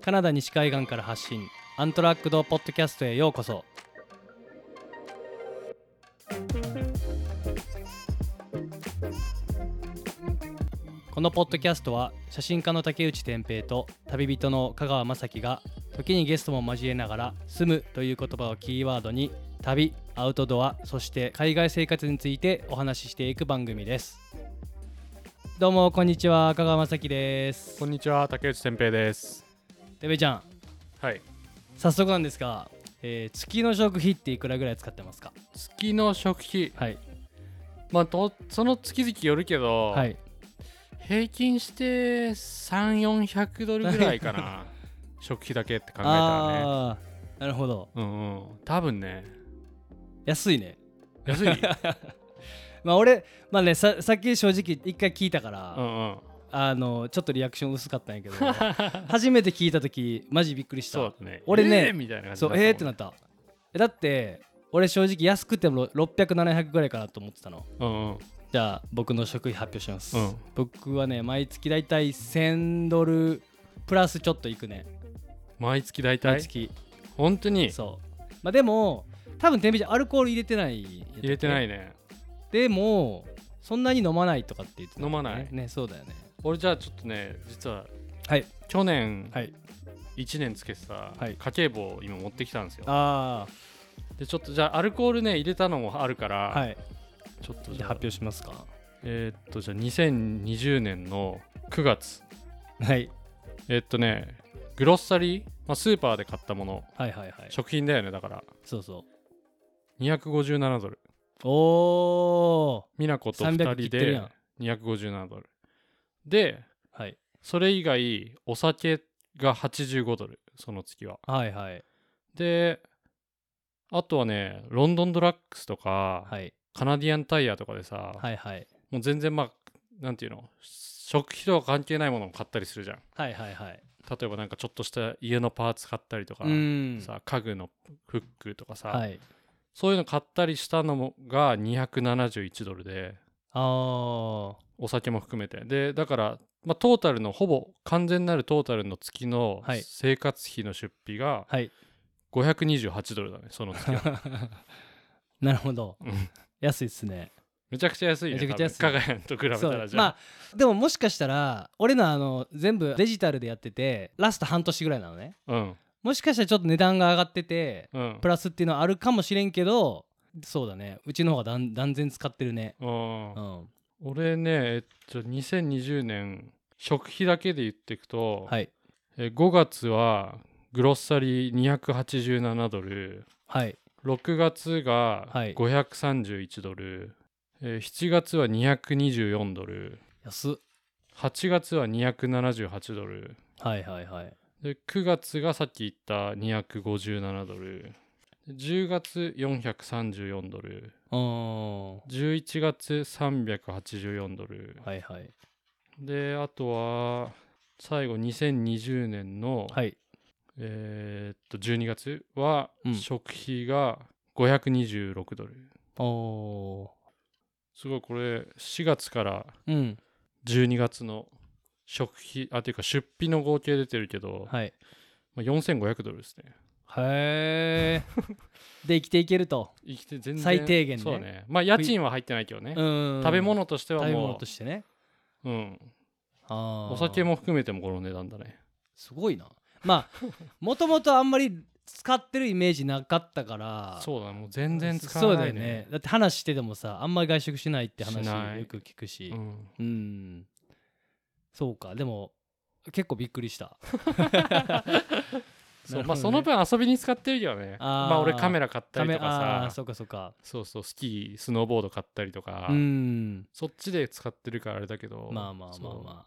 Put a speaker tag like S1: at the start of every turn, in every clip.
S1: カナダ西海岸から発信アントラックドポッドキャストへようこそこのポッドキャストは写真家の竹内天平と旅人の香川雅樹が時にゲストも交えながら「住む」という言葉をキーワードに旅アウトドアそして海外生活についてお話ししていく番組ですどうもこんにちは香川雅樹です
S2: こんにちは竹内天平です
S1: てべちゃん
S2: はい
S1: 早速なんですが、えー月の食費っていくらぐらい使ってますか
S2: 月の食費
S1: はい
S2: まあとその月々よるけど、
S1: はい
S2: 平均して3400ドルぐらいかな 食費だけって考えたらね
S1: あーなるほど
S2: うんうん多分ね
S1: 安いね
S2: 安い
S1: まあ俺まあねささっき正直一回聞いたから、
S2: うんうん
S1: あのちょっとリアクション薄かったんやけど 初めて聞いた時マジびっくりし
S2: そうだ
S1: た
S2: ったね
S1: 俺ね
S2: えーみたいな感じ
S1: そうえーってな
S2: っ
S1: ったえだって俺正直安くても600700ぐらいかなと思ってたの
S2: たうんうん
S1: じゃあ僕の食費発表します、
S2: うん
S1: 僕はね毎月だいたい1000ドルプラスちょっといくね
S2: 毎月大
S1: 毎
S2: 体
S1: 月
S2: 本当に
S1: そうまあでも多分天秤アルコール入れてない入
S2: 入れてないいね
S1: でもそんなに飲まないとかって言ってたね
S2: 飲まない
S1: ねそうだよね
S2: 俺じゃあちょっとね実は
S1: はい
S2: 去年
S1: はい
S2: 1年つけてた
S1: はい
S2: 家計簿を今持ってきたんですよ
S1: あ
S2: でちょっとじゃあアルコールね入れたのもあるから、
S1: あはい
S2: ちょっと
S1: じ
S2: じ
S1: ゃ
S2: ゃ
S1: あ
S2: あ
S1: 発表しますか
S2: えーっとじゃあ2020年の9月
S1: はい
S2: えーっとねグロッサリー、まあ、スーパーで買ったもの
S1: はいはいはい
S2: 食品だよねだから
S1: そうそ
S2: 257ドル
S1: うお
S2: 美奈子と
S1: 300
S2: 2
S1: 切っ
S2: 人
S1: てるやん
S2: で257ドルで
S1: ーはい
S2: それ以外お酒が85ドルその月は
S1: はいはい
S2: であとはねロンドンドラッグスとか、
S1: はい
S2: カナディアンタイヤとかでさ、
S1: はいはい
S2: もう全然まあなんていうの食費とは関係ないものも買ったりするじゃん
S1: はいはいはい
S2: 例えばなんかちょっとした家のパーツ買ったりとか、
S1: うん
S2: さ家具のフックとかさ、
S1: はい
S2: そういうの買ったりしたのもが271ドルで
S1: あー
S2: お酒も含めてでだから、まあ、トータルのほぼ完全なるトータルの月の
S1: はい
S2: 生活費の出費が
S1: はい
S2: 528ドルだねそ の月は
S1: なるほど
S2: うん
S1: 安いっすね
S2: めちゃくちゃ安いよ
S1: めちゃくちゃ安い
S2: 加賀屋と比べた
S1: そう
S2: らじゃあ
S1: まあでももしかしたら俺のあの全部デジタルでやっててラスト半年ぐらいなのね
S2: うん
S1: もしかしたらちょっと値段が上がってて
S2: うん
S1: プラスっていうのはあるかもしれんけどそうだねうちの方が断断然使ってるね
S2: うん
S1: うん
S2: 俺ねえっと2020年食費だけで言っていくと、
S1: はい
S2: えー5月はグロッサリー287ドル
S1: はい
S2: 6月が
S1: はい
S2: 531ドル、えー7月は224ドル
S1: 安っ
S2: 8月は278ドル
S1: はいはいはい
S2: で9月がさっき言った257ドルで10月434ドル
S1: うーんは
S2: 11月384ドル
S1: いはい
S2: であとは最後2020年の、
S1: はい
S2: えーっと12月は
S1: うん
S2: 食費が526ドル、
S1: おお
S2: すごいこれ4月から
S1: ーうん
S2: 12月の食費あていうか出費の合計出てるけど、
S1: はい
S2: まあ、4500ドルですね
S1: へ えで生きていけると
S2: 生きて全然
S1: 最低限ね
S2: そうねまあ家賃は入ってないけどね、
S1: うん
S2: 食べ物としては
S1: 食べ物
S2: も
S1: としてね
S2: う、うん、
S1: あー
S2: お酒も含めてもこの値段だね
S1: すごいな まあもともとあんまり使ってるイメージなかったから
S2: そうだねもう全然使
S1: そう
S2: わ
S1: だ
S2: な
S1: よ
S2: い
S1: ね
S2: ね
S1: だって話しててもさあんまり外食しないって話
S2: しない
S1: よく聞くし
S2: うん
S1: うんそうかでも結構びっくりした
S2: そ
S1: なるほどね
S2: うまあその分遊びに使ってるよね
S1: あー
S2: まあ俺カメラ買った
S1: カ
S2: り
S1: メ
S2: とか
S1: ああー
S2: さ
S1: そうかそうか
S2: そうそうスキースノーボード買ったりとか、
S1: うん
S2: そっちで使ってるからあれだけど
S1: まあまあまあ
S2: あ
S1: まあ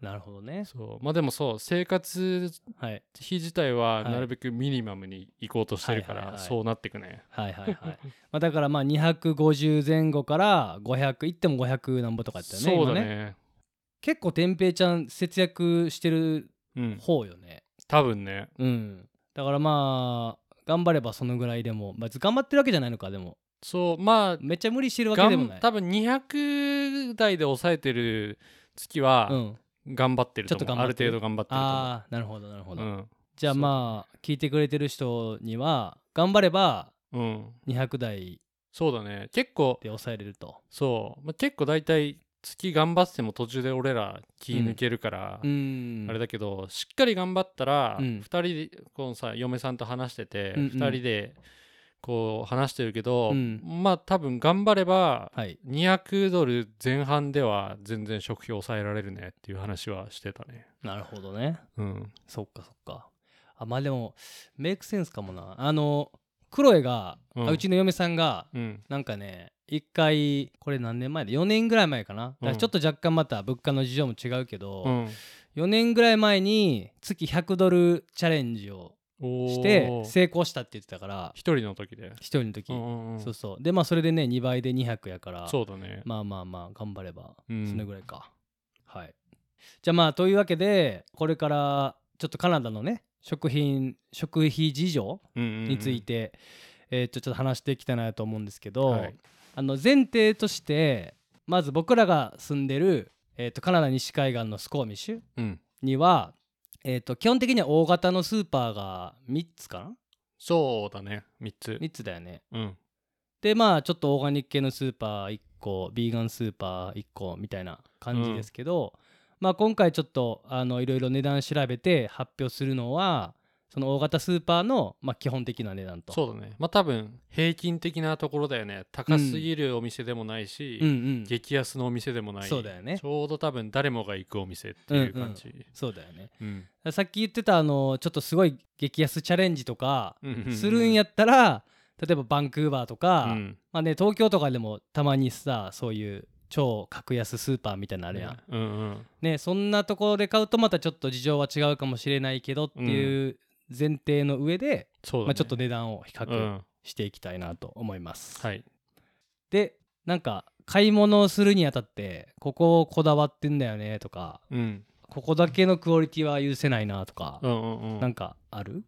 S1: なるほどね
S2: そうまあでもそう生活
S1: はい
S2: 費自体はいなるべくミニマムに行こうとしてるか
S1: はいはい
S2: ら
S1: はい
S2: そうなってくね
S1: はいはい はいまあだからまあ250前後から500いっても500なんぼとかやったよね
S2: そう
S1: 今
S2: だね
S1: 結構天平ちゃん節約してる
S2: うん
S1: 方よね
S2: 多分ね
S1: うんだからまあ頑張ればそのぐらいでも別に頑張ってるわけじゃないのかでも
S2: そうまあ
S1: めっちゃ無理してるわけ
S2: が
S1: でも
S2: ん
S1: ない
S2: 多分200台で抑えてる月は
S1: うん
S2: 頑張ってると
S1: ちょっと
S2: 思う
S1: 頑張っ
S2: ある
S1: てる
S2: 程度頑張ってると思う
S1: ああなるほどなるほど、
S2: うん
S1: じゃあ
S2: そう
S1: まあ聞いてくれてる人には頑張れば
S2: うん、
S1: 200台
S2: そうだね結構
S1: で抑えれると
S2: そう、まあ、結構大体月頑張っても途中で俺ら気抜けるから、
S1: うん
S2: あれだけどしっかり頑張ったら、
S1: う
S2: 二
S1: ん
S2: 人でこのさ嫁さんと話してて、
S1: うんうん
S2: 二人でこう話してるけど、
S1: うん
S2: まあ多分頑張れば
S1: はい
S2: 200ドル前半では全然食費抑えられるねっていう話はしてたね
S1: なるほどね
S2: うん
S1: そっかそっかあまあでもメイクセンスかもなあのクロエが、あ
S2: うん
S1: うちの嫁さんが
S2: うん
S1: なんかね一回これ何年前だ4年ぐらい前かなだから
S2: うん
S1: ちょっと若干また物価の事情も違うけど、
S2: うん
S1: 4年ぐらい前に月100ドルチャレンジを
S2: おー
S1: して成功したって言ってたから
S2: 一人の時で、
S1: 一人の時、
S2: うんうんうん
S1: そうそうでまあそれでね2倍で200やから
S2: そうだね、
S1: まあまあまあ頑張れば
S2: うん
S1: それぐらいか、はいじゃあまあというわけでこれからちょっとカナダのね食品食費事情
S2: うんうんうん
S1: について、えーとちょっと話していきたいなと思うんですけど、
S2: はい
S1: あの前提としてまず僕らが住んでる、えー、とカナダ西海岸のスコーミッシュ
S2: うん
S1: には、えー、と基本的には大型のスーパーが3つかな
S2: そうだね3つ
S1: ?3 つだよね。
S2: うん
S1: でまあちょっとオーガニック系のスーパー1個ビーガンスーパー1個みたいな感じですけど、まあ今回ちょっとあのいろいろ値段調べて発表するのはその大型スーパーの、まあ、基本的な値段と。
S2: そうだねまあ多分平均的なところだよね高すぎるお店でもないし、
S1: うんうん、
S2: 激安のお店でもない
S1: そうだよね
S2: ちょうど多分誰もが行くお店っていう感じ
S1: そうだよね。
S2: うん
S1: さっき言ってたあのちょっとすごい激安チャレンジとか
S2: うんうんうん
S1: するんやったら例えばバンクーバーとか、
S2: うん
S1: まあね東京とかでもたまにさそういう超格安スーパーみたいなのあれやん、
S2: うんうん
S1: ねそんなところで買うとまたちょっと事情は違うかもしれないけどっていう前提の上で、
S2: そうだね
S1: まあ、ちょっと値段を比
S2: う
S1: 較
S2: ん
S1: していきたいなと思います、
S2: はい
S1: でなんか買い物をするにあたってここをこだわってんだよねとか
S2: うん
S1: ここだけのクオリティは許せないなとか
S2: う、んうんうん
S1: なんかある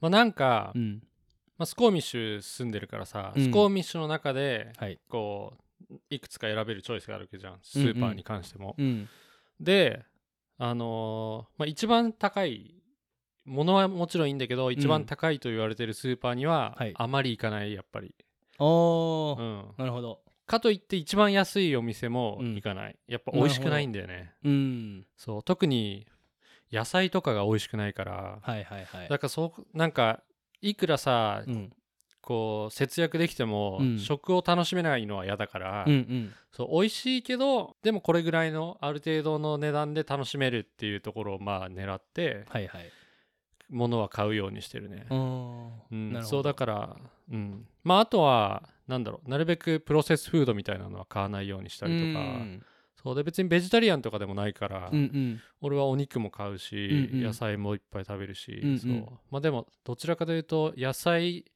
S2: まあなんか
S1: うん
S2: まあスコーミッシュ住んでるからさ
S1: うん
S2: スコーミッシュの中で
S1: はい
S2: こういくつか選べるチョイスがあるわけじゃんスーパーに関しても
S1: うん
S2: であのーまあ一番高いものはもちろんいいんだけど一番高いと言われてるスーパーには
S1: はい
S2: あまり行かないやっぱり
S1: おー、
S2: うん
S1: なるほど
S2: かといって一番安いお店も行かない、やっぱ美味しくないんだよね
S1: うん
S2: そう特に野菜とかが美味しくないから、
S1: はいはいはい
S2: だからそうなんかいくらさ、
S1: うん
S2: こう節約できても、
S1: うん
S2: 食を楽しめないのは嫌だから、
S1: うんうん
S2: そう美味しいけどでもこれぐらいのある程度の値段で楽しめるっていうところをまあ狙って
S1: はいはい
S2: 物は買うようにしてるね、
S1: うん
S2: うん
S1: なるほど
S2: そうだから、うん、まああとはなんだろうなるべくプロセスフードみたいなのは買わないようにしたりと
S1: う
S2: か、
S1: ん
S2: そうで別にベジタリアンとかでもないから、
S1: うんうん
S2: 俺はお肉も買うし、
S1: うんうん
S2: 野菜もいっぱい食べるし、
S1: うんうん
S2: そうまあでもどちらかというと野菜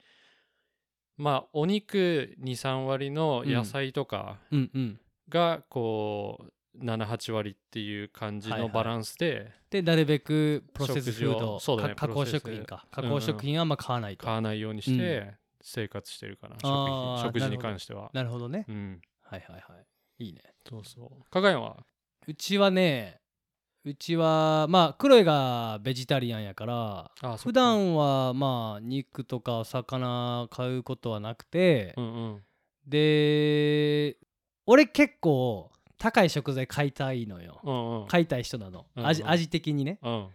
S2: まあお肉23割の野菜とか
S1: うんうん
S2: がこう78割っていう感じ
S1: はいは
S2: の
S1: い
S2: バランスで
S1: でなるべくプロセスフード
S2: 食事をそうだね
S1: か加
S2: プロ
S1: 工
S2: セス
S1: 食品か加工食品はあんま買わないと、
S2: 買わないようにして生活してるかな、食
S1: あー
S2: 品食事
S1: なる
S2: に
S1: ほど
S2: 関しては。
S1: なるほどね
S2: うん、
S1: はいはいはいいいね
S2: そうそう。加賀谷は
S1: うちはねうちはまあクロエがベジタリアンやから
S2: あーそっか
S1: 普段はまあ肉とか魚買うことはなくて、
S2: うんうん
S1: で俺結構高い食材買いたいのよ、
S2: うんうん
S1: 買いたい人なの、
S2: うん
S1: 味
S2: うん
S1: 味的にね
S2: うん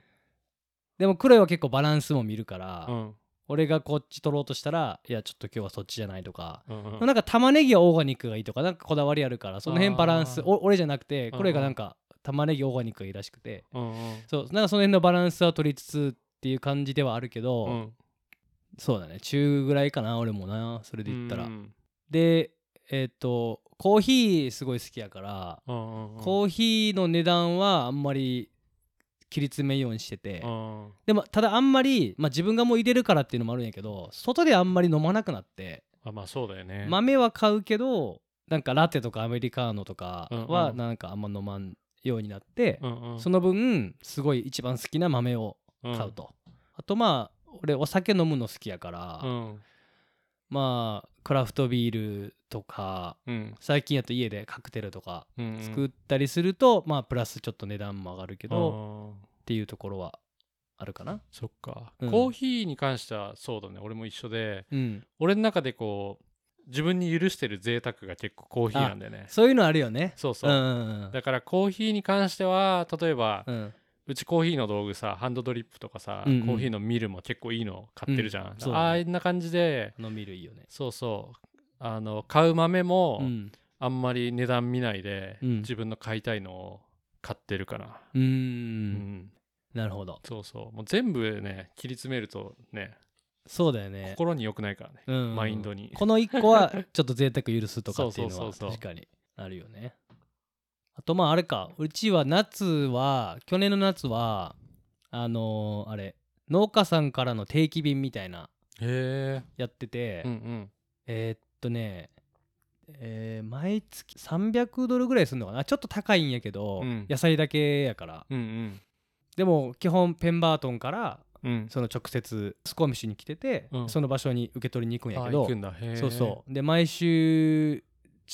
S1: でもクロエは結構バランスも見るから、
S2: うん
S1: 俺がこっち取ろうとしたらいやちょっと今日はそっちじゃないとか、
S2: うんうん
S1: なんか玉ねぎはオーガニックがいいとかなんかこだわりあるからその辺バランス
S2: あー
S1: お俺じゃなくて
S2: うん
S1: クロエがなんか玉ねぎオーガニックがいいらしくて
S2: うん
S1: そうなんかその辺のバランスは取りつつっていう感じではあるけど、
S2: うん
S1: そうだね中ぐらいかな俺もなそれで言ったら、
S2: うん
S1: でえっ、とコーヒーすごい好きやから、
S2: うんうんうん
S1: コーヒーの値段はあんまり切り詰めんようにしてて、
S2: うん
S1: でもただあんまり、まあ、自分がもう入れるからっていうのもあるんやけど外であんまり飲まなくなって
S2: あまあそうだよね。
S1: 豆は買うけどなんかラテとかアメリカーノとか
S2: うん
S1: は
S2: うん
S1: なんかあんま飲まんようになって、
S2: うんうん
S1: その分すごい一番好きな豆を買うと、あとまあ俺お酒飲むの好きやから、
S2: うん。
S1: まあクラフトビールとか
S2: うん
S1: 最近やと家でカクテルとか
S2: うんうん
S1: 作ったりすると、まあプラスちょっと値段も上がるけど、っ
S2: あー
S1: ていうところはあるかな
S2: そっか、
S1: うん
S2: コーヒーに関してはそうだね俺も一緒で
S1: うん
S2: 俺の中でこう自分に許してる贅沢が結構コーヒーなんだよね
S1: そういうのあるよね
S2: そうそうう、
S1: んうん
S2: だからコーヒーに関しては例えば、う
S1: うんうん
S2: ちコーヒーの道具さハンドドリップとかさ、
S1: うんうん
S2: コーヒーのミルも結構いいの買ってるじゃん、
S1: うんそうだね
S2: ああんな感じで
S1: 飲みるいいよね
S2: そうそうあの買う豆も
S1: うん
S2: あんまり値段見ないで、
S1: うん
S2: 自分の買いたいのを買ってるから、
S1: うー
S2: うん
S1: んなるほど
S2: そうそうもう全部ね切り詰めるとね
S1: そうだよね
S2: 心に良くないからね、
S1: うん
S2: マインドに
S1: この1個はちょっと贅沢許すとかっていうの
S2: そう
S1: は
S2: そうそうそう
S1: 確かにあるよねあとまああれかうちは夏は去年の夏はあのーあれ農家さんからの定期便みたいな
S2: へ
S1: やってて、
S2: えうんうん
S1: えーっとねえー毎月300ドルぐらいするのかなちょっと高いんやけど、
S2: うん
S1: 野菜だけやから
S2: うん
S1: でも基本ペンバートンから
S2: うんうん
S1: その直接スコアミシに来てて、
S2: うん
S1: その場所に受け取りに行くんや
S2: あ
S1: け
S2: 行
S1: ど
S2: くんだへえ
S1: そうそうで毎週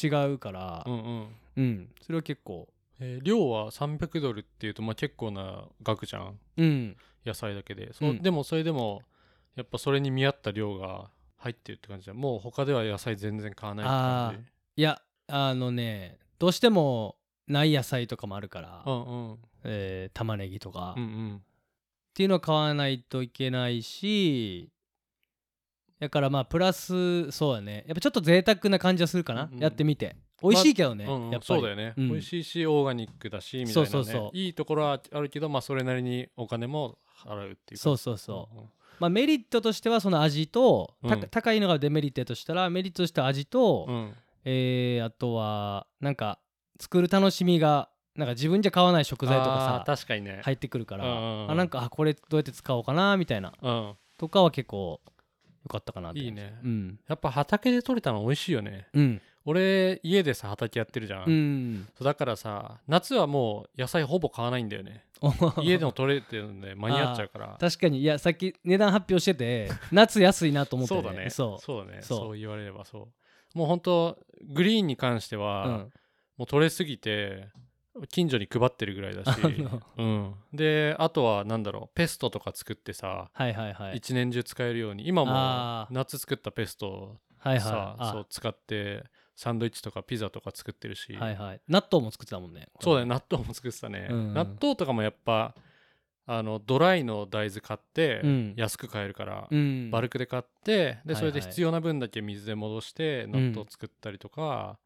S1: 違うから、
S2: うんうん
S1: うん、それは結構、
S2: えー量は300ドルっていうと、まあ、結構な額じゃん
S1: うん、
S2: 野菜だけでそう、
S1: うん
S2: でもそれでもやっぱそれに見合った量が入ってるって感じだもう他では野菜全然買わないって感
S1: い
S2: じ
S1: やあのねどうしてもない野菜とかもあるから、
S2: うんうん
S1: えー玉ねぎとか、
S2: うんう
S1: っ
S2: ん
S1: ていうのは買わないといけないしだからまあプラスそうだねやっぱちょっと贅沢な感じはするかな、
S2: うんうん
S1: やってみて美味しいけどね、
S2: うんう
S1: や
S2: ん
S1: っぱり
S2: そうだよね、
S1: うん
S2: 美味しいしオーガニックだしみたいな、ね、
S1: そうそうそう
S2: いいところはあるけど、まあ、それなりにお金も払うっていう
S1: そう
S2: そ
S1: そうそう、
S2: んん
S1: まあメリットとしてはその味と、た
S2: うん
S1: 高いのがデメリットやとしたらメリットとしては味と、
S2: うん
S1: えーあとはなんか作る楽しみがなんか自分じゃ買わない食材と
S2: あ
S1: かさ
S2: ー確かにね、
S1: 入ってくるから、
S2: うんうんうん
S1: あなんかあこれどうやって使おうかなみたいな
S2: うん、
S1: とかは結構良かったかなって感じ
S2: いいね
S1: うん
S2: やっぱ畑で採れたの美味しいよね
S1: うん
S2: 俺家でさ畑やってるじゃん、
S1: うん
S2: そうだからさ夏はもう野菜ほぼ買わないんだ よね 家でも取れてるんで間に合っちゃうから
S1: 確かにいやさっき値段発表して て夏安いなと思って、
S2: そうだね
S1: そ
S2: そうだね
S1: そう
S2: そう言われればそうもう本当グリーンに関して
S1: う、
S2: は、
S1: うん
S2: もう取れすぎて近所に配ってるぐらいだし
S1: あの、
S2: うん、であとはなんだろうペストとか作ってさ、
S1: はいはいはい
S2: 一年中使えるように今
S1: あ
S2: も
S1: ー
S2: 夏作ったペストを
S1: はいはい
S2: さ、
S1: あ
S2: そう使ってサンドイッチとかピザとか作ってるし、
S1: はいはい納豆も作ってたもんね
S2: そうだね納豆も作ってたね、
S1: うん
S2: 納豆とかもやっぱあのドライの大豆買って
S1: うん
S2: 安く買えるから、
S1: うん
S2: バルクで買って
S1: は
S2: で
S1: い
S2: それで必要な分だけ水で戻して納豆作ったりとか、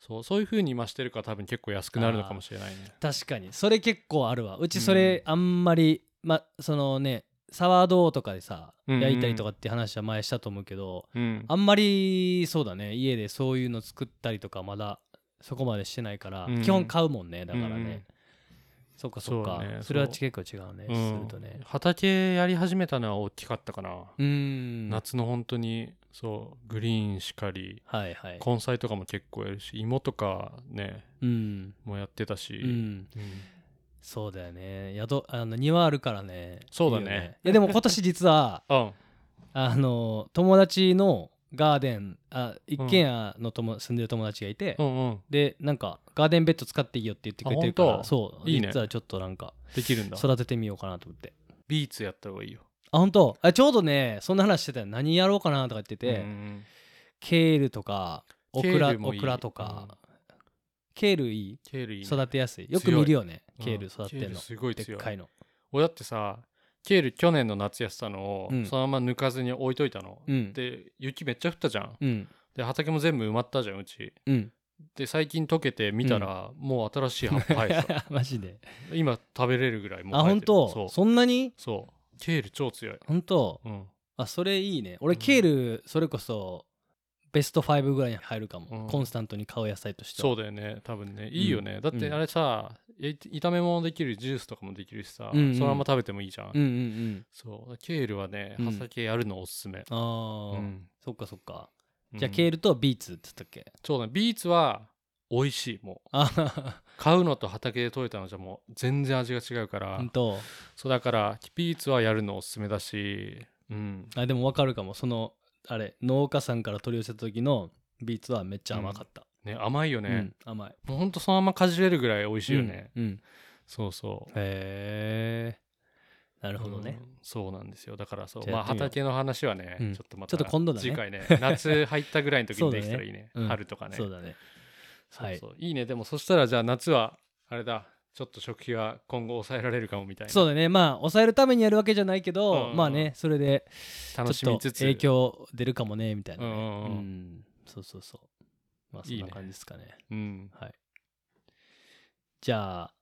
S2: そうそういう風に今してるから多分結構安くなるのかもしれないね
S1: 確かにそれ結構あるわうちそれあんまり、まそのねサワードーとかでさ
S2: うんうん
S1: 焼いたりとかって話は前したと思うけど、
S2: うん
S1: あんまりそうだね家でそういうの作ったりとかまだそこまでしてないから、
S2: うん
S1: 基本買うもんねだからね、
S2: うんうん
S1: そっかそっかそ
S2: そ
S1: う
S2: ね
S1: れは結構違うね、
S2: うん
S1: するとね
S2: 畑やり始めたのは大きかったかな、
S1: うん
S2: 夏の本当にそうグリーンしかり
S1: はいはい
S2: 根菜とかも結構やるし芋とかね
S1: うん、
S2: もやってたし、
S1: うん、
S2: うん
S1: そうだよね宿あの庭あるからね
S2: そうだね
S1: いいよいやでも今 年実は
S2: あ
S1: あの友達のガーデンあ一軒家の友、住んでる友達がいて、
S2: うんうん
S1: でなんかガーデンベッド使っていいよって言ってくれてるか
S2: あ
S1: ら
S2: 本当
S1: そう
S2: いいね
S1: 実はちょっとなんか
S2: できるんだ
S1: 育ててみようかなと思って
S2: ビーツやった方がいいよ
S1: あ本当あちょうどねそんな話してたよ何やろうかなとか言ってて、
S2: うん
S1: ケールとかオク
S2: ケー
S1: ラ
S2: ルもいい
S1: オクラとか、ケールいい
S2: ケールいいね、
S1: 育てやすいよく見るよね
S2: うん
S1: ケール育て
S2: ケ
S1: る
S2: ール
S1: の、
S2: すごい
S1: でっ
S2: 強い
S1: かいの
S2: 俺だってさケール去年の夏やってたのを、
S1: うん
S2: そのまま抜かずに置いといたの、
S1: うん
S2: で雪めっちゃ降ったじゃん
S1: うん
S2: で畑も全部埋まったじゃんうち
S1: うん
S2: で最近溶けて見たら、もう新しい葉っぱ生えて た
S1: マジで
S2: 今食べれるぐらいもう
S1: あ
S2: 生え
S1: 本
S2: てる
S1: 当
S2: そう
S1: そんなに
S2: そうケール超強い
S1: 本当
S2: うん
S1: あそれいいね
S2: う
S1: 俺
S2: ん
S1: ケールそれこそベスト5ぐらいに入るかも、
S2: うん
S1: コンスタントに買う野菜としては
S2: そうだよね多分ねいいよね、だっ
S1: う
S2: て
S1: ん
S2: あれさえ炒め物できるジュースとかもできるしさ、
S1: うんうん
S2: そのまま食べてもいいじゃん、
S1: うんうんうん
S2: そうケールはね
S1: うん
S2: 畑やるのおすすめ、
S1: ああ、
S2: うん
S1: そっかそっかじゃあ
S2: うん
S1: ケールとビーツって言ったっけ、
S2: そうだねビーツは美味しいもう
S1: ああ
S2: 買うのと畑で採れたのじゃもう全然味が違うから
S1: 本当
S2: そうだからビーツはやるのおすすめだしうん
S1: あでもわかるかもそのあれ農家さんから取り寄せた時のビーツはめっちゃ甘かった、
S2: ね甘いよ
S1: う
S2: ね
S1: ん、甘い
S2: もうほんとそのままかじれるぐらい美味しいよね、
S1: うんうん
S2: そうそう
S1: へえなるほどね
S2: う、んそうなんですよだからそう
S1: じゃあ
S2: まあ
S1: やってみよう
S2: 畑の話はね、
S1: うん
S2: ちょっとま
S1: ちょ
S2: た
S1: っと今度だね
S2: 次回ね夏入ったぐらいの時にできたらいいね
S1: そうだねうん
S2: 春とかね
S1: そうだねはい
S2: そうそういいねでもそしたらじゃあ夏はあれだちょっと食費は今後抑えられるかもみたいな
S1: そうだねまあ抑えるためにやるわけじゃないけど、
S2: うんうん
S1: まあねそれで
S2: 楽し
S1: ちょ
S2: み
S1: っと
S2: つつ
S1: 影響出るかもねみたいなね、
S2: うんうんうん
S1: そうそうそうまあそ
S2: いい
S1: ん
S2: ね
S1: な感じですかね
S2: うん
S1: はいじゃあ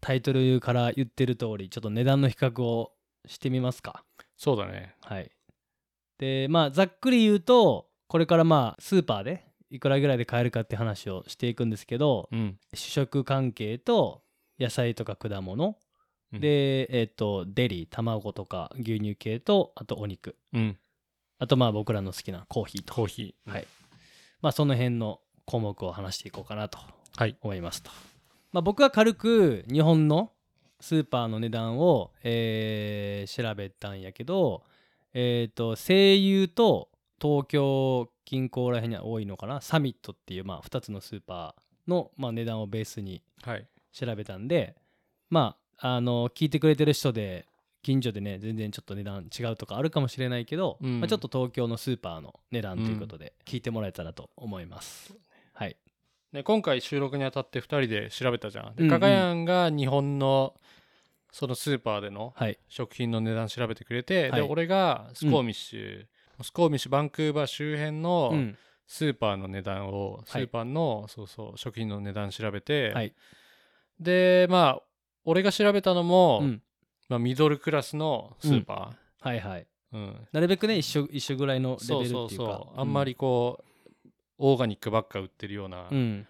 S1: タイトルから言ってる通りちょっと値段の比較をしてみますか
S2: そうだね
S1: はいでまあざっくり言うとこれからまあスーパーでいくらぐらいで買えるかって話をしていくんですけど、
S2: うん
S1: 主食関係と野菜とか果物、
S2: うん
S1: でえっ、とデリー卵とか牛乳系とあとお肉
S2: うん
S1: あとまあ僕らの好きなコーヒーと
S2: コーヒー
S1: はいまあその辺の項目を話していこうかなと
S2: はい
S1: 思いますと、まあ、僕は軽く日本のスーパーの値段を、えー調べたんやけどえっ、と西友と東京近郊らへんには多いのかなサミットっていうまあ2つのスーパーの、まあ、値段をベースに
S2: はい
S1: 調べたんでまああの聞いてくれてる人で近所でね全然ちょっと値段違うとかあるかもしれないけど、
S2: うん
S1: まあ、ちょっと東京のスーパーの値段ということで聞いてもらえたらと思います、はい
S2: ね、今回収録にあたって2人で調べたじゃん。
S1: うんう
S2: で、
S1: ん
S2: かがやんが日本のそのスーパーでの
S1: はい
S2: 食品の値段調べてくれて、
S1: はい
S2: で、俺がスコーミッシュ、スコーミッシュバンクーバー周辺
S1: う
S2: の
S1: ん
S2: スーパーの値段を、スーパーの、そうそう、食品の値段調べて、
S1: はい
S2: で、まあ、俺が調べたのも、
S1: うん
S2: まあ、ミドルクラスのスーパ
S1: はいはい
S2: ー。うん。
S1: なるべくね一緒一緒ぐらいのレ
S2: そ
S1: ベ
S2: う
S1: ルっていうか
S2: そうそう。あんまりこう、オーガニックばっか売ってるような、
S1: うん、うん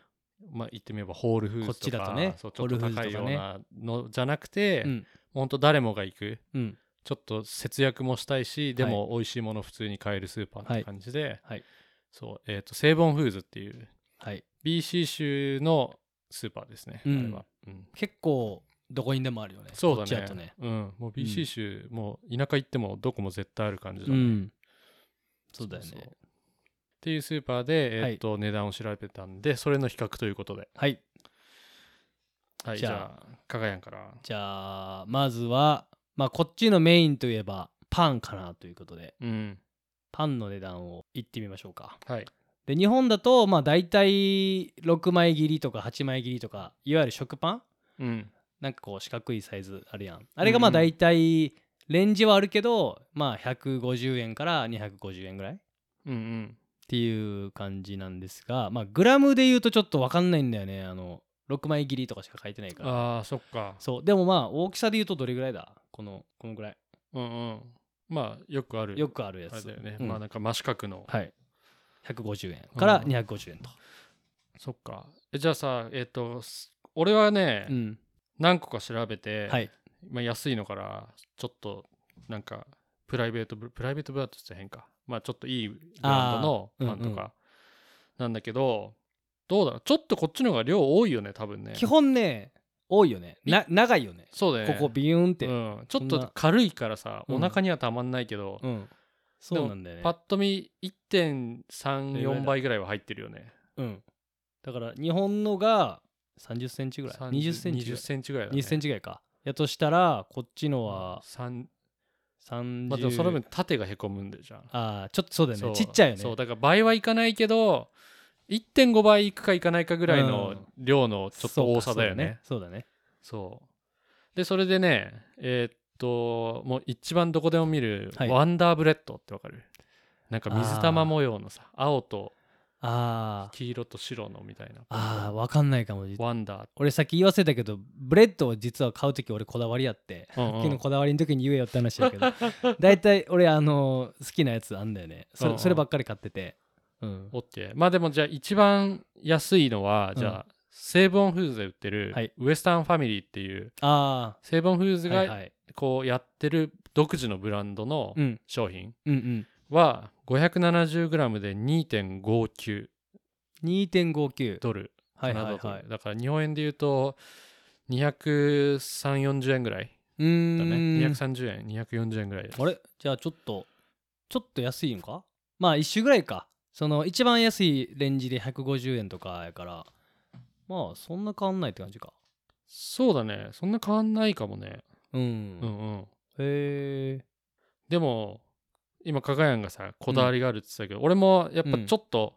S2: まあ、言ってみればホールフーズとか
S1: こっちだとね
S2: そうちょっと
S1: ホールフーズと
S2: 高
S1: かね
S2: いようなのじゃなくて、
S1: う
S2: もうんほんと誰もが行く
S1: うん
S2: ちょっと節約もしたいしでも美味しいもの普通に買えるスーパーって感じで、
S1: はい
S2: そうえー、とセーボンフーズっていう
S1: はい、
S2: BC 州のスーパーですね、
S1: うん
S2: あれは、うん、
S1: 結構どこにでもあるよね
S2: そう
S1: こっち
S2: だね
S1: とね
S2: うん、もう
S1: う
S2: BC
S1: ん
S2: 州、もう田舎行ってもどこも絶対ある感じだ
S1: う
S2: ね、
S1: んそうだよね
S2: そうっていうスーパーで、えーと値段を調べたんでそれの比較ということで、
S1: はい
S2: はい、
S1: じ
S2: じ
S1: ゃあ
S2: ゃあかがやんから
S1: じゃあまずはまあこっちのメインといえばパンかなということで
S2: うん
S1: パンの値段を言ってみましょうか
S2: はい
S1: で日本だとまあ大体6枚切りとか8枚切りとかいわゆる食パン
S2: うん
S1: なんかこう四角いサイズあるやんあれがま
S2: う
S1: あ
S2: んうん
S1: 大体レンジはあるけどまあ150円から250円ぐらいっ
S2: うんうん
S1: ていう感じなんですがまあグラムで言うとちょっと分かんないんだよねあの6枚切りとかしか書いてないから
S2: あーそっか
S1: そうでもまあ大きさで言うとどれぐらいだこのこのぐらい
S2: うんうんまあよくある
S1: よくあるや
S2: あれ
S1: つ
S2: だよね、
S1: うん
S2: まあなんか真四角の、
S1: はい150円から
S2: うん
S1: 250円と
S2: そっかえじゃあさえっ、とす俺はね、
S1: うん
S2: 何個か調べて、
S1: はい
S2: まあ、安いのからちょっとなんかプライベートブプライベートブランドって変かまあちょっといいブランドのパン
S1: あ
S2: と
S1: ーうんう
S2: かなんだけど、どうだろうちょっとこっちの方が量多いよね多分ね
S1: 基本ね多いよねな長いよね
S2: そうだよ
S1: こ
S2: ね
S1: こビューンっ
S2: う
S1: て
S2: ん、ちょっ
S1: そんな
S2: と軽いからさ、
S1: うん
S2: お腹にはたまんないけど、
S1: うんそうなんだよね
S2: パッと見1.34倍ぐらいは入ってるよね
S1: うんだから日本のが3 0センチぐらい2 0センチぐ
S2: 20
S1: らい
S2: センチぐらいだ、ね、
S1: 2センチぐらいかやとしたらこっちのは
S2: 三
S1: 30
S2: まあでもその分縦がへこむんでじゃん
S1: あーちょっとそうだよ
S2: そ
S1: ね
S2: う
S1: ちっちゃいよね
S2: そうだから倍はいかないけど1.5倍いくかいかないかぐらいの量のちょっと多さだよね
S1: そうかそうだね
S2: そうでそれでねえーっともう一番どこでも見る
S1: はい
S2: ワンダーブレッドってわかる、なんか水玉模様のさ青と
S1: そうだねあー
S2: 黄色と白のみたいな
S1: あーわかんないかも実は
S2: ワンダー
S1: 俺さっき言わせたけどブレッドを実は買う時俺こだわりやって
S2: うんうん
S1: さっきのこだわりの時に言えよって話だけど 大体俺あの好きなやつあんだよねそ
S2: うんう
S1: れ
S2: ん
S1: そればっかり買っててうん
S2: オッケーまあでもじゃあ一番安いのは
S1: うん
S2: じゃあ、セーブオンフーズで売ってる、
S1: はい
S2: ウエスタンファミリーっていう
S1: あ
S2: セーブオンフーズ
S1: あはい
S2: が
S1: はい
S2: こうやってる独自のブランドの
S1: うん
S2: 商品
S1: うんうん
S2: は 570g で2.59
S1: 2.59
S2: ドル
S1: は
S2: カ
S1: い
S2: ナ
S1: は
S2: ダ
S1: い
S2: ドル、
S1: はい
S2: だから日本円で言うと23040円ぐらいうだね
S1: ーん
S2: 230円240円ぐらいです
S1: あれじゃあちょっとちょっと安いんかまあ一周ぐらいかその一番安いレンジで150円とかやからまあそんな変わんないって感じか
S2: そうだねそんな変わんないかもね
S1: うん、
S2: うんうん
S1: へえ
S2: でも今加賀やんがさこだわりがあるって言ってたけど、俺もやっぱ
S1: うん
S2: ちょっと、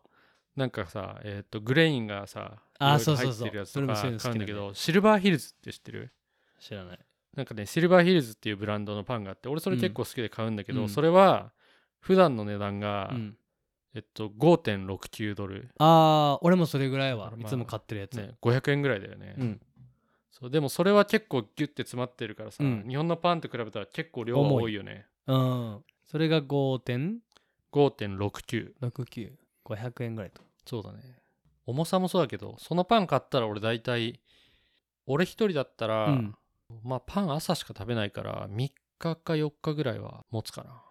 S2: なんかさえっ、とグレインがさ
S1: あー
S2: いろいろ
S1: そうそうそう
S2: 入ってるやつとか
S1: それ
S2: 買う
S1: も
S2: ん
S1: そういうの好きなんだよ
S2: だけどシルバーヒルズって知ってる
S1: 知らない
S2: なんかねシルバーヒルズっていうブランドのパンがあって俺それ結構好きで買うんだけど、
S1: うん
S2: それは普段の値段が、
S1: うん、
S2: えっと5.69ドル、
S1: あー俺もそれぐらいは
S2: まあ
S1: いつも買ってるやつ、
S2: ね、500円ぐらいだよね、
S1: うん
S2: そうでもそれは結構ギュッて詰まってるからさ、
S1: うん
S2: 日本のパンと比べたら結構量は
S1: 重い
S2: 多いよね
S1: うんそれが5.69500
S2: 5.69
S1: 円ぐらいと
S2: そうだね重さもそうだけどそのパン買ったら俺大体俺一人だったら、
S1: うん
S2: まあパン朝しか食べないから3日か4日ぐらいは持つかな、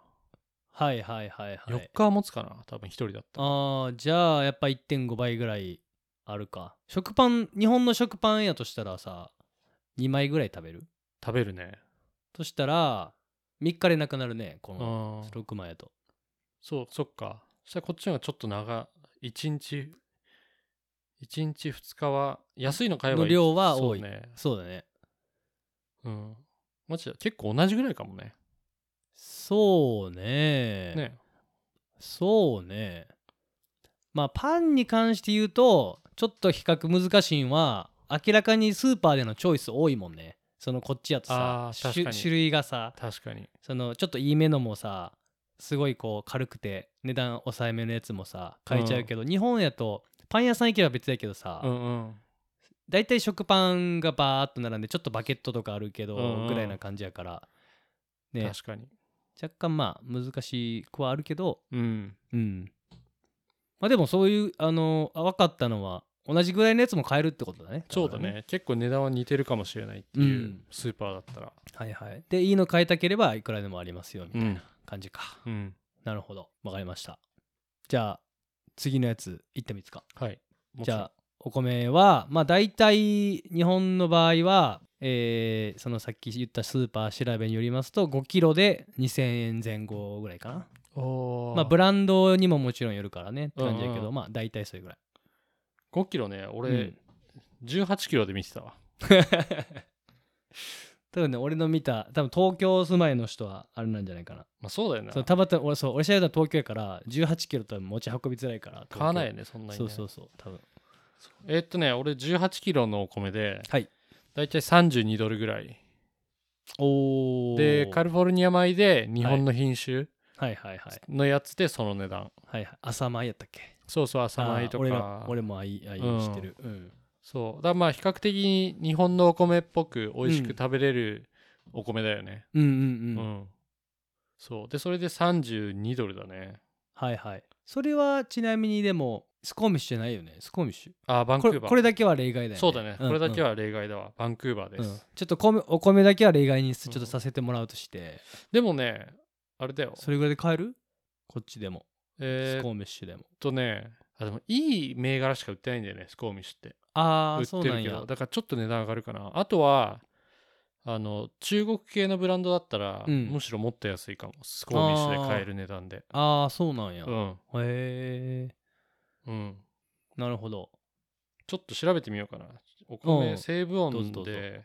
S1: はいはいはいは
S2: 4
S1: い
S2: 日は持つかな多分一人だったら
S1: あーじゃあやっぱ1.5倍ぐらいあるか食パン日本の食パンやとしたらさ2枚ぐらい食べる
S2: 食べるね
S1: としたら3日でなくなるねこの
S2: あー
S1: 6枚やと
S2: そうそっかそしたらこっちの方がちょっと長い1日1日2日は安いの買えばいい
S1: の量は多い
S2: そうね
S1: そうだね
S2: うんマジで結構同じぐらいかもね
S1: そうね
S2: ね
S1: そうねまあパンに関して言うとちょっと比較難しいんは明らかにスーパーでのチョイス多いもんねそのこっちやとさ
S2: あー
S1: 種
S2: 確かに
S1: 種類がさ
S2: 確かに
S1: そのちょっといい目のもさすごいこう軽くて値段抑えめのやつもさ買えちゃうけど、日本やとパン屋さん行けば別やけどさ、
S2: うんうん
S1: 大体食パンがバーっと並んでちょっとバケットとかあるけど、
S2: うんうん
S1: ぐらいな感じやからね
S2: 確かに
S1: 若干まあ難しくはあるけど
S2: うん
S1: うんまあでもそういうあのあ分かったのは同じぐらいのやつも買えるってことだね
S2: そうだね結構値段は似てるかもしれないっていう、
S1: うん
S2: スーパーだったら
S1: はいはいでいいの買いたければいくらでもありますよみたい
S2: うん
S1: な感じか、
S2: うん
S1: なるほどわかりましたじゃあ次のやついってみつか
S2: はい
S1: じゃあお米はまあ大体日本の場合は、えーそのさっき言ったスーパー調べによりますと5キロで2000円前後ぐらいかな
S2: お
S1: まあブランドにももちろんよるからねって感じだけ
S2: うん
S1: ど、
S2: うん
S1: まあ大体それぐらい
S2: 5キロね俺、
S1: うん
S2: 18キロで見てたわ
S1: 多分ね俺の見た多分東京住まいの人はあれなんじゃないかな
S2: まあそうだよな
S1: そうたまたま俺そう俺調べたら東京やから1 8キロ多分持ち運びづらいから
S2: 買わない
S1: よ
S2: よねそんなに、ね、
S1: そうそうそう多分
S2: えーっとね俺18キロのお米で
S1: はい
S2: だいたい32ドルぐらい
S1: おお
S2: でカリフォルニア米で日本の品種
S1: はいはいはい
S2: のやつでその値段、
S1: はいはい朝米やったっけ
S2: そうそう朝米と
S1: あー俺
S2: から
S1: 俺もあいあい
S2: うん
S1: してる、うん
S2: そうだからまあ比較的に日本のお米っぽく美味しく食べれるお米だよね
S1: うん
S2: う
S1: うん
S2: ん、
S1: うん
S2: そうでそれで32ドルだね
S1: はいはいそれはちなみにでもスコーミッシュじゃないよねスコーミッシュ
S2: あーバン
S1: こ
S2: クー
S1: れ
S2: バー
S1: これだけは例外だよね
S2: そうだね、
S1: ん
S2: これだけ
S1: うん
S2: は例外だわバンクーバーです、
S1: うんちょっと米お米だけは例外にす
S2: うん
S1: ちょっとさせてもらうとして、
S2: でもねあれだよ
S1: それぐらいで買えるこっちでも、
S2: え
S1: ス
S2: ー、
S1: コ
S2: っ
S1: ーミッシュでも
S2: とねあでもいい銘柄しか売ってないんだよねスコーミッシュって
S1: ああ
S2: 売って
S1: そうな
S2: る
S1: ん
S2: け
S1: や
S2: どだからちょっと値段上がるかなあとはあの中国系のブランドだったら、
S1: うん
S2: むしろもっと安いかもスコーミッシュで買える値段で
S1: ああそうなんや、
S2: う
S1: へ
S2: ん
S1: え
S2: うん
S1: なるほど
S2: ちょっと調べてみようかなお米、
S1: うん
S2: 成分
S1: どう
S2: 音
S1: ぞどうぞ
S2: で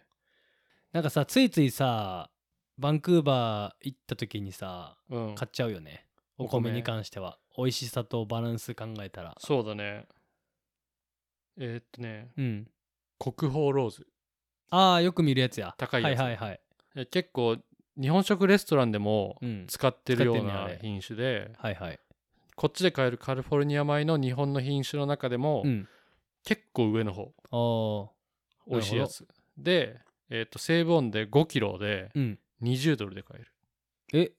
S1: なんかさついついさバンクーバー行った時にさ
S2: うん
S1: 買っちゃうよねお
S2: お米
S1: 米に関しては美味しさとバランス考えたら
S2: そうだねえーっとね
S1: うん
S2: 国宝ローズ
S1: ああよく見るやつや
S2: 高いやつ
S1: はいはいはい
S2: え結構日本食レストランでも
S1: うん
S2: 使ってるよう
S1: 使ってんねあ
S2: な
S1: れ
S2: 品種で、
S1: はいはい
S2: こっちで買えるカリフォルニア米の日本の品種の中でも、
S1: うん
S2: 結構上の方
S1: あー
S2: 美味しいやつで、えー、とセーブオンで5キロで
S1: うん
S2: 20ドルで買える
S1: え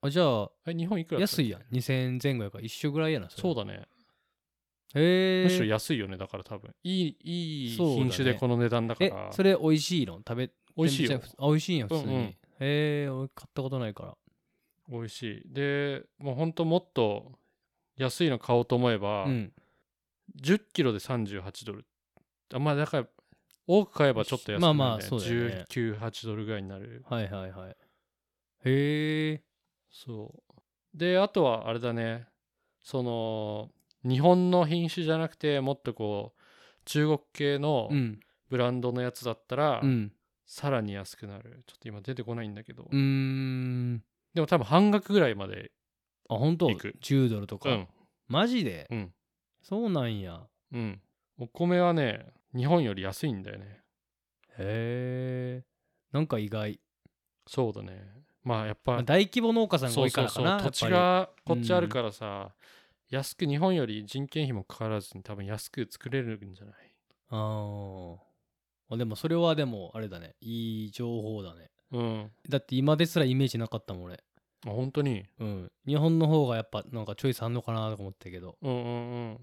S1: あじゃあ
S2: あれ日本いくらだった
S1: 安
S2: っけ
S1: いやん2000円前後やから一緒ぐらいやな
S2: そう
S1: だ
S2: だね、
S1: へえ
S2: むしろ安いよねだから多分いいいい
S1: そうだね
S2: 品種でこの値段だか
S1: え
S2: ら
S1: それ美味しいの食べ
S2: 美味しいよ
S1: 全然あ美味しいんや普通に、
S2: うんうん
S1: へえ俺買ったことないから
S2: 美味しいでもうほんともっと安いの買おうと思えば、
S1: うん
S2: 10キロで38ドルあまあだから多く買えばちょっと安くなる、ね
S1: まあまあそうだよね
S2: 198ドルぐらいになる
S1: はいはいはいへえ
S2: そうであとはあれだねその日本の品種じゃなくてもっとこう中国系の
S1: うん
S2: ブランドのやつだったら、
S1: うん
S2: さらに安くなるちょっと今出てこないんだけど、
S1: うーん
S2: でも多分半額ぐらいまで
S1: あ本当
S2: いく
S1: 10ドルと
S2: う
S1: か、
S2: ん
S1: マジで、
S2: うん
S1: そうなんや
S2: うんお米はね日本より安いんだよね
S1: へえんか意外、
S2: そうだねまあやっ
S1: ま
S2: ぱ
S1: あ、大規模農家さんが
S2: そ
S1: 多
S2: う
S1: いか
S2: そう
S1: らか
S2: そう
S1: な
S2: 土地
S1: やっぱ
S2: がこっちあるからさ、安く日本より人件費もかからずに多分安く作れるんじゃない
S1: りあーあでもそれはでもあれだねいい情報だね
S2: うん
S1: だって今ですらイメージなかったもん俺
S2: あ本当に
S1: うん日本の方がやっぱなんかチョイスあんのかなとか思ったけど
S2: うんうんうん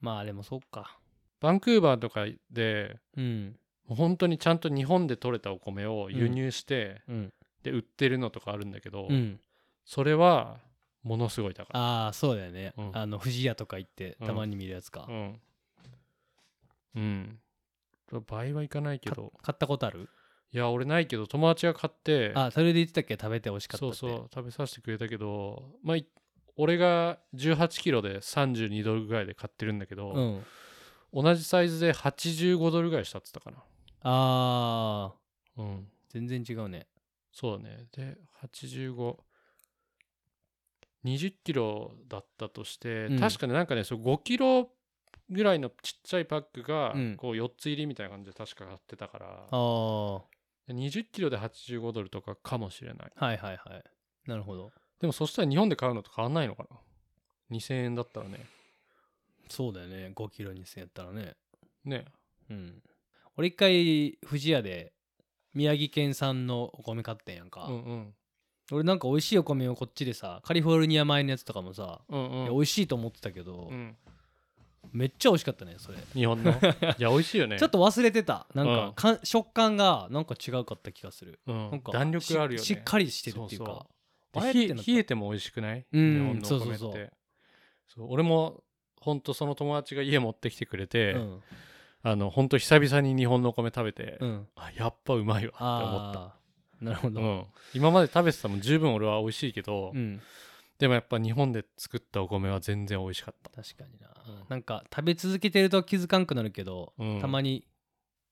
S1: まあでもそっか
S2: バンクーバーとかで
S1: うん
S2: もう本当にちゃんと日本で取れたお米を輸入して、
S1: うん
S2: で売ってるのとかあるんだけど、
S1: うん
S2: それはものすごい高い
S1: ああそうだよね、
S2: うん
S1: あの富士屋とか行って
S2: うん
S1: たまに見るやつか、
S2: うんうん倍はいかないけ
S1: か
S2: ど
S1: 買ったことある
S2: いや俺ないけど友達が買って
S1: あそれで言ってたっけ食べて美味しかったっ
S2: そ
S1: て
S2: うそう食べさせてくれたけどまあい俺が1 8キロで32ドルぐらいで買ってるんだけ
S1: う
S2: ど、
S1: ん
S2: 同じサイズで85ドルぐらいしたっつったか
S1: ああ
S2: なうん
S1: 全然違うね
S2: そうだねで85 20キロだったとして、
S1: うん
S2: 確かねなんかねそう5キロぐらいのちっちゃいパックが
S1: うん
S2: こう4つ入りみたいな感じで確か買ってたから、
S1: ああは
S2: 20キロで85ドルとかかもしれない
S1: いはいはいなるほど
S2: でもそしたら日本で買うのと変わんないのかな2000円だったらね
S1: そうだよね5キロ2 0 0やったらね
S2: ね
S1: うん俺一回富士屋で宮城県産のお米買ってんやんか、
S2: うんうん
S1: 俺なんか美味しいお米をこっちでさカリフォルニア米のやつとかもさ、
S2: うん
S1: いや
S2: うん
S1: 美味しいと思ってたけど、
S2: うん
S1: めっちゃ美味しかったねそれ
S2: 日 本のいや美味しいよね
S1: ちょっと忘れてたなんか,、
S2: うん
S1: かん食感がなんか違うかった気がする、
S2: うん
S1: なんか
S2: 弾力あるよね
S1: ししっかりしてるっていうか
S2: そう
S1: あ
S2: そう
S1: れっ
S2: で
S1: てな
S2: 冷
S1: った
S2: え冷えても美味しくない、
S1: うん
S2: 日本のお米って
S1: そ
S2: そうう
S1: そうそう
S2: 俺もほんとその友達が家持ってきてくれて、
S1: うん
S2: あのほんと久々に日本のお米食べて、
S1: うん
S2: あやっぱうまいわって思った
S1: ああなるほど、
S2: うん、今まで食べてたもん十分俺は美味しいけど、
S1: うん
S2: でもやっぱ日本で作ったお米は全然美味しかった、
S1: 確かにな、
S2: うん
S1: なんか食べ続けてると気づかんくなるけど、
S2: うん
S1: たまに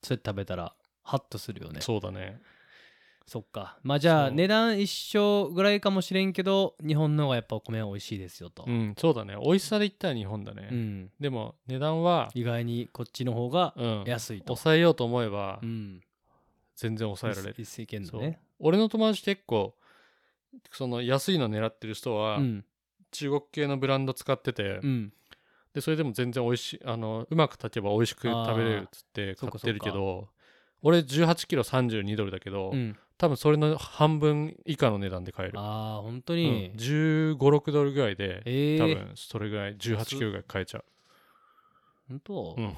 S1: それ食べたらハッとするよねそ
S2: そうだね
S1: っかまあじゃあ
S2: そう
S1: 値段一緒ぐらいかもしれんけど日本の方がやっぱお米は美味しいですよと
S2: う、んそうだね美味しさで言ったら日本だね、
S1: うん
S2: でも値段は、
S1: 意外にこっちの方が
S2: うん、
S1: 安いと、
S2: 抑えようと思えば
S1: うん、
S2: 全然抑えられる、
S1: 一石ん
S2: そ
S1: の
S2: う
S1: ね
S2: 俺の友達結構その安いの狙ってる人は
S1: うん
S2: 中国系のブランド使ってて、
S1: うん
S2: でそれでも全然美味しいあのうまく炊けば美味しく食べれるっつって
S1: そ
S2: 買
S1: うか
S2: ってるけど俺1 8キロ3 2ドルだけど、
S1: うん
S2: 多分それの半分以下の値段で買える、
S1: ああ本当
S2: うん
S1: に、
S2: 1 5ドルぐらいで、
S1: ええ
S2: 多
S1: ー、
S2: 分それぐらい1 8キロぐらい買えちゃう
S1: 本当、
S2: うん
S1: へ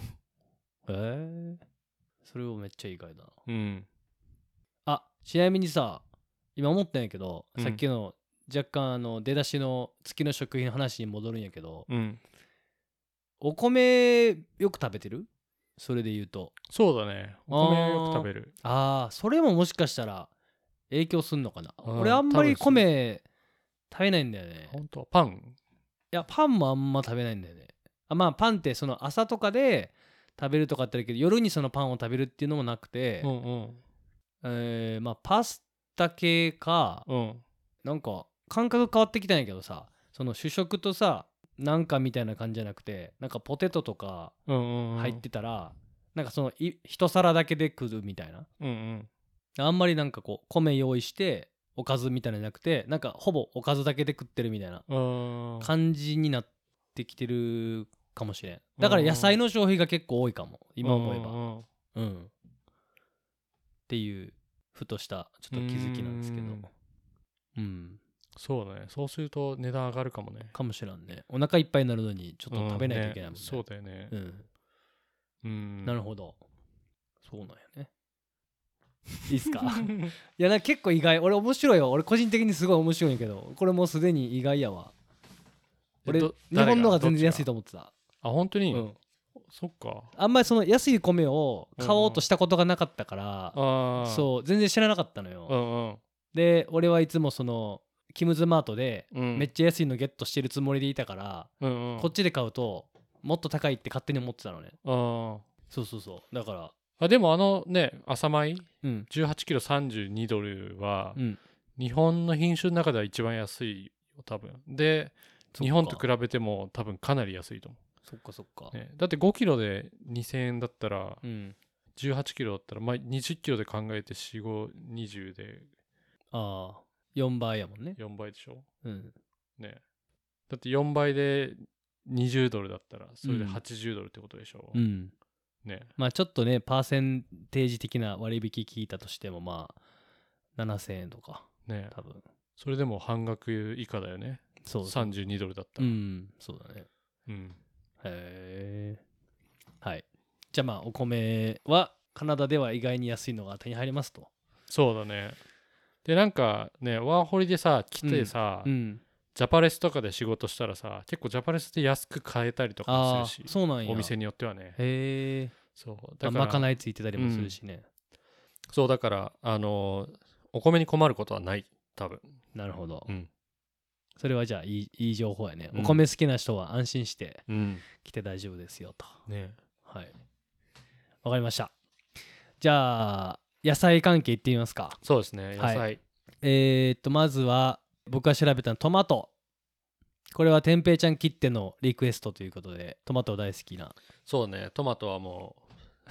S1: えそれをめっちゃ意外だな
S2: うん
S1: あちなみにさ今思ったんやけど、
S2: うん
S1: さっきの若干あの出だしの月の食品の話に戻るんやけど
S2: うん
S1: お米よく食べてるそれで言うと
S2: そうだねお米よく食べる
S1: ああそれももしかしたら影響すんのかな
S2: うん
S1: 俺あんまり
S2: 多分そう
S1: 米食べないんだよねい
S2: 本当パン
S1: やパンもあんま食べないんだよねあまあパンってその朝とかで食べるとかってあるけど夜にそのパンを食べるっていうのもなくて、
S2: うんうん
S1: えーまあパスタ系か、
S2: うん
S1: なんか感覚変わってきたんやけどさその主食とさなんかみたいな感じじゃなくてなんかポテトとか
S2: うんうんうん
S1: 入ってたら、なんかそのい一皿だけで食うみたいな
S2: うんうん
S1: あんまりなんかこう米用意しておかずみたいなのじゃなくてなんかほぼおかずだけで食ってるみたいな
S2: うん
S1: 感じになってきてるかもしれんだから野菜の消費が結構多いかも今思えば
S2: うんうん
S1: う
S2: うん
S1: んっていうふとしたちょっと気づきなんですけど
S2: うん
S1: うん
S2: そうだねそうすると値段上がるかもね
S1: かもしらんねお腹いっぱいになるのにちょっと食べないといけないもんね,、
S2: うんそうだよね
S1: う、
S2: うんん
S1: なる
S2: ほ
S1: ほどそうなんやねいいっ すかいやなんか結構意外俺面白いわ俺個人的にすごい面白いんやけどこれもうすでに意外やわ俺日本のが全然安いと思ってた、
S2: あ本当
S1: う
S2: に、
S1: ん、
S2: そっか
S1: あんまりその安い米を買おうとしたことがなかったから、
S2: ああ
S1: そう全然知らなかったのよ、
S2: うんうん
S1: で俺はいつもそのキムズマートで
S2: うん
S1: めっちゃ安いのゲットしてるつもりでいたから、
S2: うんうん
S1: こっちで買うともっと高いって勝手に思ってたのね
S2: あ
S1: そうそうそうだから
S2: ーあでもあのね浅米
S1: うん
S2: 1 8キロ3 2ドルは、
S1: うん
S2: 日本の品種の中では一番安いよ多分で日本と比べても多分かなり安いと思
S1: そっかそっか
S2: う、ね、だって5キロで2000円だったら
S1: うん
S2: 1 8キロだったら、まあ、2 0キロで考えて4520で
S1: ああ4倍やもんね
S2: 4倍でしょ
S1: うん
S2: ねだって4倍で20ドルだったらそれで
S1: うん
S2: 80ドルってことでしょ、
S1: うん
S2: ね
S1: まあちょっとねパーセンテージ的な割引聞いたとしてもまあ7000円とか
S2: ね
S1: 多分
S2: それでも半額以下だよね
S1: そうそう
S2: 32ドルだった
S1: う
S2: ら
S1: んそうだね
S2: うん
S1: へえはいじゃあまあお米はカナダでは意外に安いのが手に入りますと
S2: そうだねでなんかねワーホリでさ来てさ、
S1: うん
S2: ジャパレスとかで仕事したらさ結構ジャパレスで安く買えたりとか
S1: ああ
S2: もするし
S1: そうなんや
S2: お店によってはね
S1: へえ
S2: そうだ
S1: まあま
S2: から、
S1: かないついてたりもするしね、
S2: そうだからあのーお米に困ることはない多分
S1: なるほど、
S2: うん
S1: それはじゃあいいいい情報やね、
S2: うん
S1: お米好きな人は安心して
S2: うん
S1: 来て大丈夫ですよと
S2: ね
S1: はいわかりましたじゃあ野菜関係いってみますか
S2: そうですね野
S1: はい
S2: 菜、
S1: えー、っとまずは僕が調べたのトマトこれは天平ちゃん切ってのリクエストということでトマト大好きな
S2: そうねトマトはも う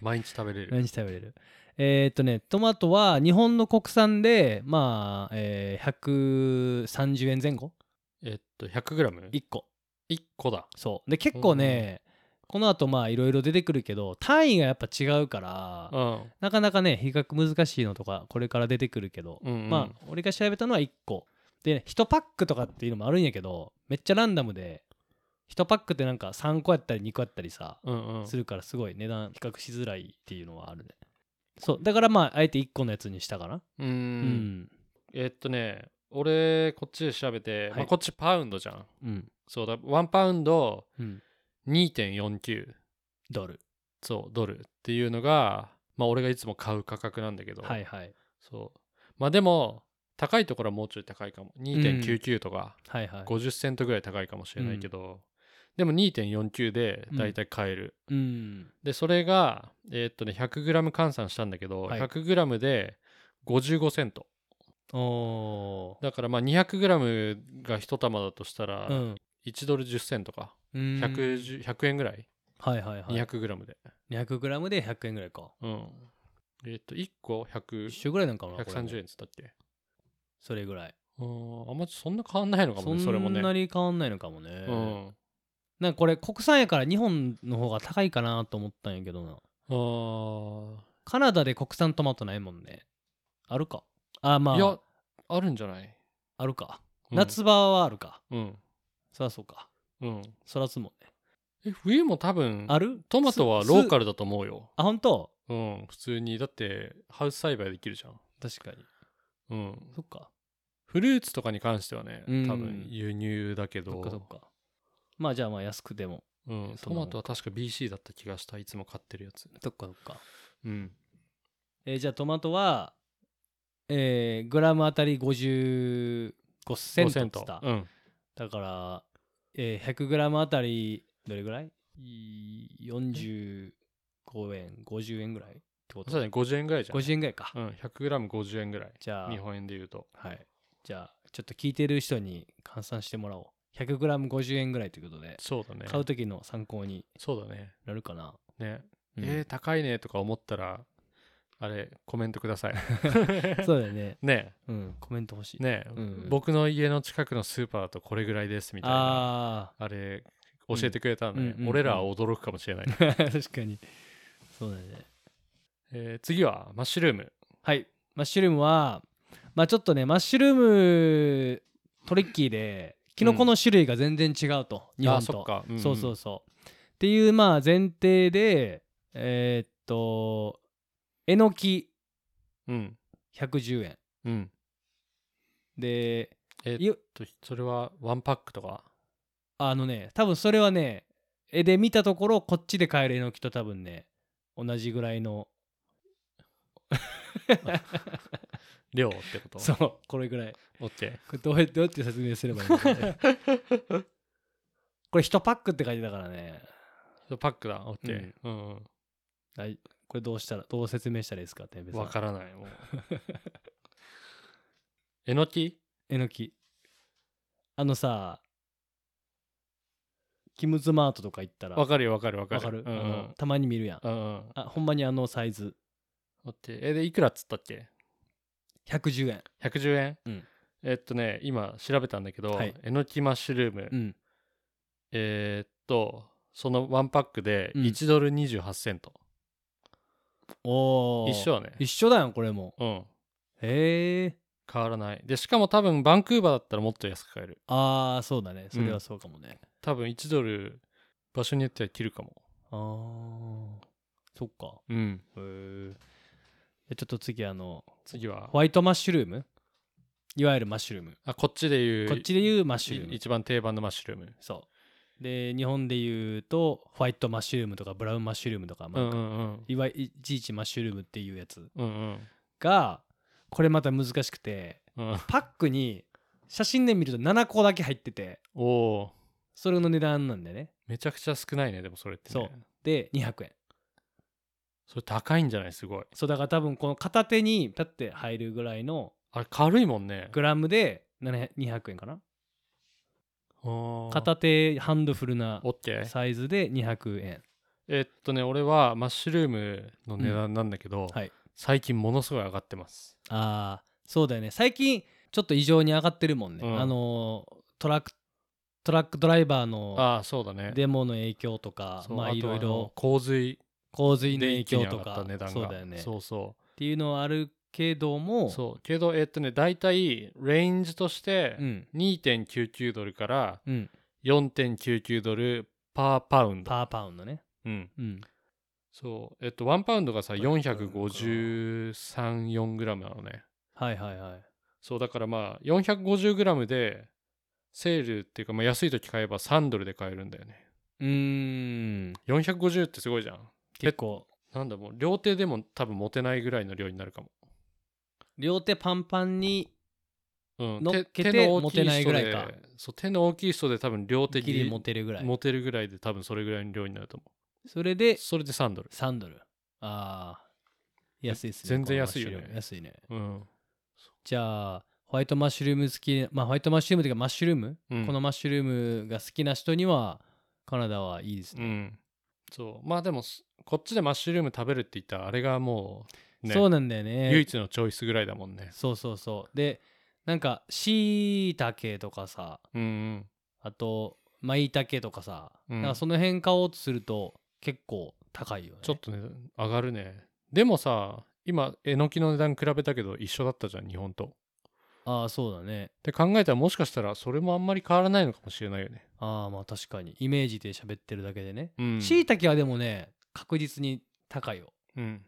S2: 毎日食べれる
S1: 毎日食べれるえー、っとねトマトは日本の国産でまあ、えー、130円前後
S2: えっと 100g1
S1: 1個
S2: 個だ
S1: そうで結構ね、この後まあいろいろ出てくるけど単位がやっぱ違うから、
S2: うん
S1: なかなかね比較難しいのとかこれから出てくるけど、
S2: うんうん
S1: まあ俺が調べたのは1個で1パックとかっていうのもあるんやけどめっちゃランダムで1パックってなんか3個やったり2個やったりさ、
S2: うんうん
S1: するからすごい値段比較しづらいっていうのはあるねそうだからまああえて1個のやつにしたかな
S2: う
S1: うんん
S2: えっとね俺こっちで調べ
S1: は
S2: て、
S1: い
S2: まあ、こっちパウンドじゃん
S1: うん
S2: そうだ1パウンド
S1: うん
S2: 2.49
S1: ドル
S2: そうドルっていうのがまあ俺がいつも買う価格なんだけど、
S1: はいはい
S2: そうまあでも高いところはもうちょい高いかも2.99とか
S1: はいはい
S2: 50セントぐらい高いかもしれないけど、でも2.49でだいたい買える、
S1: うん
S2: でそれがえーっとね 100g 換算したんだけど、
S1: はい
S2: 100g で55セント
S1: おー
S2: だからまあ 200g が1玉だとしたら
S1: うん
S2: 1ドル10セントか、
S1: うん
S2: 110 100円ぐらい
S1: はいはいはい
S2: 200g で、
S1: 200g で100円ぐらいか
S2: うんえーっと1個100
S1: 一緒ぐらいなんかなこれも
S2: 130円っつったっけ
S1: それぐらい
S2: うんあんまそんな変わんないのかも
S1: そ
S2: ねそれもね
S1: んなに変わんないのかもね、
S2: うん
S1: なんかこれ国産やから日本の方が高いかなと思ったんやけどな
S2: あー
S1: カナダで国産トマトないもんねあるかあま
S2: いや
S1: あ
S2: あるんじゃない、
S1: あるか、
S2: うん
S1: 夏場はあるか
S2: うん
S1: そらそうか
S2: うん
S1: そらそうもんね
S2: え冬も多分
S1: ある
S2: トマトはローカ
S1: ル
S2: ルだと思うよ
S1: あ本当
S2: うん普通にだってハウス栽培できるじゃん
S1: 確かに
S2: うん
S1: そっか
S2: フルーツとかに関してはね
S1: うん
S2: 多分輸入だけど、
S1: そっかそっかまあじゃあまあ安くでも
S2: うん、
S1: そ
S2: ト
S1: んなもん
S2: マトは確か BC だった気がしたいつも買ってるやつ
S1: そっかそっか
S2: うん
S1: えーじゃあトマトはえーグラムあたり55セントっつった
S2: うん
S1: だから、えー 100g あたりどれぐらいい45円50円ぐらいってこと
S2: そうだね50円ぐらいじゃん
S1: 50円ぐらいか、
S2: うん 100g50 円ぐらい
S1: じゃあ
S2: 日本円で言うと
S1: はいじゃあちょっと聞いてる人に換算してもらおう 100g50 円ぐらいということで、
S2: そうだね
S1: 買う時の参考に
S2: そうだね
S1: なるかな、
S2: ね、
S1: うん
S2: えー高いねとか思ったらあれコメントください
S1: そうだよね
S2: ね
S1: うんコメント欲しい、
S2: ね、
S1: うん
S2: 僕の家の近くのスーパーだとこれぐらいですみたいなあ
S1: あ
S2: れ教えてくれたんで、
S1: うんうんうんうん
S2: 俺らは驚くかもしれない、
S1: あ 確かにそうだよね
S2: えー次はマッシュルーム
S1: はいマッシュルームはまあちょっとねマッシュルームトリッキーでキノコの種類が全然違うと、日本
S2: あー
S1: と
S2: そっか、
S1: そうそううそう。っていうまあ前提でえーっとえのき
S2: んうん
S1: 110円
S2: うん、うん
S1: で
S2: えー
S1: ゆ
S2: とそれはワンパックとか
S1: あのね多分それはね絵で見たところこっちで買えるえのきと多分ね同じぐらいの
S2: 量ってこと
S1: そうこれぐらい
S2: OK
S1: これどうやってどうやって説明すればいいのか ねこれ1パックって書いてたからね
S2: パックだ OK うんうん
S1: はいこれどうしたらどう説明したらいいですか天平さん
S2: わからな いもうえのき
S1: えのきあのさキムズマートとか行ったら
S2: わかるよわかるわか
S1: わ
S2: る
S1: かる
S2: うんう
S1: あの
S2: ん
S1: たまに見るやん
S2: うんうん
S1: あほんまにあのサイズ
S2: OK えでいくらっつったっけ
S1: 110円
S2: 110円、
S1: うん
S2: えっとね今調べたんだけど、
S1: はい
S2: えのきマッシュルーム、
S1: うん
S2: えーっとそのワンパックで
S1: うん
S2: 1ドル28セント、
S1: おお
S2: 一緒だね
S1: 一緒だよこれも
S2: うん
S1: へえ
S2: 変わらないでしかも多分バンクーバーだったらもっと安く買える
S1: ああそうだねそれはそうかもね、
S2: 多分1ドル場所によっては切るかも
S1: ああそっか
S2: うん
S1: へえちょっと次あの
S2: 次は
S1: ホワイトマッシュルームいわゆるマッシュルーム
S2: あこっちで言う
S1: こっちで言うマッシュルー
S2: い
S1: ム
S2: 一番定番のマッシュルーム
S1: そうで日本で言うとホワイトマッシュルームとかブラウンマッシュルームとか、
S2: う
S1: まあ
S2: んうんうん
S1: いわいいちいちマッシュルームっていうやつ
S2: うんうん
S1: がこれまた難しくて
S2: うん
S1: パックに写真で見ると7個だけ入ってて
S2: おお
S1: それの値段なんだよね
S2: ーめちゃくちゃ少ないねでもそれって、ね、
S1: そうで200円
S2: それ高いんじゃないすごい
S1: そうだから多分この片手にパッて入るぐらいの
S2: あれ軽いもんね
S1: グラムで700 200円かな
S2: 片
S1: 片手ハンドフルな
S2: オッケー
S1: サイズで200円
S2: えっとね俺はマッシュルームの値段なんだけど、
S1: はい
S2: 最近ものすごい上がってます
S1: ああそうだよね最近ちょっと異常に上がってるもんね、
S2: うん
S1: あのートラックトラックドライバーの
S2: ああそうだね
S1: デモの影響とか
S2: そう
S1: まあ
S2: と
S1: いろいろ
S2: 洪水
S1: 洪水
S2: で
S1: の影
S2: 一気に
S1: 響と
S2: 上がった
S1: か
S2: 値段が
S1: そうだよねっ
S2: そうそ
S1: ていうのはあるけども
S2: うそうけどえっとね大体レインジとして
S1: うん
S2: 2.99ドルから
S1: うん
S2: 4.99ドルパーパウンド、
S1: パーパウンドね
S2: うん、
S1: うん
S2: そうえっと1パウンドがさ
S1: これどうなのかな
S2: 453グラムなのね
S1: はいはいはい
S2: そうだからまあ450グラムでセールっていうかまあ安い時買えば3ドルで買えるんだよね
S1: うーん
S2: 450ってすごいじゃん
S1: 結構
S2: なんだもう両手でも多分持てないぐらいの量になるかも、
S1: 両手パンパンに
S2: うん、
S1: 乗っけて
S2: 手の大き
S1: 持てないぐらいか
S2: 人でそう手の大きい人で多分両手
S1: ギ
S2: ギ
S1: リ
S2: リ
S1: 持てるぐらい
S2: 持てるぐらいで多分それぐらいの量になると思
S1: それ
S2: う
S1: で
S2: それで3ドル
S1: 3ドルああ安いですね
S2: 全然
S1: この
S2: 安いよね
S1: マッシュルーム安いね
S2: うん、
S1: じゃあホワイトマッシュルーム好きまあホワイトマッシュルームというかマッシュルーム、
S2: うん、
S1: このマッシュルームが好きな人にはカナダはいいです
S2: う
S1: ね、
S2: んそうまあでもすこっちでマッシュルーム食べるって言ったらあれがもうね
S1: そうなんだよね
S2: 唯一のチョイスぐらいだもんね
S1: そうそうそうでなんかしいたけとかさ
S2: うんうん
S1: あとまいたけとかさ、
S2: うん
S1: なんかその辺買おうとすると結構高いよね
S2: ちょっとね上がるねでもさ今えのきの値段比べたけど一緒だったじゃん日本と
S1: ああそうだね
S2: で考えたらもしかしたらそれもあんまり変わらないのかもしれないよね
S1: ああまあ確かにイメージで喋ってるだけでね
S2: うん
S1: しいたけはでもね確実に高いよ
S2: うん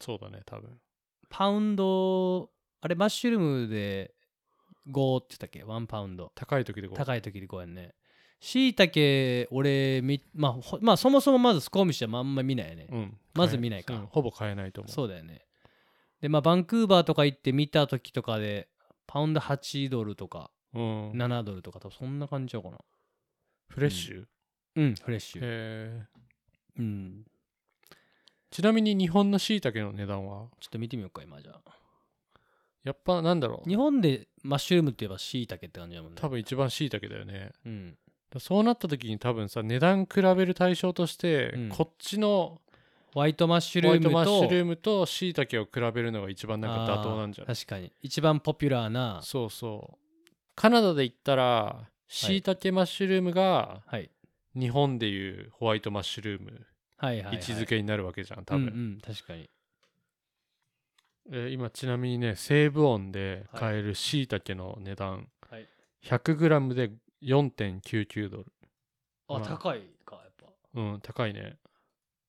S2: そうだね多分
S1: パウンドあれマッシュルームで5って言ったっけ1パウンド
S2: 高い時でこう
S1: 高い時で5円ねしいたけ俺み、まあほまあ、そもそもまずスコーミッシュはまんま見ないよね、
S2: うん
S1: まず見ないか
S2: うんほぼ買えないと思う
S1: そうだよねでまあバンクーバーとか行って見た時とかでパウンド8ドルとか
S2: うん、
S1: 7ドルとか多分そんな感じちゃうかな
S2: フレッシュ、へ
S1: うんフレッシュ
S2: え
S1: うん
S2: ちなみに日本のしいたけの値段は
S1: ちょっと見てみようか今じゃあ
S2: やっぱなんだろう
S1: 日本でマッシュルームって言えばしいたけって感じだもんね
S2: 多分一番しいたけだよね
S1: うん
S2: だそうなった時に多分さ値段比べる対象として、
S1: うん
S2: こっちの
S1: ホワイトマッシュ
S2: ホ
S1: ルー
S2: ワイ
S1: ムと
S2: トマッシュルームとしいたけを比べるのが一番なんか妥当なんじゃ
S1: あ
S2: な
S1: ー確
S2: い
S1: かに一番ポピュラーな
S2: そうそうカナダで言ったらしいたけマッシュルームが
S1: はい
S2: 日本でいうホワイトマッシュルーム
S1: はいはい、はい、
S2: 位置づけになるわけじゃん多
S1: うんう
S2: 分、
S1: ん確かに
S2: えー今ちなみにねセーブオンで買えるしいたけの値段、
S1: はい
S2: 100g で4.99ドル
S1: あ、
S2: うん
S1: 高いかやっぱ
S2: うん、高いね。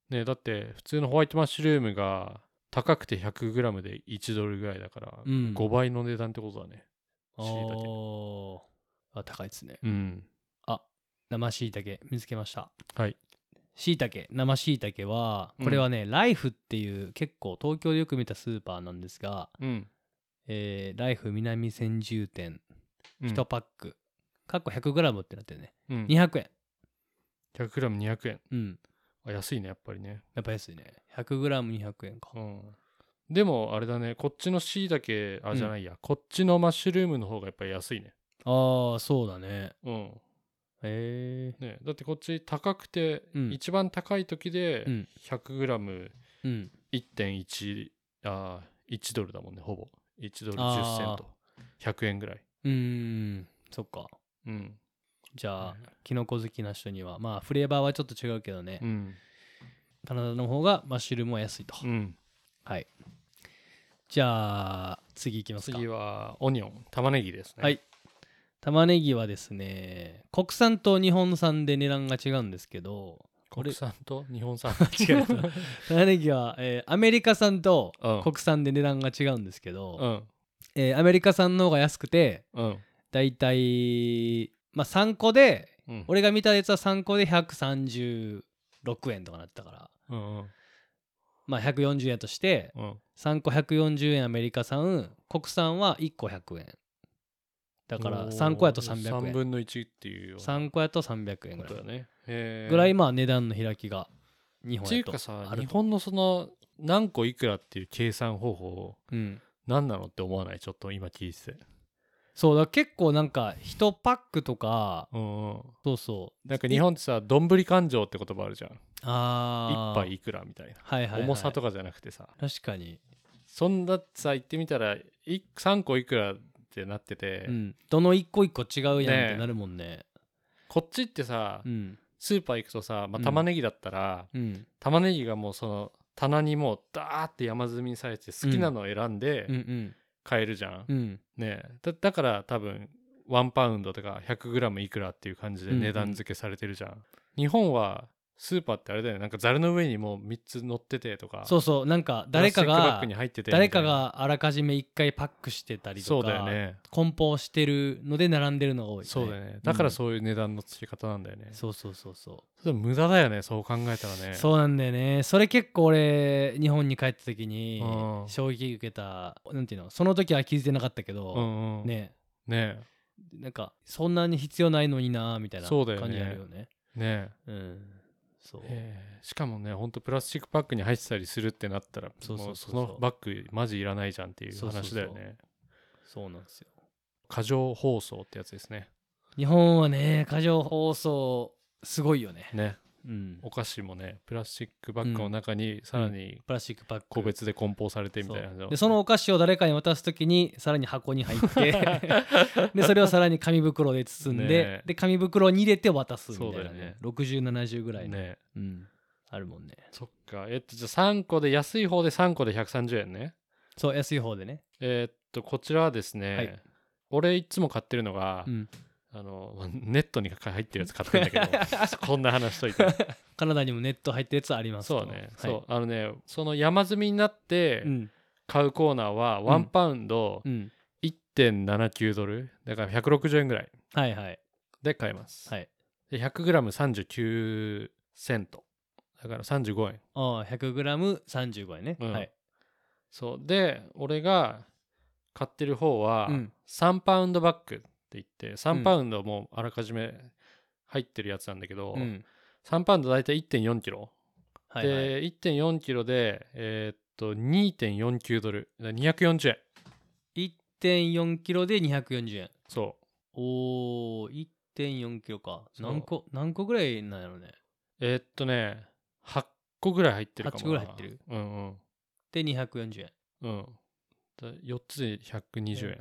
S2: ねだって普通のホワイトマッシュルームが高くて 100g で1ドルぐらいだから、
S1: うん
S2: 5倍の値段ってことだね。
S1: あ
S2: 椎茸
S1: ーあ高いですね
S2: うん。
S1: 生しいたけ見つけました
S2: はい
S1: しいたけ生しいたけはこれはね、ライフっていう結構東京でよく見たスーパーなんですが、
S2: うん。
S1: えーライフ南千住店
S2: うん
S1: 1パック、かっこ 100g ってなってるね、
S2: うん、
S1: 200円
S2: 100g200 円
S1: うん
S2: あ安いねやっぱりね
S1: やっぱ安いね 100g200 円か、
S2: うんでもあれだねこっちのしいたけ
S1: う
S2: あ
S1: ん
S2: じゃないや、こっちのマッシュルームの方がやっぱり安いね
S1: ああそうだね
S2: うん
S1: へえ
S2: ねだってこっち高くて、
S1: うん
S2: 一番高い時で
S1: うん
S2: 100g1.1、
S1: うん
S2: あー1ドルだもんねほぼ1ドル
S1: あー
S2: 10セント100円ぐらい、
S1: うーんそっか
S2: うん
S1: じゃあ
S2: ね
S1: キノコ好きな人にはまあフレーバーはちょっと違うけどね、
S2: うん
S1: カナダの方がマッシュルームは安いと、
S2: うん、
S1: はいじゃあ次いきますか
S2: 次はオニオン玉ねぎですね
S1: はい玉ねぎはですね国産と日本産で値段が違うんですけどこれ
S2: 国産と日本産
S1: 違う玉ねぎは、えーアメリカ産と
S2: うん
S1: 国産で値段が違うんですけど、
S2: うん
S1: えーアメリカ産の方が安くて
S2: うん
S1: だいたい、まあ、3個で
S2: うん
S1: 俺が見たやつは3個で136円とかなったから、
S2: うんうん
S1: まあ、140円として
S2: うん
S1: 3個140円アメリカ産国産は1個100円だから3個やと300
S2: 3
S1: 円
S2: 分の1っていうような
S1: 3個やと300円ぐ
S2: こ
S1: ら
S2: とだ
S1: い
S2: ねへー
S1: ぐらいまあ値段の開きが日
S2: っ
S1: 本
S2: てい
S1: や
S2: う
S1: と
S2: かさ
S1: ある
S2: 日
S1: と
S2: 本のその何個いくらっていう計算方法
S1: うん
S2: 何なのって思わないちょっと今聞いてて
S1: そうだ結構なんか1パックとか
S2: うんうん
S1: そうそう
S2: なんか日本ってさどんぶり勘定って言葉あるじゃん
S1: あ
S2: 1
S1: あ
S2: 杯いくらみたいな
S1: はいはい、はい、
S2: 重さとかじゃなくてさ
S1: 確かに、
S2: そんなさ言ってみたら3個いくらってなってて
S1: うん、どの一個一個違うやんっ
S2: ね
S1: て
S2: え
S1: なるもんね
S2: こっちってさ
S1: うん
S2: スーパー行くとさ
S1: う
S2: まあ
S1: ん
S2: 玉ねぎだったら
S1: うん
S2: 玉ねぎがもうその棚にもうダーって山積みにされて好きなのを選んで
S1: うんうん
S2: 買えるじゃん
S1: うん
S2: ねえだだから多分1パウンドとか 100g いくらっていう感じで
S1: うんうん
S2: 値段付けされてるじゃん、日本はスーパーってあれだよねなんかざるの上にもう3つ乗っててとか
S1: そううそうなんか誰かが
S2: に入っててみたい
S1: 誰
S2: な
S1: かがあらかじめ1回パックしてたりとか
S2: そうだよね
S1: 梱包してるので並んでるのが多い、ね、
S2: そうだよねだか
S1: う
S2: ら
S1: ん
S2: そういう値段の付け方なんだよね、
S1: そうそうそうそ
S2: それ無駄だよねそう考えたら
S1: う
S2: ね
S1: そうなんだよねそれ結構俺日本に帰った時に
S2: うん
S1: 衝撃受けたなんていうのその時は気づいてなかったけ
S2: う
S1: ど、
S2: んうんね
S1: ね
S2: ね
S1: なんかそんなに必要ないのになみたいな
S2: そ
S1: 感
S2: うだよね
S1: じあるよね
S2: えね
S1: うんそう
S2: えええしかもねほんとプラスチックパックに入ってたりするってなったら
S1: そうそう
S2: もう
S1: そう
S2: そ
S1: そう
S2: のバッグマジいらないじゃんっていう
S1: そうそうそう
S2: 話だよね
S1: そうなんですよ
S2: 過剰包装ってやつですね
S1: 日本はね過剰包装すごいよね
S2: ね
S1: うん
S2: お菓子もねプラスチックバッグの中にさらに
S1: プラスチックパック
S2: 個別で梱包されてみたい
S1: そう
S2: な感じの
S1: でそ のお菓子を誰かに渡す時にさらに箱に入って でそれをさらに紙袋で包んで、
S2: ねえ
S1: で紙袋に入れて渡すみたい
S2: そうだ
S1: な
S2: よ
S1: ね
S2: ね
S1: 6070ぐらいの、
S2: ね
S1: うん、あるもんね
S2: そっかえっとじゃあ3個で安い方で3個で130円ね
S1: そう安い方でね
S2: えっとこちらはですね、
S1: はい
S2: 俺いつも買ってるのが、
S1: うん
S2: あのまあネットに入ってるやつ買ってるんだけどこんな話しといて
S1: カナダにもネット入ったやつあります
S2: そ
S1: と
S2: うね、
S1: はい
S2: そうあのねその山積みになって
S1: うん
S2: 買うコーナーは
S1: う
S2: 1
S1: ん
S2: パウンド
S1: うん
S2: 1.79ドルだから160円ぐらい
S1: はいはい
S2: で買えます、
S1: はい
S2: で 100g39 セントだから35円
S1: ああ 100g35 円ね、
S2: うん
S1: はい
S2: そうで俺が買ってる方は
S1: うん
S2: 3パウンドバッグって言って
S1: うん
S2: 3パウンドもうあらかじめ入ってるやつなんだけど、
S1: うん
S2: 3パウンド大体1 4キロ、
S1: はいはい
S2: で1 4キロでえーっと2.49ドルだから240円
S1: 1.4キロで240円
S2: そ
S1: おー1.4キロか
S2: そう
S1: 何個何個ぐらいなんやろうね
S2: うえーっとね8個ぐらい入ってるか
S1: 8
S2: もな
S1: 個ぐらい入ってる
S2: うん
S1: で240円
S2: うんうん4つで120円、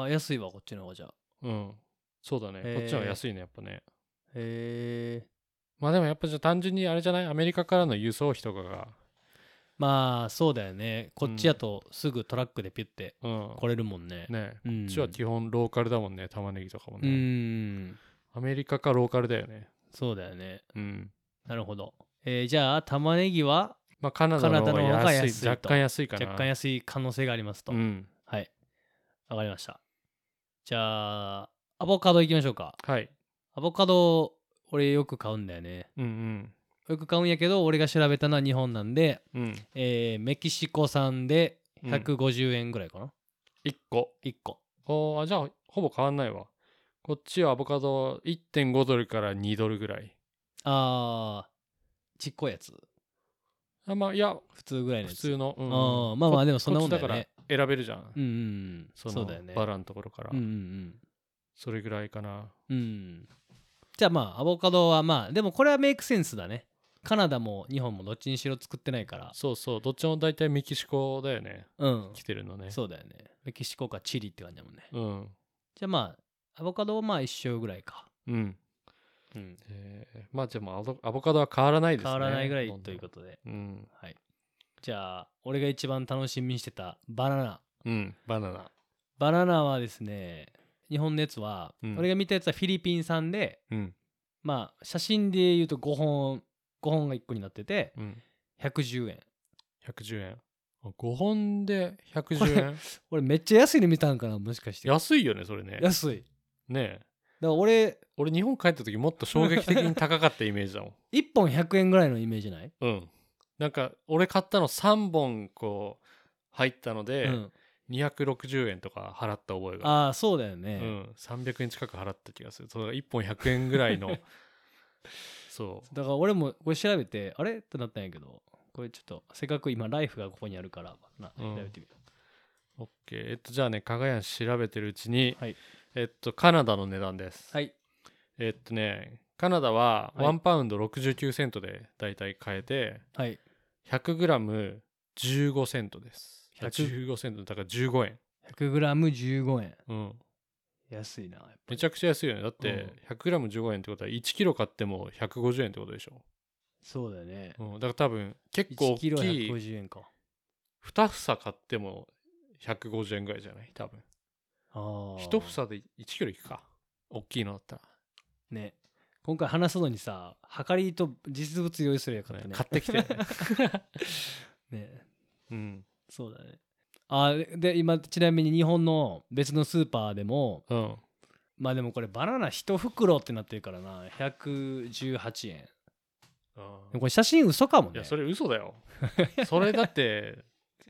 S1: あ安いわこっちの方がじゃあ
S2: うん。そうだね。
S1: へー
S2: こっちの方が安いね、やっぱね。
S1: へえ
S2: まあでもやっぱじゃあ単純にあれじゃないアメリカからの輸送費とかが、
S1: まあそうだよねこっちやとすぐトラックでピュって
S2: うん。
S1: 来れるもんね
S2: ね。こ
S1: うん
S2: っちは基本ローカルだもんね、玉ねぎとかも
S1: う
S2: ね。
S1: ん
S2: アメリカかローカルだよね。
S1: そうだよね
S2: うん。
S1: なるほどえーじゃあ玉ねぎは
S2: まあカナダの方が
S1: カナダの方が
S2: 安い。
S1: 安いと
S2: 若干安いかな。
S1: 若干安い可能性がありますと、
S2: うん。
S1: はいわかりましたじゃあアボカドいきましょうか
S2: はい。
S1: アボカド俺よく買うんだよね
S2: うん
S1: よく買うんやけど俺が調べたのは日本なんで、
S2: うん。うん。
S1: えーメキシコ産で
S2: うん
S1: 150円ぐらいかな、
S2: 1個。
S1: 1個
S2: おーあじゃあ、ほぼ変わんないわ。こっちはアボカド1.5ドルから2ドルぐらい。
S1: あーちっこいやつ
S2: あまあ、いや、
S1: 普通ぐらいの
S2: 普
S1: やつ
S2: 通の。うん
S1: あーまあまあでもそんなもんだよね
S2: こっちだから選べるじゃん。
S1: うんうんうん
S2: そ
S1: そ
S2: の
S1: うだよね
S2: バラのところから。
S1: うんうん
S2: それぐらいかな。
S1: うんうんじゃあまあアボカドはまあでもこれはメイクセンスだねカナダも日本もどっちにしろ作ってないから
S2: そうそう。どっちも大体メキシコだよね。
S1: うん
S2: 来てるのね。
S1: そうだよねメキシコかチリって感じだもんね
S2: うん。
S1: じゃあまあアボカドはまあ一生ぐらいか、
S2: うん。
S1: うん、
S2: えーまあじゃあもうアボアボカドは変わらないですね。。
S1: 変わらないぐらいということとで
S2: うん。
S1: はいじゃあ俺が一番楽しみにしてたバナナ
S2: うん。バナナ。
S1: バナナはですね日本のやつは、
S2: うん
S1: 俺が見たやつはフィリピン産で
S2: うん。
S1: まあ写真で言うと5本5本が1個になってて
S2: うん。
S1: 110円
S2: 110円。あ5本で110円。
S1: 俺めっちゃ安いの見たんかなもしかして
S2: 安いよね、それね。
S1: 安いだか
S2: ねえ。
S1: ら俺
S2: 俺日本帰った時もっと衝撃的に高かったイメージだ もん。
S1: 1本100円ぐらいのイメージない、
S2: うん。なんか俺買ったの3本こう入ったので、
S1: うん、
S2: 260円とか払った覚えが。
S1: ああそうだよ
S2: う
S1: ね、
S2: ん、300円近く払った気がする。その1本100円ぐ らいの。そ
S1: だから俺もこれ調べてあれってなったんやけどこれちょっとせっかく今ライフがここにあるからな
S2: うん
S1: 調べてみよ
S2: う。OK。えっと、じゃあね、かがやん調べてるうちに、
S1: はい
S2: えっと、カナダの値段です。
S1: うはい
S2: えっとね、カナダは
S1: はい
S2: 1パウンド69セントでだいたい買えて、
S1: はい
S2: 100グラム15セントです。
S1: 100
S2: 15セント、だから15円。
S1: 100g15 円
S2: うん。
S1: 安いなやっぱ
S2: めちゃくちゃ安いよね。だって、100グラム15円ってことは、1キロ買っても150円ってことでしょ。
S1: そうだよね
S2: うん。だから多分、結構
S1: 1
S2: 大き
S1: キロ
S2: い。
S1: 150円か
S2: 2房買っても150円ぐらいじゃない多分
S1: あー
S2: 1房で1キロいくか大きいのだった
S1: ね今回話すのにさはかりと実物用意するやか
S2: ら、
S1: ら
S2: ね
S1: ね
S2: 買っ てきて、
S1: ね
S2: うん
S1: そうだねあーで今ちなみに日本の別のスーパーでも
S2: うん
S1: まあでもこれバナナ1袋ってなってるからな118円でもこれ写真嘘かも
S2: い
S1: ね
S2: やそれ嘘 だよそれだって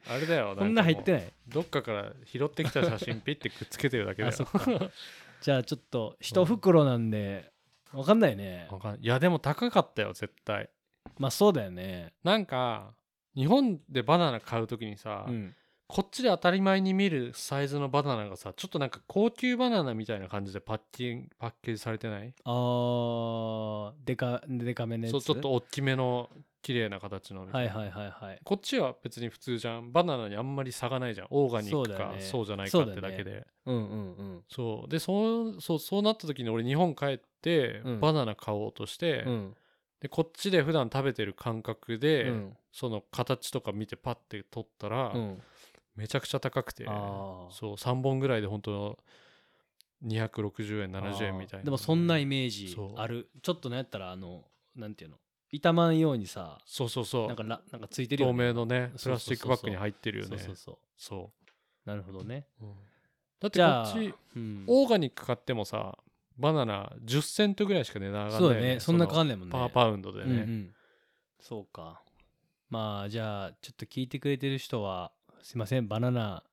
S2: あれだよ
S1: こんな入って
S2: ない
S1: ない
S2: どっかから拾ってきた写真ピッてくっつけてるだけだ
S1: あそ
S2: よ
S1: っか じゃあちょっと一袋なんで、わかんないね
S2: わかんいやでも高かったよ絶対
S1: まあそうだよね
S2: なんか日本でバナナ買う時にさ、
S1: うん
S2: こっちで当たり前に見るサイズのバナナがさちょっとなんか高級バナナみたいな感じでパッケージパッケージされてない
S1: あーでかでかめのやつ
S2: そうちょっと大きめの綺麗な形のみた
S1: はいい
S2: な
S1: はいはいはい
S2: こっちは別に普通じゃんバナナにあんまり差がないじゃんオーガニック
S1: そうだよ
S2: か
S1: ね
S2: そうじゃない
S1: そ
S2: か
S1: うだ
S2: っ
S1: よね
S2: てだけで
S1: うんうんうん
S2: そうでそうそうそうなった時に俺日本帰って
S1: うん
S2: バナナ買おうとして、
S1: うん
S2: でこっちで普段食べてる感覚で、
S1: うん
S2: その形とか見てパッて取ったら、
S1: うん
S2: めちゃくちゃ高くて
S1: あー
S2: そう3本ぐらいで本当260円70円みた
S1: あ
S2: いな
S1: ーでもそんなイメージ
S2: そう
S1: あるちょっとなんやったらあのなんていうの傷まんようにさ
S2: そうそうそう
S1: なんかラなんかついてるよ
S2: 透
S1: ね
S2: 明のねプ
S1: そうそうそうそう
S2: ラスチックバッグに入ってるよね
S1: そうそうそ
S2: そう
S1: うなるほどね
S2: だって
S1: じ
S2: こ
S1: ゃあ
S2: っち
S1: うん
S2: オーガニック買ってもさバナナ10セントぐらいしか値段上がら
S1: そう
S2: ない
S1: だ
S2: よ
S1: ねそんな変わんないもんね
S2: パーパウンドで
S1: うんう
S2: ね
S1: ん、そうかまあじゃあちょっと聞いてくれてる人はすいませんバナナ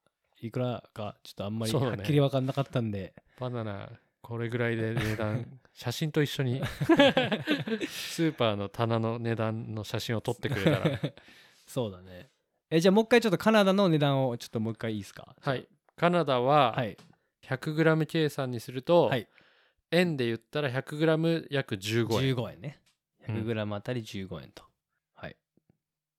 S1: いくらかちょっとあんまり
S2: そうだ
S1: はっ
S2: ね
S1: きり分かんなかったんで、
S2: バナナこれぐらいで 値段写真と一緒にスーパーの棚の値段の写真を撮ってくれた ら
S1: そうだねえじゃあもう一回ちょっとカナダの値段をちょっともう一回いいですか
S2: はいカナダ
S1: は
S2: はい 100g 計算にすると
S1: はい
S2: 円で言ったら 100g 約15円
S1: 15円ね
S2: うん
S1: 100g あたり15円と、はい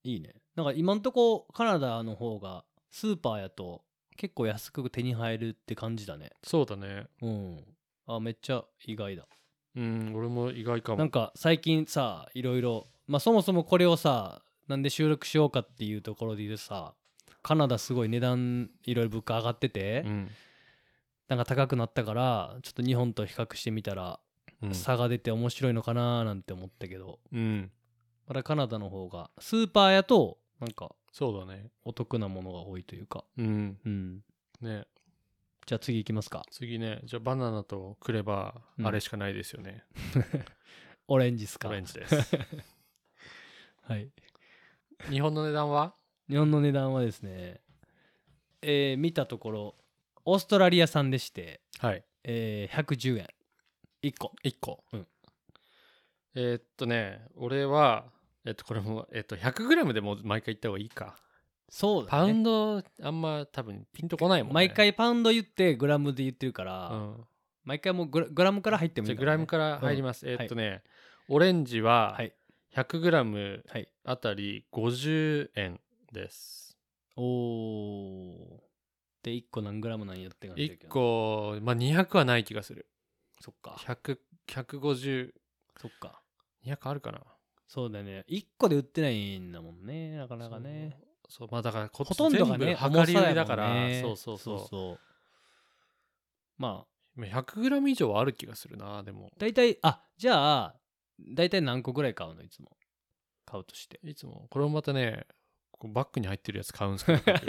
S1: いいねなんか今んとこカナダの方がスーパーやと結構安く手に入るって感じだね
S2: そうだね
S1: うんあめっちゃ意外だ
S2: うん俺も意外か
S1: なん
S2: も
S1: か最近さいろいろまあそもそもこれをさなんで収録しようかっていうところで言うとさカナダすごい値段いろいろ物価上がってて、
S2: うん
S1: なんか高くなったからちょっと日本と比較してみたら
S2: うん
S1: 差が出て面白いのかなーなんて思ったけど、
S2: うん
S1: まだカナダの方がスーパーやとなんか
S2: そうだね
S1: お得なものが多いというか
S2: うん
S1: うん
S2: ね
S1: じゃあ次行きますか
S2: 次ねじゃあバナナとくれば
S1: うん
S2: あれしかないですよね、
S1: オレンジっすか
S2: オレンジです
S1: はい
S2: 日本の値段は
S1: 日本の値段はですねえー見たところオーストラリア産でして、
S2: はい。
S1: えー、110円1個
S2: 1個。
S1: うん
S2: えーっとね、俺は、えっと、これも、えっと、100g でもう毎回言った方がいいか。
S1: そうだ
S2: パウ
S1: ね
S2: ンド、あんま多分ピンとこないもんね。
S1: 毎、回パウンド言ってグラムで言ってるか
S2: う
S1: ら、
S2: ん。
S1: 毎回もうグラグラムから入っても
S2: じ
S1: い
S2: ゃ
S1: いん
S2: あ
S1: だ
S2: グ
S1: ろ
S2: ラ
S1: うね
S2: ムから入ります。え
S1: ん
S2: ーっとね、オレンジは
S1: はい
S2: 1 0 0
S1: は
S2: ム
S1: い
S2: あたり50円です。
S1: おおで1個何グラムなんやって感じだけ
S2: 1
S1: ど
S2: 個、まあ、200はない気がする。
S1: そっか
S2: 100、150、
S1: そっか
S2: 200あるかな。
S1: そうだね1個で売ってないんだもんねなかなかね
S2: そう。そう、まあだからこっち
S1: ほとんどが
S2: 全
S1: ね
S2: 部量り売りだ
S1: 重さやも
S2: か
S1: ん
S2: ら、
S1: ね
S2: そうそうそう。
S1: そうまあ
S2: 100グラム以上はある気がするな、でも。
S1: 大体あじゃあ大体何個ぐらい買うのいつも買うとして
S2: いつも、これもまたね、こうバッグに入ってるやつ買うんですけど、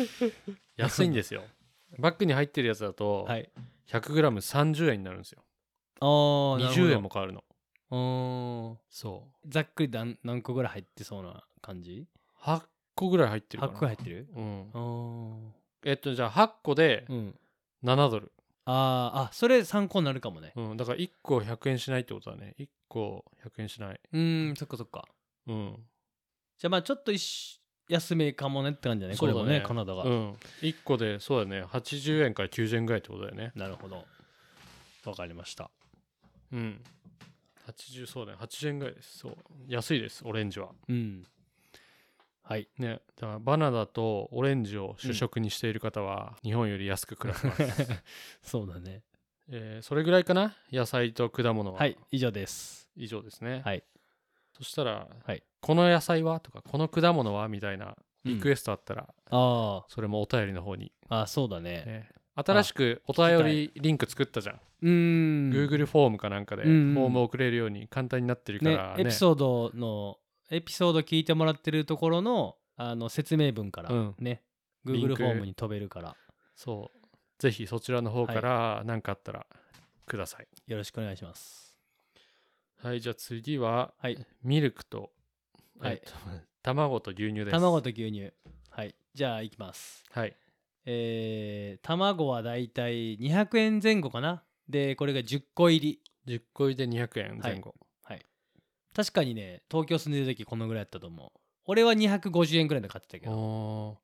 S2: 安いんですよ。バッグに入ってるやつだと、
S1: はい
S2: 100グラム30円になるんですよ。
S1: あーなるほど
S2: 20円も変わるの。
S1: うーん
S2: そ
S1: ざっくりだん何個ぐらい入ってそうな感じ
S2: う。8個ぐらい入ってるか
S1: ?8
S2: な。
S1: 個入ってる
S2: うん
S1: あ。ー
S2: えっと、じゃあ8個で
S1: うん
S2: 7ドル。
S1: あーあそれ参考になるかもね
S2: うん。だから1個100円しないってことだね。1個100円しない。
S1: うーんそっかそっか
S2: うん。
S1: じゃあまあちょっと一し休みかもねって感じだねこれもねカナダが、
S2: うん。1個で、そうだね。80円から90円ぐらいってことだよね。
S1: なるほどわかりました
S2: うん。80、そうだね。80円ぐらいです。そう。安いです、オレンジは。
S1: うんはい
S2: ね。だから、バナナとオレンジを主食にしている方は、日本より安く暮らせ ます。
S1: そうだね
S2: えーそれぐらいかな野菜と果物は。
S1: はい以上です
S2: 以上ですね。
S1: はい
S2: そしたら、
S1: はい
S2: この野菜はとか、この果物はみたいなリクエ
S1: ス
S2: ストあったら、
S1: ト、うんあ
S2: それもお便りの方に。
S1: ーあーそうだね
S2: ね新しくお便りリンク作ったじゃん。
S1: うーん
S2: Google フォームかなんかで、
S1: うん
S2: フ
S1: うん
S2: ォームを送れるように簡単になってるか
S1: ね
S2: ら、
S1: エピソードのエピソード聞いてもらってるところのあの説明文から
S2: うん
S1: ね、
S2: リン
S1: Google
S2: ク
S1: フォームに飛べるから
S2: そう。ぜひそちらの方から何かあったらください。
S1: よろしくお願いします
S2: はい、じゃあ次は、
S1: はい
S2: ミルクと、
S1: はい
S2: えっと 卵と牛乳です。
S1: 卵と牛乳はいじゃあいきます
S2: はい。
S1: えー、卵はだいたい200円前後かなでこれが10個入り
S2: 10個入りで200円前後。
S1: 確かにね東京住んでる時このぐらいだったと思う俺は250円ぐらいで買ってたけど
S2: お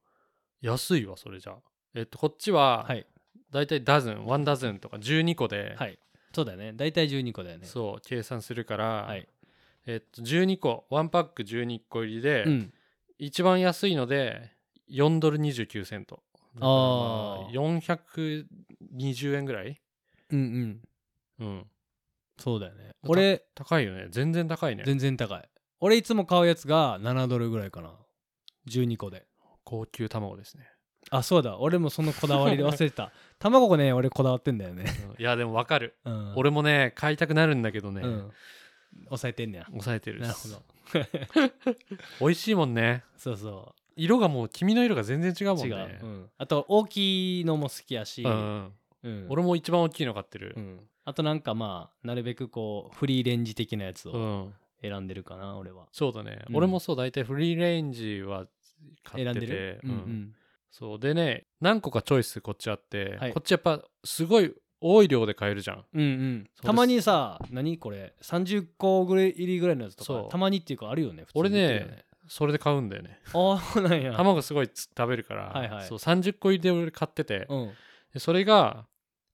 S2: ー安いわ、それじゃあ。えっと、こっちは
S1: は、い
S2: だいたいダズン、ワンダズンとか12個で、
S1: はいそうだよねだいたい12個だよね
S2: そう、計算するから、
S1: はい
S2: えっと、12個、ワンパック12個入りで、
S1: うん
S2: 一番安いので、4ドル29セント。だからま
S1: あ
S2: 420円ぐらい
S1: うんうん
S2: うん。
S1: そうだよね
S2: た
S1: 俺
S2: 高いよね全然高いね
S1: 全然高い俺いつも買うやつが7ドルぐらいかな12個で
S2: 高級卵ですね
S1: あそうだ俺もそのこだわりで忘れて た卵がね俺こだわってんだよね、
S2: うんいやでもわかる
S1: うん、
S2: 俺もね買いたくなるんだけどね、
S1: うん抑えてんねや
S2: 抑えてる
S1: なるほど
S2: 美味しいもんね
S1: そうそ
S2: 色がもう黄身の色が全然違う
S1: う
S2: もん
S1: 違
S2: ね
S1: う、うん、あと大きいのも好きやし、
S2: うんうん
S1: うん
S2: 俺も一番大きいの買ってる
S1: うんあとなんかまあなるべくこうフリーレンジ的なやつ
S2: う
S1: を
S2: ん、
S1: 選んでるかな俺は
S2: そうだね、
S1: うん
S2: 俺もそう大体フリーレンジは買
S1: 選
S2: っ
S1: ん
S2: て
S1: で
S2: て
S1: る
S2: うん
S1: うん
S2: そうでね何個かチョイスこっちあって、
S1: はい
S2: こっちやっぱすごい多い量で買えるじゃん
S1: うんうん
S2: す
S1: たまにさ何これ30個ぐらい入りぐらいのやつと
S2: そ
S1: か
S2: う
S1: たまにっていうかあるよね普通に
S2: 俺
S1: 売ってるよ
S2: ねそれで買うんだよね
S1: ああそうなんや
S2: 卵すごいつ食べるから、
S1: はいはい
S2: そう30個入りで俺買ってて、
S1: うん
S2: でそれが、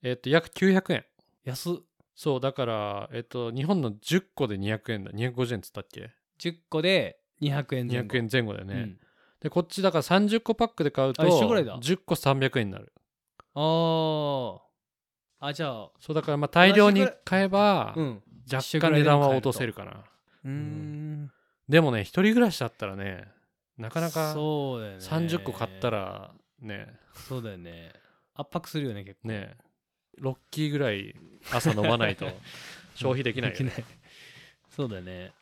S2: えっと約900円
S1: 安っ
S2: そうだから、えっと日本の10個で200円だ250円っつったっけ
S1: 10個で200円前後
S2: 200円前後だよね、
S1: うん
S2: でこっちだから30個パックで買うと
S1: あ一緒ぐらいだ
S2: 10個300円になる
S1: あああじゃあ
S2: そうだからまあ大量に買えば、
S1: うん
S2: 若干値段は落とせるかなで
S1: うーん
S2: もね一人暮らしだったらねなかなか
S1: そうだよね
S2: 30個買ったらね
S1: そうだよね圧迫するよね結構
S2: ねロッキーぐらい朝飲 まないと消費できないよね
S1: できない そうだよね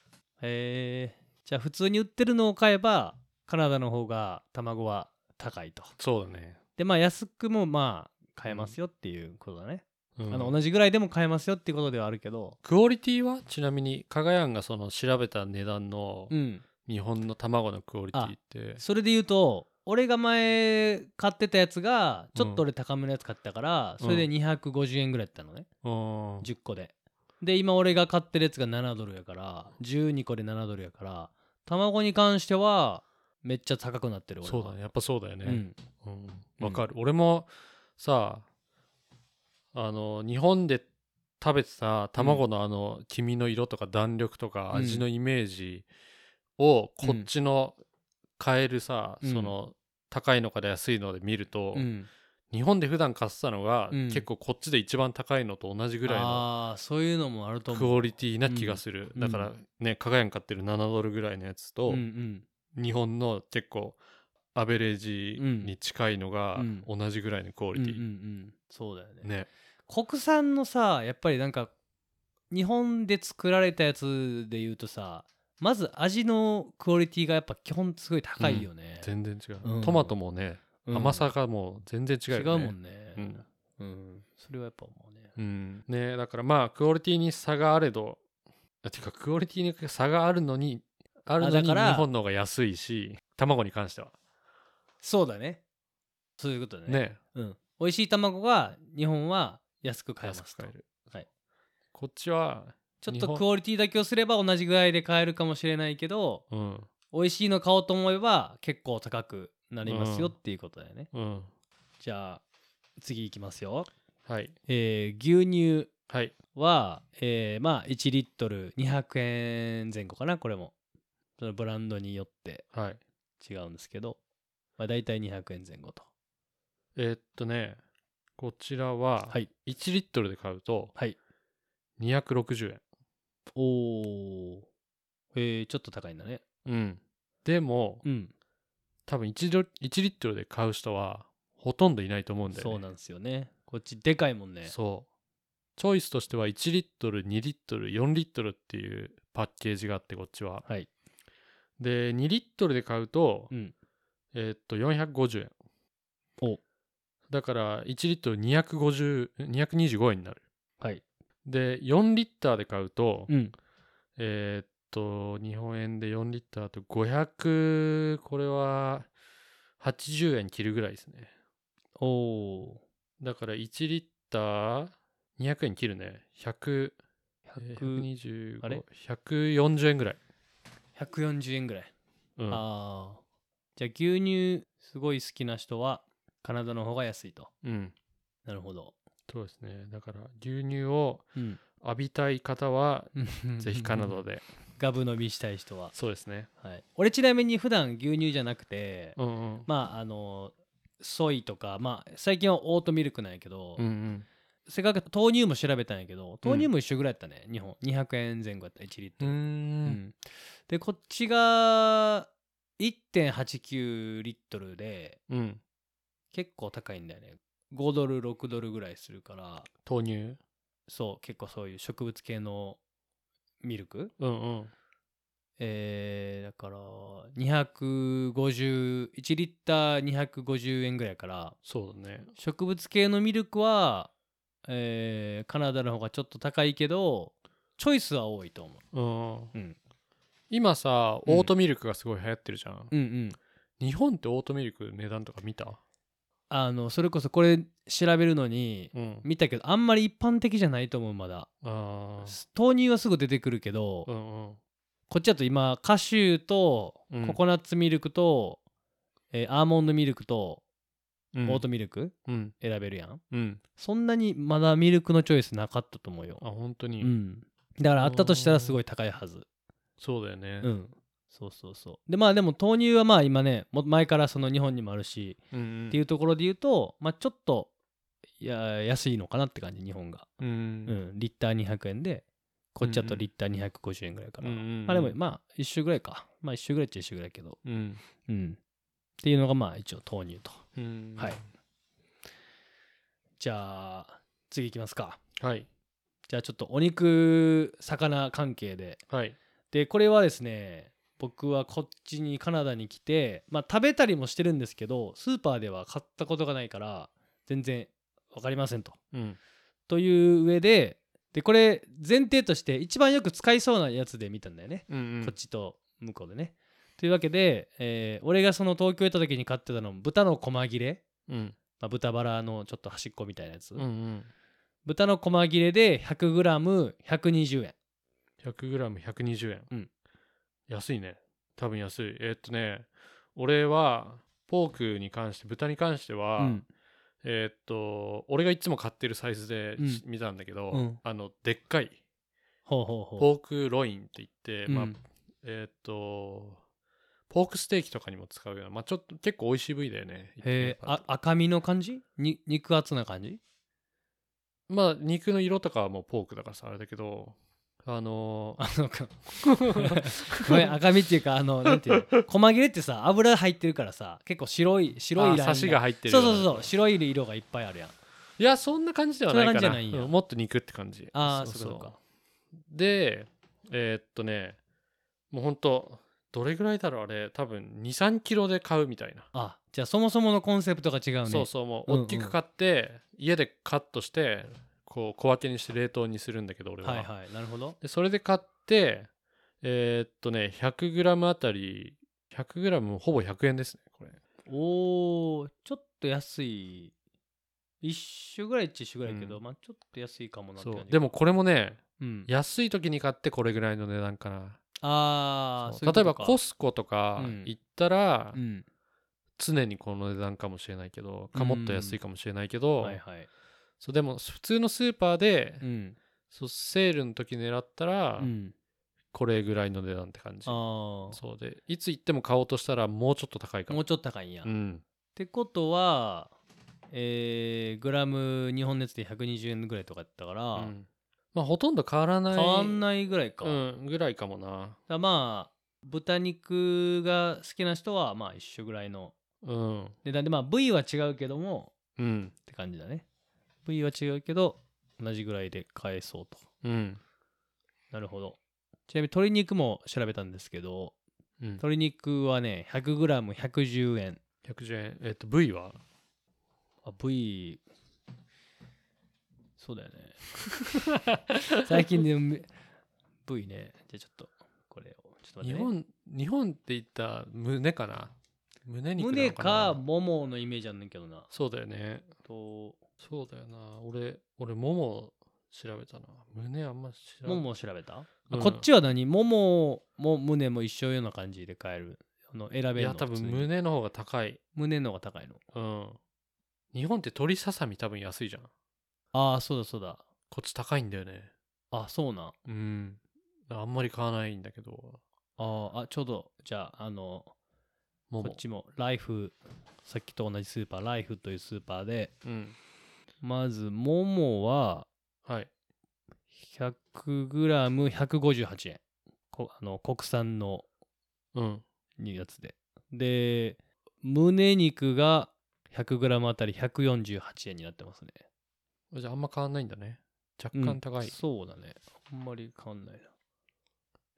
S1: へえじゃあ普通に売ってるのを買えばカナダの方が卵は高いと
S2: そうだね、
S1: でまあ安くもまあ買えますよっていうことだね、
S2: うん
S1: あの同じぐらいでも買えますよっていうことではあるけど
S2: クオリティはちなみに加賀やんがその調べた値段の
S1: うん
S2: 日本の卵のクオリティって
S1: それで言うと俺が前買ってたやつがちょっと俺高めのやつ買ったから、
S2: うん
S1: それで250円ぐらいだったのね
S2: うん
S1: 10個でで今俺が買ってるやつが7ドルやから12個で7ドルやから卵に関してはめっちゃ高くなってる俺
S2: そうだねやっぱそうだよ
S1: う
S2: ね
S1: ん
S2: うんわかる俺もさあの日本で食べてた卵のあの黄身の色とか弾力とか
S1: うん
S2: 味のイメージをこっちの買えるさ
S1: うん
S2: その高いのかで安いので見ると
S1: うん
S2: 日本で普段買ってたのが
S1: うん
S2: 結構こっちで一番高いのと同じぐらいの
S1: ああそういうのもあると思う
S2: クオリティな気がする
S1: うん
S2: だからね加賀屋に買ってる7ドルぐらいのやつ
S1: う
S2: と
S1: んうん
S2: 日本の結構アベレージに近いのが
S1: うん
S2: 同じぐらいのクオ
S1: うんう
S2: リ
S1: んう
S2: ティ
S1: んそうだよね
S2: ね
S1: 国産のさやっぱりなんか日本で作られたやつで言うとさまず味のクオリティがやっぱ基本すごい高いよね、
S2: 全然違う、
S1: うん
S2: トマトもね、
S1: うん
S2: 甘さがもう全然違う
S1: 違
S2: よ
S1: う
S2: ね
S1: もんね
S2: うん
S1: うんそれはやっぱ思うね
S2: うんねだからまあクオリティに差があれどあていうかクオリティに差があるのにあるの
S1: だ
S2: に
S1: か
S2: 日
S1: ら
S2: 本の方が安いし卵に関しては
S1: そうだねそういうことだね
S2: ね
S1: うん、美味しい卵が日本は安く買えます
S2: 安
S1: と
S2: く買える、
S1: はい
S2: こっちは
S1: ちょっ
S2: 日
S1: と
S2: 本
S1: クオリティだけをすれば同じぐらいで買えるかもしれないけど
S2: うん
S1: 美味しいの買おうと思えば結構高くなりますよ
S2: うん
S1: っていうことだよね、
S2: うん
S1: じゃあ次いきますよ、
S2: はい
S1: えー牛乳
S2: はい
S1: は、えーまあ1リットル200円前後かなこれもそのブランドによって
S2: はい
S1: 違うんですけど、まあ、大体200円前後と
S2: えーっとねこちらは
S1: はい
S2: 1リットルで買うと
S1: はい
S2: 260円
S1: おおえー、ちょっと高いんだね
S2: うんでも
S1: うん
S2: 多分 1, ドル1リットルで買う人はほとんどいないと思うんだよね
S1: そうなんですよねこっちでかいもんね
S2: そうチョイスとしては1リットル2リットル4リットルっていうパッケージがあってこっちは
S1: はい
S2: で2リットルで買うと、
S1: うん
S2: えーっと450円
S1: お
S2: だから1リットル250 225円になる
S1: はい
S2: で4リッターで買うと、
S1: うん
S2: えーっと日本円で4リッターと500これは80円切るぐらいですね
S1: おお
S2: だから1リッター200円切るね100え
S1: ー
S2: ー
S1: あれ
S2: 125 140円ぐらい、
S1: 140円ぐらい、
S2: うん
S1: ああじゃあ牛乳すごい好きな人はカナダの方が安いと
S2: うん
S1: なるほど、
S2: そうですねだから牛乳を
S1: うん、
S2: 浴びたい方はぜひカナダで
S1: ガブ飲みしたい人は、
S2: そうですね
S1: はい、俺ちなみに普段牛乳じゃなくて、
S2: うんうん
S1: まああのソイとか、まあ、最近はオートミルクなんやけど、
S2: うんうん
S1: せっかく豆乳も調べたんやけど豆乳も一緒ぐらいやったね、日本200円前後やった1リット
S2: うー
S1: ル、うんでこっちが1.89リットルで
S2: うん
S1: 結構高いんだよね5ドル6ドルぐらいするから
S2: 豆乳
S1: そう結構そういう植物系のミルク
S2: うんうん
S1: えーだから251リッター250円ぐらいやから
S2: そうだね
S1: 植物系のミルクは、えーカナダの方がちょっと高いけどチョイスは多いと思
S2: うん
S1: う、うん、
S2: 今さ
S1: うん
S2: オートミルクがすごい流行ってるじゃん、
S1: うんうん
S2: 日本ってオートミルク値段とか見た
S1: あのそれこそこれ調べるのに
S2: うん
S1: 見たけどあんまり一般的じゃないと思うまだ
S2: あー
S1: 豆乳はすぐ出てくるけど、
S2: うんうん
S1: こっちだと今カシューと
S2: うん
S1: ココナッツミルクと、えーアーモンドミルクと
S2: う
S1: オ
S2: ん
S1: ートミルク
S2: うん
S1: 選べるやん、
S2: うん
S1: そんなにまだミルクのチョイスなかったと思うよ、
S2: あ本当に、
S1: うん、だからあったとしたらすごい高いはず
S2: そうだよね
S1: うんそうそうそうでまあでも豆乳はまあ今ねも前からその日本にもあるし、
S2: うんうん
S1: っていうところで言うとまあちょっといや安いのかなって感じ日本が、
S2: うん
S1: うんリッター200円でこっちだ
S2: うんう
S1: と
S2: ん
S1: リッター250円ぐらいかな、
S2: うんうんうん
S1: まあでもまあ一周ぐらいかまあ一周ぐらいっちゃ一周ぐらいやけど
S2: うん
S1: うん。っていうのがまあ一応豆乳と。
S2: うん
S1: はい。じゃあ次いきますか。
S2: はい
S1: じゃあちょっとお肉魚関係で。
S2: はい
S1: でこれはですね僕はこっちにカナダに来て、まあ、食べたりもしてるんですけどスーパーでは買ったことがないから全然分かりませんと。
S2: うん
S1: という上ででこれ前提として一番よく使いそうなやつで見たんだよね。
S2: うんうん
S1: こっちと向こうでね。というわけで、えー俺がその東京行った時に買ってたの豚の細切れ、
S2: うん
S1: まあ、豚バラのちょっと端っこみたいなやつ、
S2: うんうん
S1: 豚の細切れで 100g120 円
S2: 100g120 円、
S1: うん
S2: 安いね多分安いえーっとね俺はポークに関して豚に関しては、
S1: うん
S2: えーっと俺がいつも買ってるサイズで、
S1: うん
S2: し見たんだけど、
S1: うん
S2: あのでっかい
S1: ほうほうほう
S2: ポークロインって言って、まあ
S1: うん
S2: えーっとポークステーキとかにも使うような、まあ、ちょっと結構美味しい部位だよね。
S1: へえ
S2: 一般
S1: あ赤身の感じに肉厚な感じ
S2: まあ肉の色とかはもうポークだからさあれだけどあの
S1: あ
S2: ー
S1: のかごめん赤身っていうかあのなんていうの細切れってさ油入ってるからさ結構白い白いラインが
S2: あ刺しが入ってる
S1: そ
S2: よ
S1: う
S2: な
S1: そうそう白い色がいっぱいあるやん
S2: いやそんな感じではないか
S1: そんな
S2: な
S1: 感じじゃないんや
S2: うんもっと肉って感じ
S1: ああそうかそうか
S2: でえーっとねもうほんとどれぐらいだろうあれ多分23キロで買うみたいな、
S1: あじゃあそもそものコンセプトが違うね
S2: そうそうもう
S1: うんうん
S2: 大きく買って、家でカットしてこう小分けにして冷凍にするんだけど俺は、
S1: はいはいなるほど
S2: でそれで買ってえーっとね 100g あたり 100g ほぼ100円ですねこれ
S1: おーちょっと安い1種ぐらい1種ぐらいやけど、
S2: う
S1: まあちょっと安いかもなって
S2: そ
S1: 感
S2: う
S1: じ
S2: でもこれもね
S1: うん、
S2: 安い時に買ってこれぐらいの値段かな
S1: ああ
S2: そう例えばコ
S1: ス
S2: スコとか
S1: うん
S2: 行ったら
S1: うん
S2: 常にこの値段かもしれないけどかもっと安いかもしれないけど、
S1: はいはい
S2: そうでも普通のスーパーで、
S1: うん、
S2: そうセールの時狙ったら
S1: うん、
S2: これぐらいの値段って感じ、
S1: ああ
S2: そうでいつ行っても買おうとしたらもうちょっと高いか
S1: も
S2: も
S1: うちょっと高いんや、
S2: う
S1: っ
S2: ん
S1: てことはえーグラム日本のやつで120円ぐらいとかやったから、
S2: うんまあほとんど変わらない
S1: 変わんないぐらいか,、だか
S2: うん、ぐらいかもな
S1: らまあ豚肉が好きな人はまあ一緒ぐらいの
S2: うん
S1: 値段でまあ部位は違うけども
S2: うん
S1: って感じだね部位は違うけど同じぐらいで買えそうと
S2: うん
S1: なるほどちなみに鶏肉も調べたんですけど
S2: うん
S1: 鶏肉はね 100g110 円
S2: 110円えっと V は
S1: あ V そうだよね 最近でも V ねじゃあちょっとこれをちょっと待
S2: 日
S1: って、ね、
S2: 本日本って言ったら胸かな胸肉な
S1: 胸
S2: のかな
S1: かもものイメージあんねんけどな
S2: そうだよね
S1: と
S2: そうだよな俺俺もも調べたな胸あんま知ら
S1: も
S2: ん
S1: もを調べた、
S2: うん
S1: こっちは何ももも胸も一緒ような感じで買えるあの選べるの
S2: いや多
S1: 普通
S2: 分
S1: に
S2: 胸の方が高い
S1: 胸の方が高いの
S2: うん日本って鶏ささみ多分安いじゃん
S1: ああそうだそうだ
S2: こっち高いんだよね
S1: あそうなん
S2: うんあんまり買わないんだけど
S1: あーあちょうどじゃああの
S2: も
S1: こ
S2: も
S1: っちもライフさっきと同じスーパーライフというスーパーで
S2: うん
S1: まずももは
S2: はい
S1: 100g158 円こあの国産の
S2: うん
S1: やつでで胸肉が 100g あたり148円になってますね
S2: じゃああんま変わんないんだね若
S1: うん
S2: 干高い、へ
S1: そうだねあんまり変わんないな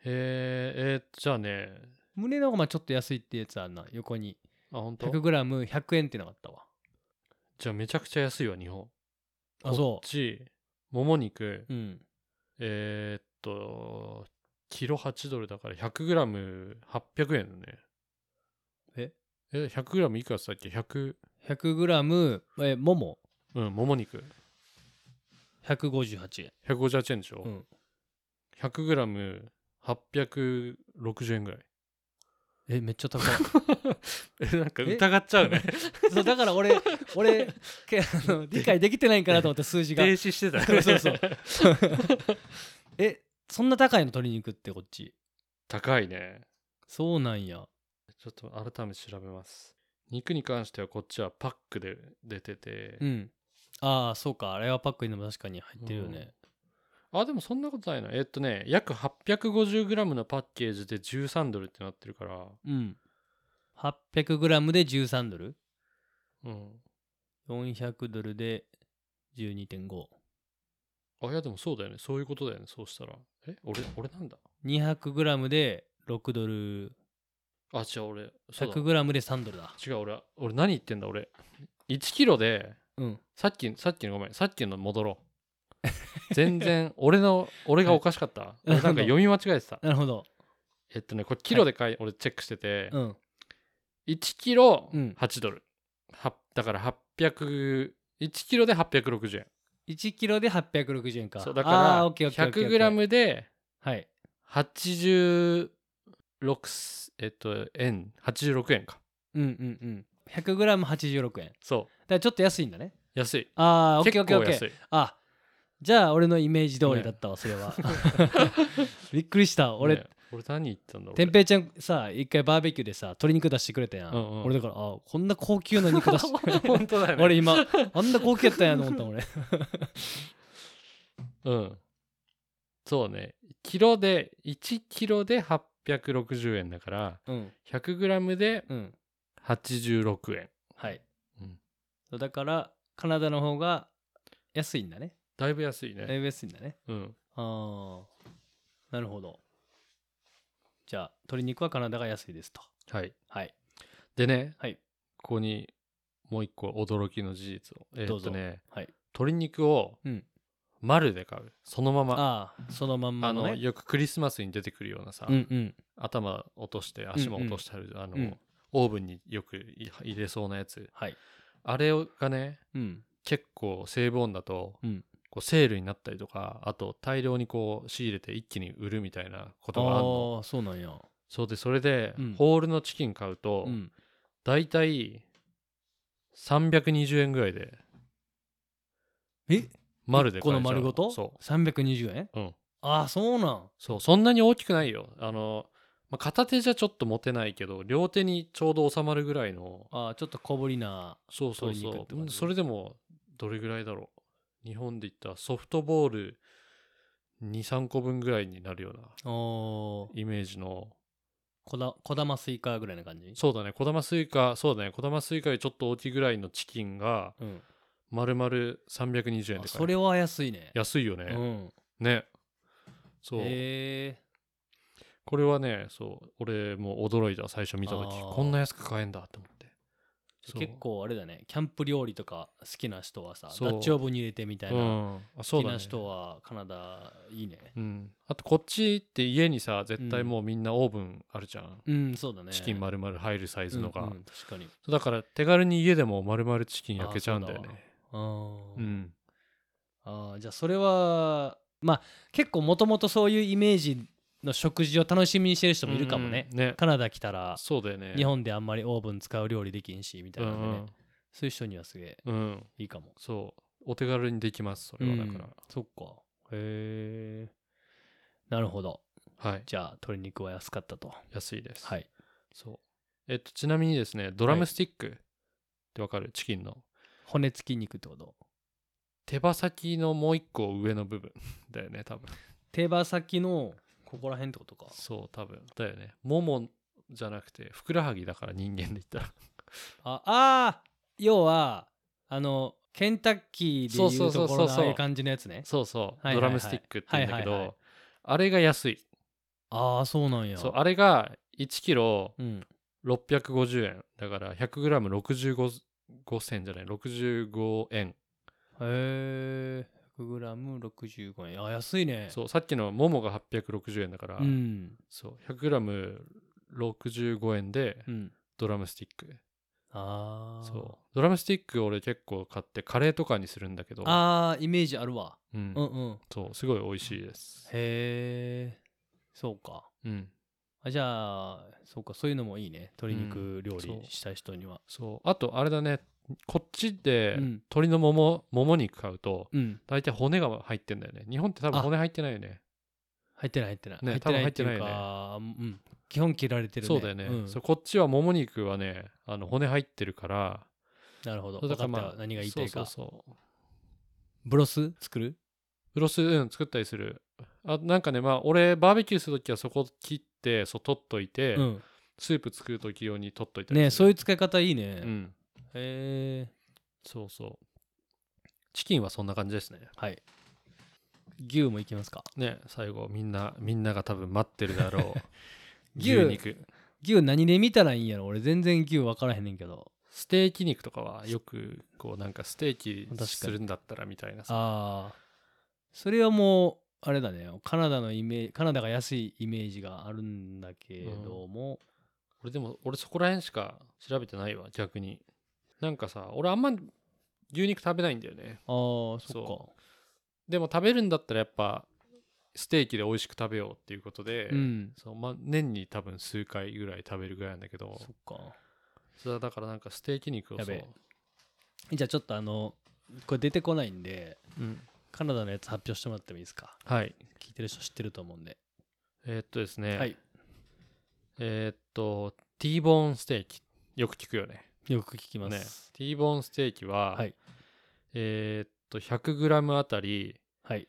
S2: ええーじゃあね
S1: 胸の方がまあちょっと安いってやつあんな横に
S2: あ本当
S1: 100g100 円ってなかったわ
S2: じゃあめちゃくちゃ安いわ日本
S1: あそう
S2: こっちもも肉
S1: うん
S2: えーっとキロ8ドルだから 100g800 円だね
S1: え
S2: え 100g いくらって言ったっけ100
S1: 100g えもも
S2: うんもも肉
S1: 158円
S2: 158円でしょ、
S1: うん
S2: 100g860 円ぐらい
S1: えめっちゃ高い
S2: え なんか
S1: え
S2: 疑っちゃうね
S1: そうだから俺俺けあ の理解できてないんかなと思って数字が
S2: 停止してた
S1: そうそうそうえそんな高いの鶏肉ってこっち
S2: 高いね
S1: そうなんや
S2: ちょっと改めて調べます肉に関してはこっちはパックで出てて、
S1: うんああそうかあれはパックにも確かに入ってるよね、
S2: あでもそんなことないなえっとね約 850g のパッケージで13ドルってなってるから
S1: うん、800g で13ドル
S2: うん
S1: 400ドルで12.5200
S2: あいやでもそうだよねそういうことだよねそうしたらえ俺俺なんだ
S1: グラムで6ドル
S2: あ違う俺そうだ
S1: 100グラムで3ドルだ
S2: 違う俺俺何言ってんだ俺1キロで
S1: うん
S2: さっきさっきのごめんさっきの戻ろ う全然俺の俺がおかしかった、
S1: なる
S2: 俺
S1: ほど
S2: なんか読み間違えてた
S1: なるほど
S2: えっとねこれキロでかい、俺チェックしてて、
S1: うん
S2: 1キロ
S1: うん
S2: 8ドル、はだから800 1キロで860円
S1: 1キロで860円か
S2: そうだから
S1: あーオッケーオッケーオッケーオッケー
S2: 100g で
S1: はい
S2: 86えっと円86円か
S1: うんうんうん 100g86 円だか
S2: そ
S1: らちょっと安いんだね
S2: う安い
S1: ああオッケ
S2: 結
S1: ーオッケーオ
S2: 構
S1: ッケ
S2: 安
S1: ー
S2: い
S1: あじゃあ俺のイメージ通りだったわそれは びっくりした俺
S2: ね俺何言ったんだろう
S1: てんぺいちゃんさ一回バーベキューでさ鶏肉出してくれたやん、
S2: うんうん
S1: 俺だからあこんな高級な肉出 して
S2: 本当だよね
S1: 俺今あんな高級やったんやと思った 俺
S2: うんそうねキロで1キロで860円だから
S1: うん
S2: 1 0 0ムで
S1: うん
S2: 86円
S1: はい、
S2: うん
S1: そうだからカナダの方が安いんだね
S2: だいぶ安い
S1: だい
S2: ね
S1: ぶ安いんだね
S2: うん
S1: ああなるほどじゃあ鶏肉はカナダが安いですと
S2: はい
S1: はい
S2: でね
S1: はい
S2: ここにもう一個驚きの事実をえー
S1: どう
S2: っ
S1: ぞ
S2: とね
S1: はい
S2: 鶏肉を
S1: うん
S2: 丸で買うそのまま
S1: ああそのまんま
S2: あ
S1: の、ね、
S2: のよくクリスマスに出てくるようなさ
S1: うんうん
S2: 頭落として足も落としてあるあ
S1: う
S2: の
S1: ん
S2: オーブンによくい入れそうなやつ
S1: はい
S2: あれをがね
S1: うん
S2: 結構セーブオンだと、
S1: うん
S2: こうセールになったりとかあと大量にこう仕入れて一気に売るみたいなことがあるの
S1: ああそうなんや
S2: そうでそれで、
S1: うん
S2: ホールのチキン買うと、
S1: うん
S2: だいたい320円ぐらいで
S1: え
S2: 丸で
S1: こ
S2: 買えちゃ
S1: の
S2: う
S1: 丸ごと
S2: そ
S1: 320円
S2: う、うん、
S1: ああそうなん
S2: そうそんなに大きくないよあの、まあ、片手じゃちょっと持てないけど両手にちょうど収まるぐらいの
S1: ああちょっと小ぶりな
S2: そうそう
S1: 取りに行くっ
S2: そ
S1: て
S2: う
S1: 感
S2: うん
S1: じ
S2: それでもどれぐらいだろう日本で言ったらソフトボール23個分ぐらいになるような
S1: おー
S2: イメージの
S1: こだ小玉スイカぐらいな感じ
S2: そうだね小玉スイカそうだね小玉スイカよりちょっと大きいぐらいのチキンが
S1: うん
S2: 丸々320円
S1: あ
S2: で
S1: そ
S2: 買える
S1: れは安いね
S2: 安いよね、
S1: うん
S2: ねそう、
S1: へえ
S2: これはねそう俺も驚いた最初見た時
S1: あー
S2: こんな安く買えんだと思ってそう
S1: 結構あれだねキャンプ料理とか好きな人はさダ
S2: そう
S1: ッチオーブンに入れてみたいな、
S2: うんあそ
S1: 好
S2: う
S1: き
S2: だ
S1: な
S2: ね
S1: 人はカナダいいね
S2: うん、あとこっちって家にさ絶対もうみんなオーブンあるじゃん、
S1: うんそうだね
S2: チキン
S1: マ
S2: 丸々入るサイズのが、
S1: 確かに
S2: だから手軽に家でも丸々チキン焼けちゃうんだよね
S1: あー、
S2: うん
S1: あーじゃあそれはまあ結構もともとそういうイメージの食事を楽しみにしてる人もいるかもね、
S2: うんね
S1: カナダ来たら
S2: そうだよね
S1: 日本であんまりオーブン使う料理できんしみたいなのでね、
S2: うん
S1: そういう人にはすげえ
S2: うん、うん
S1: いいかも
S2: そうお手軽にできますそれはだか
S1: うん
S2: ら、
S1: そっかへえなるほど
S2: はい
S1: じゃあ鶏肉は安かったと
S2: 安いです、
S1: はい
S2: そうえっとちなみにですねドラムスティックってわかる、チキンの
S1: 骨付き肉ってこと
S2: 手羽先のもう一個上の部分 だよね多分
S1: 手羽先のここら辺ってことか
S2: そう多分だよねももじゃなくてふくらはぎだから人間で言ったら
S1: ああー要はあのケンタッキーでい
S2: そううそうそう
S1: ところ
S2: そう
S1: のああいう感じのやつね
S2: そうそう、
S1: はいはいはい
S2: ドラムスティックって言うんだけど、
S1: はいはいはい
S2: あれが安い
S1: ああそうなんや
S2: そうあれが1キロ
S1: うん
S2: 650円だから 100g65 銭じゃない65円、
S1: へえ 100g65 円あ安いね
S2: そうさっきのももが860円だから、
S1: うん
S2: そう 100g65 円で
S1: うん
S2: ドラムスティック
S1: ああ
S2: そうドラムスティック俺結構買ってカレーとかにするんだけど、
S1: あーイメージあるわ
S2: うん
S1: うんうん
S2: そうすごい美味しいです、
S1: へえそうか
S2: うん、
S1: あじゃあそうかそういうのもいいね鶏肉料
S2: そう
S1: 理したい人には
S2: そうあとあれだねこっちで
S1: うん
S2: 鶏のもももも肉買うと
S1: うん
S2: 大体骨が入ってんだよね日本って多分
S1: あ
S2: 骨入ってないよね
S1: 入ってない入ってない、
S2: ね
S1: 入ってないっていう
S2: 多分
S1: か、うん、基本切られてるね
S2: そうだよね、
S1: ん
S2: そうこっちはもも肉はねあの骨入ってるから
S1: なるほど
S2: そう
S1: だ
S2: だ
S1: か
S2: かららまあ
S1: 何が言いたいか
S2: そうそうそう
S1: ブロス作る
S2: ブロス、うん、作ったりするあなんかねまあ俺バーベキューするときはそこ切ってそう取っといて、
S1: うん
S2: スープ作るとき用に取っといたり
S1: ねそう
S2: い
S1: いう使い方いいね、
S2: うん、
S1: へえ
S2: そうそうチキンはそんな感じですね
S1: はい牛もいきますか
S2: ね最後みんなみんなが多分待ってるだろう
S1: 牛
S2: 肉
S1: 牛何で見たらいいんやろ俺全然牛分からへんねんけど
S2: ステーキ肉とかはよくこうなんかステーキ
S1: 確かに
S2: するんだったらみたいなさ
S1: ああそれはもあれだねカナダのイメージカナダが安いイメージがあるんだけども、
S2: 俺でも俺そこら辺しか調べてないわ逆になんかさ俺あんま牛肉食べないんだよね
S1: ああそ
S2: そでも食べるんだったらやっぱステーキで美味しく食べようっていうことで、
S1: っかうん
S2: そうまあ、年に多分数回ぐらい食べるぐらいなんだけど
S1: そっか
S2: そうだからなんかステーキ肉を
S1: や
S2: そう
S1: べえじゃあちょっとあのこれ出てこないんで
S2: うん、
S1: カナダのやつ発表してもらってもいいですか
S2: はい
S1: 聞いてる人知ってると思うんで、
S2: えーっとですね、
S1: はい
S2: えーっと T ボーンステーキよく聞くよね
S1: よく聞きま
S2: ね
S1: す、
S2: T ボーンステーキは、
S1: はい
S2: えーっと 100g あたり
S1: はい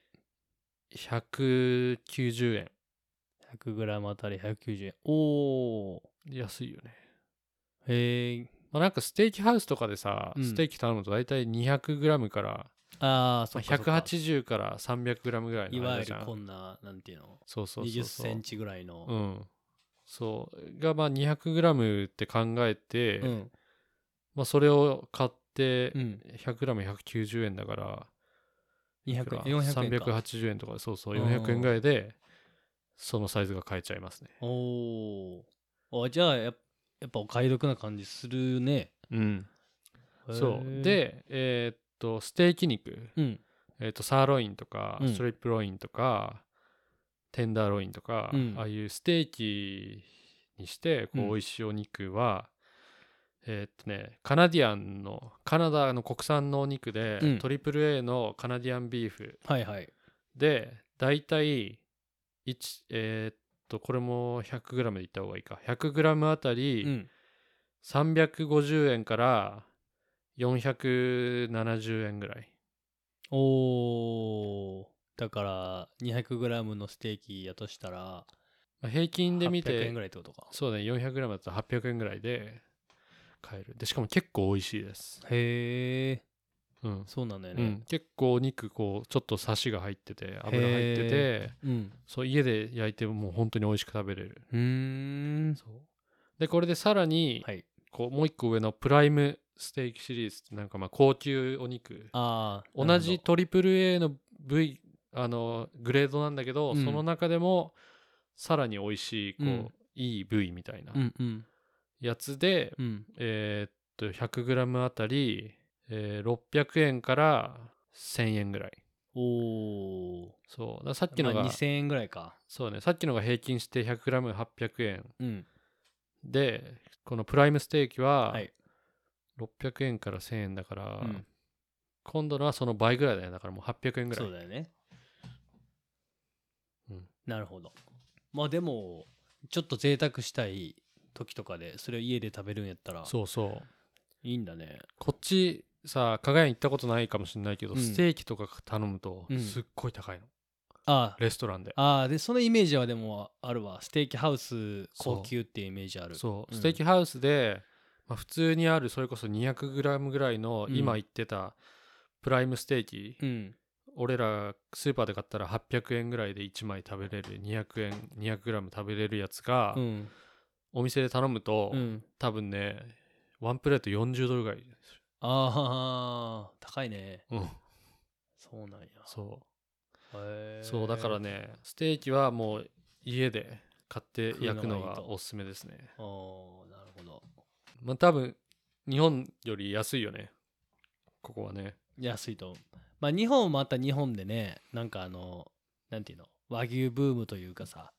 S2: 190円
S1: 100g あたり190円おお
S2: 安いよね、
S1: へえ
S2: まあ、なんかステーキハウスとかでさ、
S1: うん
S2: ステーキ頼むと大体 200g から、
S1: ああそ
S2: まあ、
S1: っかそっか
S2: 180から 300g ぐらい
S1: い
S2: の
S1: わ
S2: 間
S1: ゆ
S2: じ
S1: る
S2: ゃん
S1: こんななんていうの
S2: そうそうそ
S1: 20
S2: うそう
S1: センチぐらいの
S2: うんそうがまあ 200g って考えて、
S1: うん
S2: まあ、それを買って
S1: うん、
S2: 100g190 円だから
S1: 200
S2: いくら
S1: 円400円か
S2: 380円とかそうそ
S1: う
S2: う
S1: ん
S2: 400円ぐらいでそのサイズが買えちゃいますね
S1: おおあじゃあやっやっぱお買い得な感じするね
S2: うんそう、でえーっとステーキ肉、
S1: へーうん
S2: えーっとサーロインとか
S1: うん
S2: ストリップロインとか、テンダーロインとか、
S1: うん
S2: ああいうステーキにしてこう
S1: うん
S2: 美味しいお肉は、えーっとねカナディアンのカナダの国産のお肉で、
S1: うん
S2: トリプル a のカナディアンビーフ
S1: はいはい
S2: で大体1えーっとこれも 100g でいった方がいいか 100g あた
S1: う
S2: り
S1: ん
S2: 350円から470円ぐらい
S1: おおだから 200g のステーキやとしたら
S2: まあ平均で見
S1: 800円ぐ
S2: て
S1: らいってことか
S2: そうね 400g だと800円ぐらいで買えるでしかも結構美味しいです
S1: へえ
S2: うん、
S1: そうなんだよ
S2: う
S1: ね
S2: ん、結構お肉こうちょっとサシが入ってて油入って
S1: へ
S2: て
S1: うん
S2: そう家で焼いてもう本当に美味しく食べれる
S1: うーん
S2: そうでこれでさらに、
S1: はい
S2: こうもう一個上のプライムステーキシリーズってなんかまあ高級お肉
S1: ああ
S2: 同じトリプル a の部位あのグレードなんだけど、
S1: うん
S2: その中でもさらに美味しいこう、
S1: うん
S2: いい部位みたいな
S1: うんうん
S2: やつで、
S1: うん
S2: えーっと 100g あたり、えー600円から1000円ぐらい
S1: おお
S2: そうだからさっきのが、
S1: 2000円ぐらいか
S2: そうねさっきのが平均して 100g800 円
S1: うん
S2: でこのプライムステーキは
S1: はい
S2: 600円から1000円だから、
S1: うん
S2: 今度のはその倍ぐらいだよだからもう800円ぐら
S1: そ
S2: いう
S1: だよね
S2: うん
S1: なるほどまあでもちょっと贅沢したい時とかでそれを家で食べるんやったら
S2: そうそう
S1: いいんだね
S2: こっちさ加賀屋行ったことないかもしれないけど、
S1: うん
S2: ステーキとか頼むと
S1: うん
S2: すっごい高いの、
S1: あ
S2: レストランで
S1: あああでそのイメージはでもあるわステーキハウス
S2: そう
S1: 高級っていうイメージある
S2: そう、
S1: ん
S2: ステーキハウスで、まあ、普通にあるそれこそ 200g ぐらいの
S1: うん
S2: 今言ってたプライムステーキ、
S1: うん
S2: 俺らスーパーで買ったら800円ぐらいで1枚食べれる200円 200g 食べれるやつが、
S1: うん
S2: お店で頼むと、
S1: うん
S2: 多分ねワンプレート40ドルぐらいす
S1: ああ高いね
S2: る、うん、
S1: そうなんや
S2: そう
S1: へー
S2: そうだからねステーキはもう家で買って
S1: 食うのが
S2: 焼くの
S1: いい
S2: が
S1: と
S2: おすすめですね
S1: あーなるほど
S2: まあ多分日本より安いよねここはね
S1: 安いと思うまあ日本はまた日本でねなんかあのなんていうの和牛ブームというかさ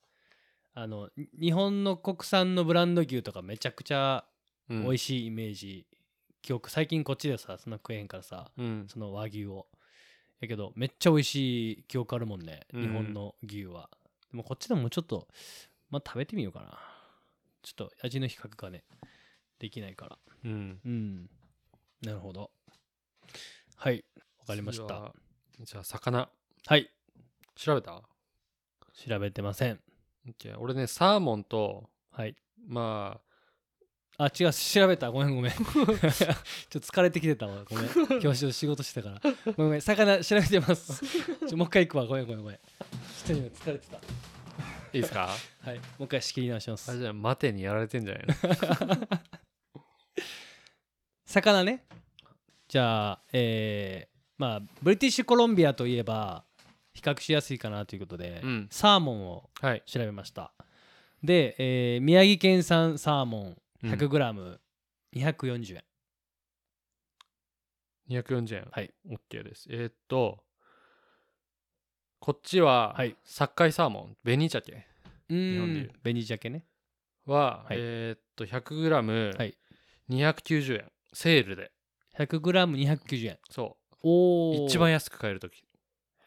S1: あのに日本の国産のブランド牛とかめちゃくちゃ
S2: 美
S1: 美味
S2: しい、
S1: しいイメージ、記憶最近こっちでさそんな食えへんからさ
S2: うん、
S1: その和牛をやけどめっちゃ美味しい記憶あるもんね
S2: うん
S1: 日本の牛は、でもこっちでもちょっとまあ食べてみようかなちょっと味の比較がねできないから
S2: うん、
S1: うんなるほどはいわかりまし
S2: 次
S1: た
S2: はじゃあ魚
S1: はい
S2: 調べた
S1: 調べてません
S2: OK 俺ねサーモンと
S1: はい
S2: まあ
S1: あ違う調べたごめんごめん ちょっと疲れてきてたわごめん今日仕事してたからごめんごめん魚調べてますちょもう一回行くわごめんごめんごめんちょっと今疲れてた
S2: いいで すか
S1: はいもう一回仕切り直します
S2: あれじゃあ待てにやられてんじ ゃないの
S1: 魚ねじゃあえーまあブリティッシュコロンビアといえば比較しやすいかなということで、
S2: うん
S1: サーモンを
S2: はい
S1: 調べましたで、えー宮城県産サーモン 100g240 円、
S2: 240円
S1: はい、
S2: OK ですえーっとこっちは、
S1: はい
S2: サッカイサーモン紅鮭
S1: う
S2: 日本でい
S1: ん
S2: う
S1: 紅鮭ね
S2: は、
S1: はい
S2: えーっと 100g290 円、
S1: はい
S2: セールで
S1: 100g290 円
S2: そ
S1: お
S2: う
S1: お
S2: 一番安く買える時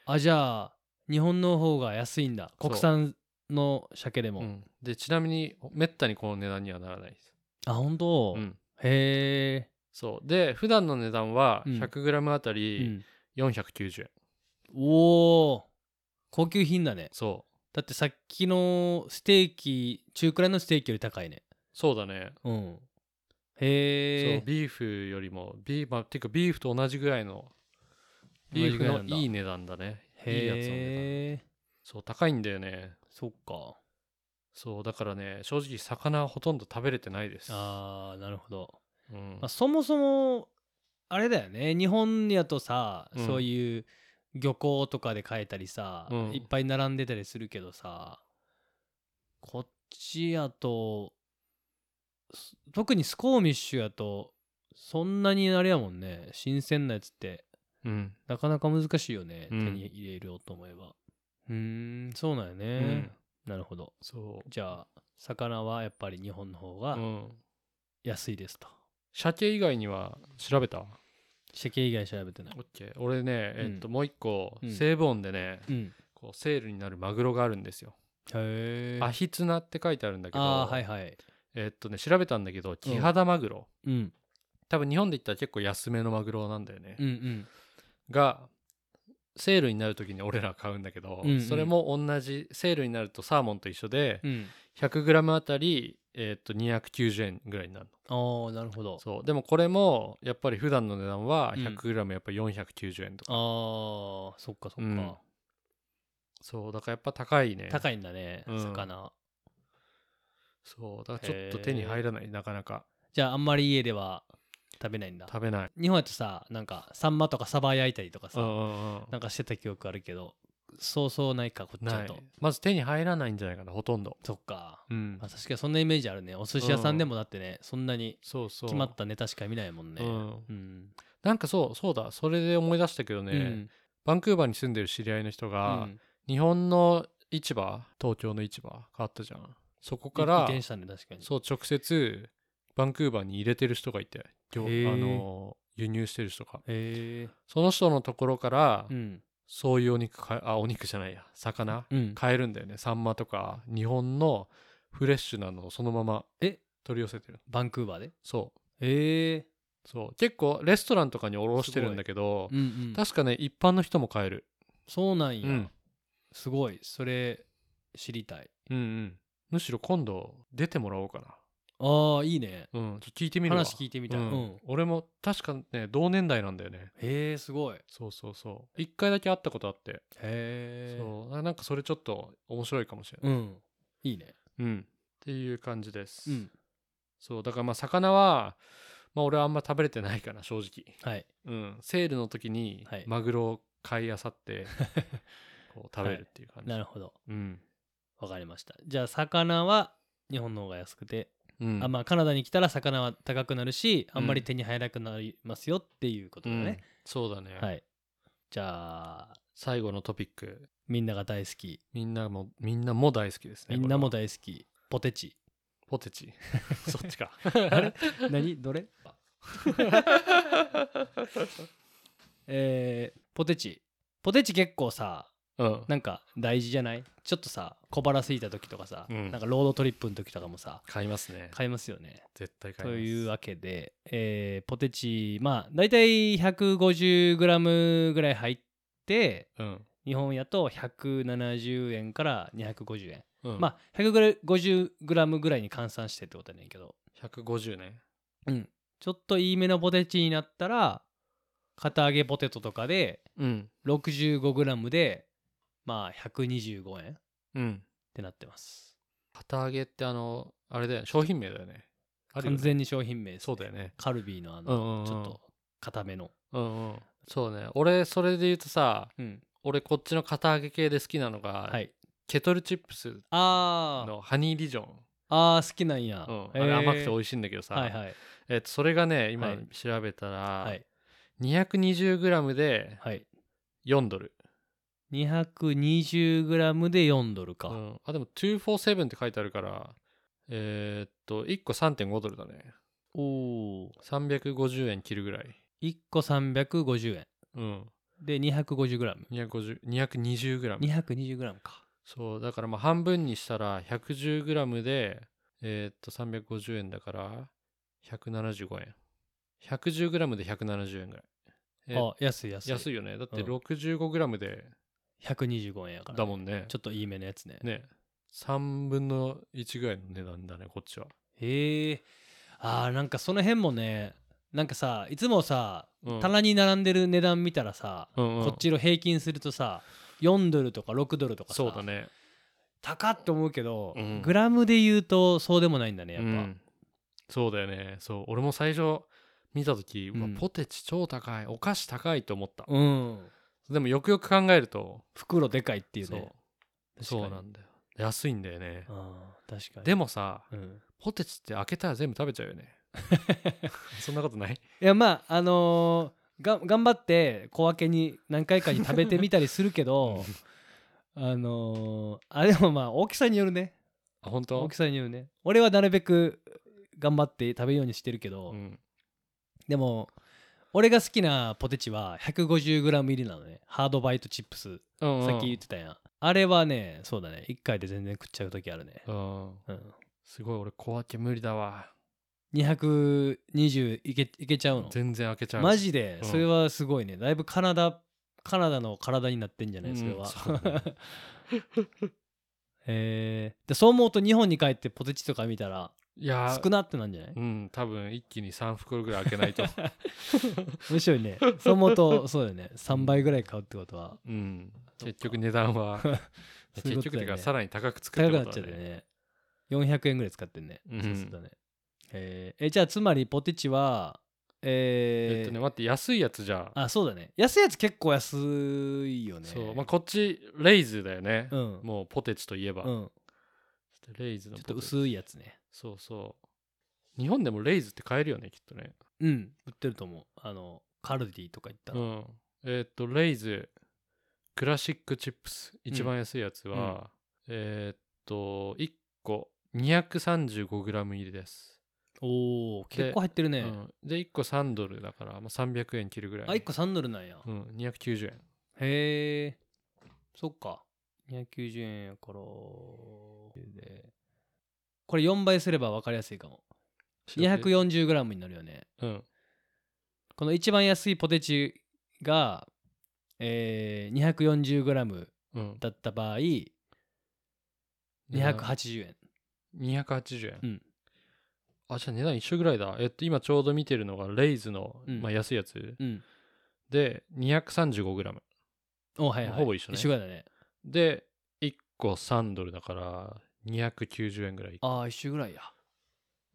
S1: あじゃあ日本の方が安いんだ
S2: そう
S1: 国産の鮭でも、
S2: うん、でちなみにめったにこの値段にはならないです、
S1: あ本当、
S2: うん、
S1: へ
S2: そうで普段の値段は
S1: うん
S2: 100g あた
S1: え、
S2: り490円、
S1: うんおお高級品だね
S2: そう
S1: だってさっきのステーキ中くらいのステーキより高いね
S2: そうだね、
S1: うん
S2: そう
S1: へえ
S2: ビーフよりもビーフ、まあ、てかビーフと同じぐらいの
S1: 同
S2: ビー
S1: じぐ
S2: フ
S1: らいな
S2: の
S1: んだ
S2: いい値段だねいいやつの値段
S1: へえ
S2: そう高いんだよね
S1: そっか
S2: そうだからね正直魚はほとんど食べれてないです
S1: あーなるほど、
S2: うん
S1: まあ、そもそもあれだよね日本やとさ、
S2: うん
S1: そういう漁港とかで買えたりさ、
S2: うん
S1: いっぱい並んでたりするけどさこっちやとす特にスコーミッシュやとそんなにあれやもんね新鮮なやつって
S2: うん
S1: なかなか難しいよね、
S2: うん
S1: 手に入れようと思えばうーんそうなんや
S2: う
S1: ね
S2: ん、
S1: なるほど
S2: そ
S1: じゃあ魚はやっぱり日本の方
S2: う、う
S1: が
S2: ん、
S1: 安いですと、
S2: 鮭以外には調べた
S1: 鮭以外調べてない
S2: オッケー俺ね、えっともう一個、
S1: うん
S2: セーブオンでね
S1: うん
S2: こうセールになるマグロがあるんですよ。
S1: へえ
S2: アヒツナって書いてあるんだけど、
S1: あーはいはい
S2: えっとね調べたんだけどキハダマグロ、
S1: うん
S2: 多分日本で言ったら結構安めのマグロなんだよね、
S1: うん
S2: がセールになる時に俺ら買うんだけど、
S1: うんうん
S2: それも同じセールになるとサーモンと一緒で
S1: うんうん
S2: 100g あたり、えっと290円ぐらいになる
S1: ああなるほど
S2: のそうでもこれもやっぱり普段の値段は
S1: うん
S2: 100g やっぱ490円とか、
S1: あーそっかそっか、
S2: うんそうだからやっぱ高いね
S1: 高いんだね、
S2: うん
S1: 魚
S2: そうだからちょっと手に入らないなかなか
S1: じゃああんまり家では食べないんだ
S2: 食べない
S1: 日本やとさなんかサンマとかサバ焼いたりとかさ、
S2: うんうんうん
S1: なんかしてた記憶あるけどそうそうないかこっち
S2: な
S1: だ
S2: い
S1: と
S2: まず手に入らないんじゃないかなほとんど
S1: そっか、
S2: うん
S1: まあ、確かにそんなイメージあるねお寿司屋さんでもだってね、そんなに
S2: そうそう
S1: 決まったネタしか見ないもんね
S2: うん
S1: うん、
S2: なんかそうそうだそれで思い出したけどね、
S1: うん
S2: バンクーバーに住んでる知り合いの人が、
S1: うん
S2: 日本の市場東京の市場変わったじゃんそこか
S1: 移
S2: ら
S1: 転したね確かに
S2: そう直接バンクーバーに入れてる人がいてぎょ
S1: へー
S2: あの輸入してる人が
S1: へえ
S2: その人のところから、
S1: うん
S2: そういうお肉かあお肉じゃないや魚、
S1: うん
S2: 買えるんだよねサンマとか日本のフレッシュなのをそのまま
S1: え
S2: 取り寄せてる
S1: バンクーバーで
S2: そう
S1: へえ
S2: そう結構レストランとかに卸してるんだけど、
S1: うんうん
S2: 確かね一般の人も買える
S1: そうなんや、
S2: うん
S1: すごいそれ知りたい
S2: うんうんむしろ今度出てもらおうか
S1: ああいいね
S2: なうんちょっと聞いてみるわ
S1: 話聞いてみた
S2: う
S1: い、
S2: ん
S1: うん
S2: 俺も確かね同年代なんだよね
S1: へえすごいへ
S2: そうそうそう一回だけ会ったことあって、
S1: え
S2: そうななんかそれちょっと面白いかもしれない、
S1: うんいいね
S2: うんっていう感じです、
S1: うん
S2: そうだからまあ魚はまあ俺はあんま食べれてないかな正直
S1: はい
S2: うんセールの時に
S1: はい
S2: マグロを買いあさ って、こう食べるっていう感じ、
S1: なるほど
S2: うん
S1: わかりましたじゃあ魚は日本の方が安くて、
S2: うん
S1: あまあカナダに来たら魚は高くなるし
S2: う
S1: あ
S2: ん
S1: んまり手に入らなくなりますよっていうこと
S2: う
S1: だ
S2: ん
S1: ね、
S2: そうだね、
S1: はいじゃあ
S2: 最後のトピック
S1: みんなが大好き
S2: みんなも、みんなも大好きですね。
S1: みんなも
S2: これは
S1: 大好きポテチ
S2: ポテチ。 そっちか。
S1: あれ何どれ えーポテチポテチ結構さ
S2: うん。
S1: なんか大事じゃないちょっとさ小腹空いた時とかさ、
S2: うん
S1: なんかロードトリップの時とかもさ
S2: 買いますね。
S1: 買いますよね
S2: 絶対買い
S1: と
S2: ます。
S1: いうわけで、えーポテチまあ大体 150g ぐらい入って
S2: うん。
S1: 日本やと170円から250円、
S2: うん、
S1: まあ 150g ぐらいに換算してってことやねんけど
S2: あ、150ね。
S1: うん、ちょっといいめのポテチになったら片揚げポテトとかで
S2: うん。
S1: 65g でまあ125円っ
S2: うん。
S1: てなってます
S2: 旗揚げって、あの、あれだよね。商品名だよね。あるよ
S1: 完
S2: ね
S1: 全に商品名です、
S2: そうだよね。
S1: カルビーのあ
S2: うんうんう
S1: の
S2: ん
S1: ちょっと固めの、
S2: うんうん。そうね。俺、それで言うとさ、
S1: うん、
S2: お俺こっちの堅揚げ系で好きなのが、
S1: はい
S2: ケトルチップス
S1: あー
S2: のハニーリジョン、
S1: あー好きなんや、
S2: うん
S1: へー
S2: あれ甘くて美味しいんだけどさ、
S1: はいはい
S2: えっとそれがね今
S1: はい
S2: 調べたら、
S1: はい
S2: 220グラムで
S1: はい
S2: 4ドル、
S1: 220g で4ドルか、
S2: うんあでも247って書いてあるからえーっと1個3.5ドルだね
S1: おお
S2: 350円切るぐらい
S1: 1個350円
S2: うん
S1: で 250g220g
S2: 250 220グラム
S1: か
S2: そうだからまあ半分にしたら 110g でえーっと350円だから175円 110g で170円ぐらいえ
S1: あ安い安い
S2: 安いよねだって
S1: うん
S2: 65g で
S1: 125円やから
S2: だもんね
S1: ちょっといいめのやつね
S2: ね3分の1ぐらいの値段だねこっちは
S1: へえあーなんかその辺もねなんかさいつもさ
S2: うん
S1: 棚に並んでる値段見たらさ、
S2: うんうん
S1: こっちの平均するとさ4ドルとか6ドルとかさ
S2: そうだね
S1: 高って思うけど、
S2: うん
S1: グラムで言うとそうでもないんだねやっぱ、
S2: うんそうだよねそう俺も最初見た時、うわ
S1: うん
S2: ポテチ超高いお菓子高いと思った、
S1: うん、
S2: でもよくよく考えると
S1: 袋でかいっていう
S2: そ
S1: ね
S2: うそうなんだよ安いんだよね、
S1: あ確かに
S2: でもさ
S1: うん、
S2: ポテチって開けたら全部食べちゃうよ ねそんなことない
S1: いやまああのーが頑張って小分けに何回かに食べてみたりするけ どあのーあでもまあ大きさによるね
S2: あ本当
S1: 大きさによるね俺はなるべく頑張って食べるようにしてるけど、
S2: うん、
S1: でも俺が好きなポテチは 150g 入りなのねハードバイトチップス
S2: うんうん
S1: さっき言ってたやんあれはねそうだね1回で全然食っちゃう時あるね、
S2: うん
S1: うん、
S2: すごい俺小分け無理だわ
S1: 220いけいけちゃうの
S2: 全然開けちゃう
S1: マジで
S2: うん
S1: それはすごいね、だいぶカナダカナダの体になってんじゃない
S2: うん
S1: それは、
S2: そう ね
S1: えーでそう思うと日本に帰ってポテチとか見たら
S2: いやー
S1: 少なってなんじゃない
S2: うん多分一気に3袋ぐらい開 けないと
S1: むしろ ねそう思うとそうだよね3倍ぐらい買うってことは
S2: うん結局値段 は
S1: そうい
S2: 結
S1: うこ
S2: 局っ
S1: と
S2: てい
S1: だ
S2: う
S1: よ
S2: か
S1: ね
S2: さらに高く作っ
S1: 高く
S2: てこ
S1: なっ
S2: と
S1: ちゃ
S2: だ
S1: って
S2: ね
S1: ね400円ぐらい使ってんね、
S2: うん
S1: そうするとねえーえじゃあつまりポテチは
S2: え
S1: えー
S2: っとね待って安いやつじゃ
S1: あそうだね安いやつ結構安いよね
S2: そうまあこっちレイズだよね
S1: うん、うん、
S2: もうポテチといえば
S1: ちょ
S2: レイズの
S1: っ
S2: ポ
S1: と
S2: テチ
S1: 薄いやつね
S2: そうそう日本でもレイズって買えるよねきっとね
S1: うん売ってると思うあのカルディとか行った
S2: う
S1: ら、
S2: んえっとレイズクラシックチップス一番安いやつ
S1: うん
S2: はえっと1個 235g 入りです
S1: おお
S2: で
S1: 結構入ってるね、
S2: うんで1個3ドルだからまあ300円切るぐらい
S1: あ1個3ドルなんや、
S2: うん290円
S1: へえそっか290円やからでこれ4倍すれば分かりやすいかも 240g になるよね
S2: うん
S1: この一番安いポテチが、えー、240g
S2: うん
S1: だった場合280円
S2: 280円、
S1: うん
S2: あじゃあ値段一緒ぐらいだえっと今ちょうど見てるのがレイズの、
S1: うん
S2: まあ、安いやつ
S1: うん
S2: で 235g
S1: おはいはい
S2: ほぼ一緒ね
S1: 一緒ぐらいだね
S2: で1個3ドルだから290円ぐらい、
S1: ああ一緒ぐらいや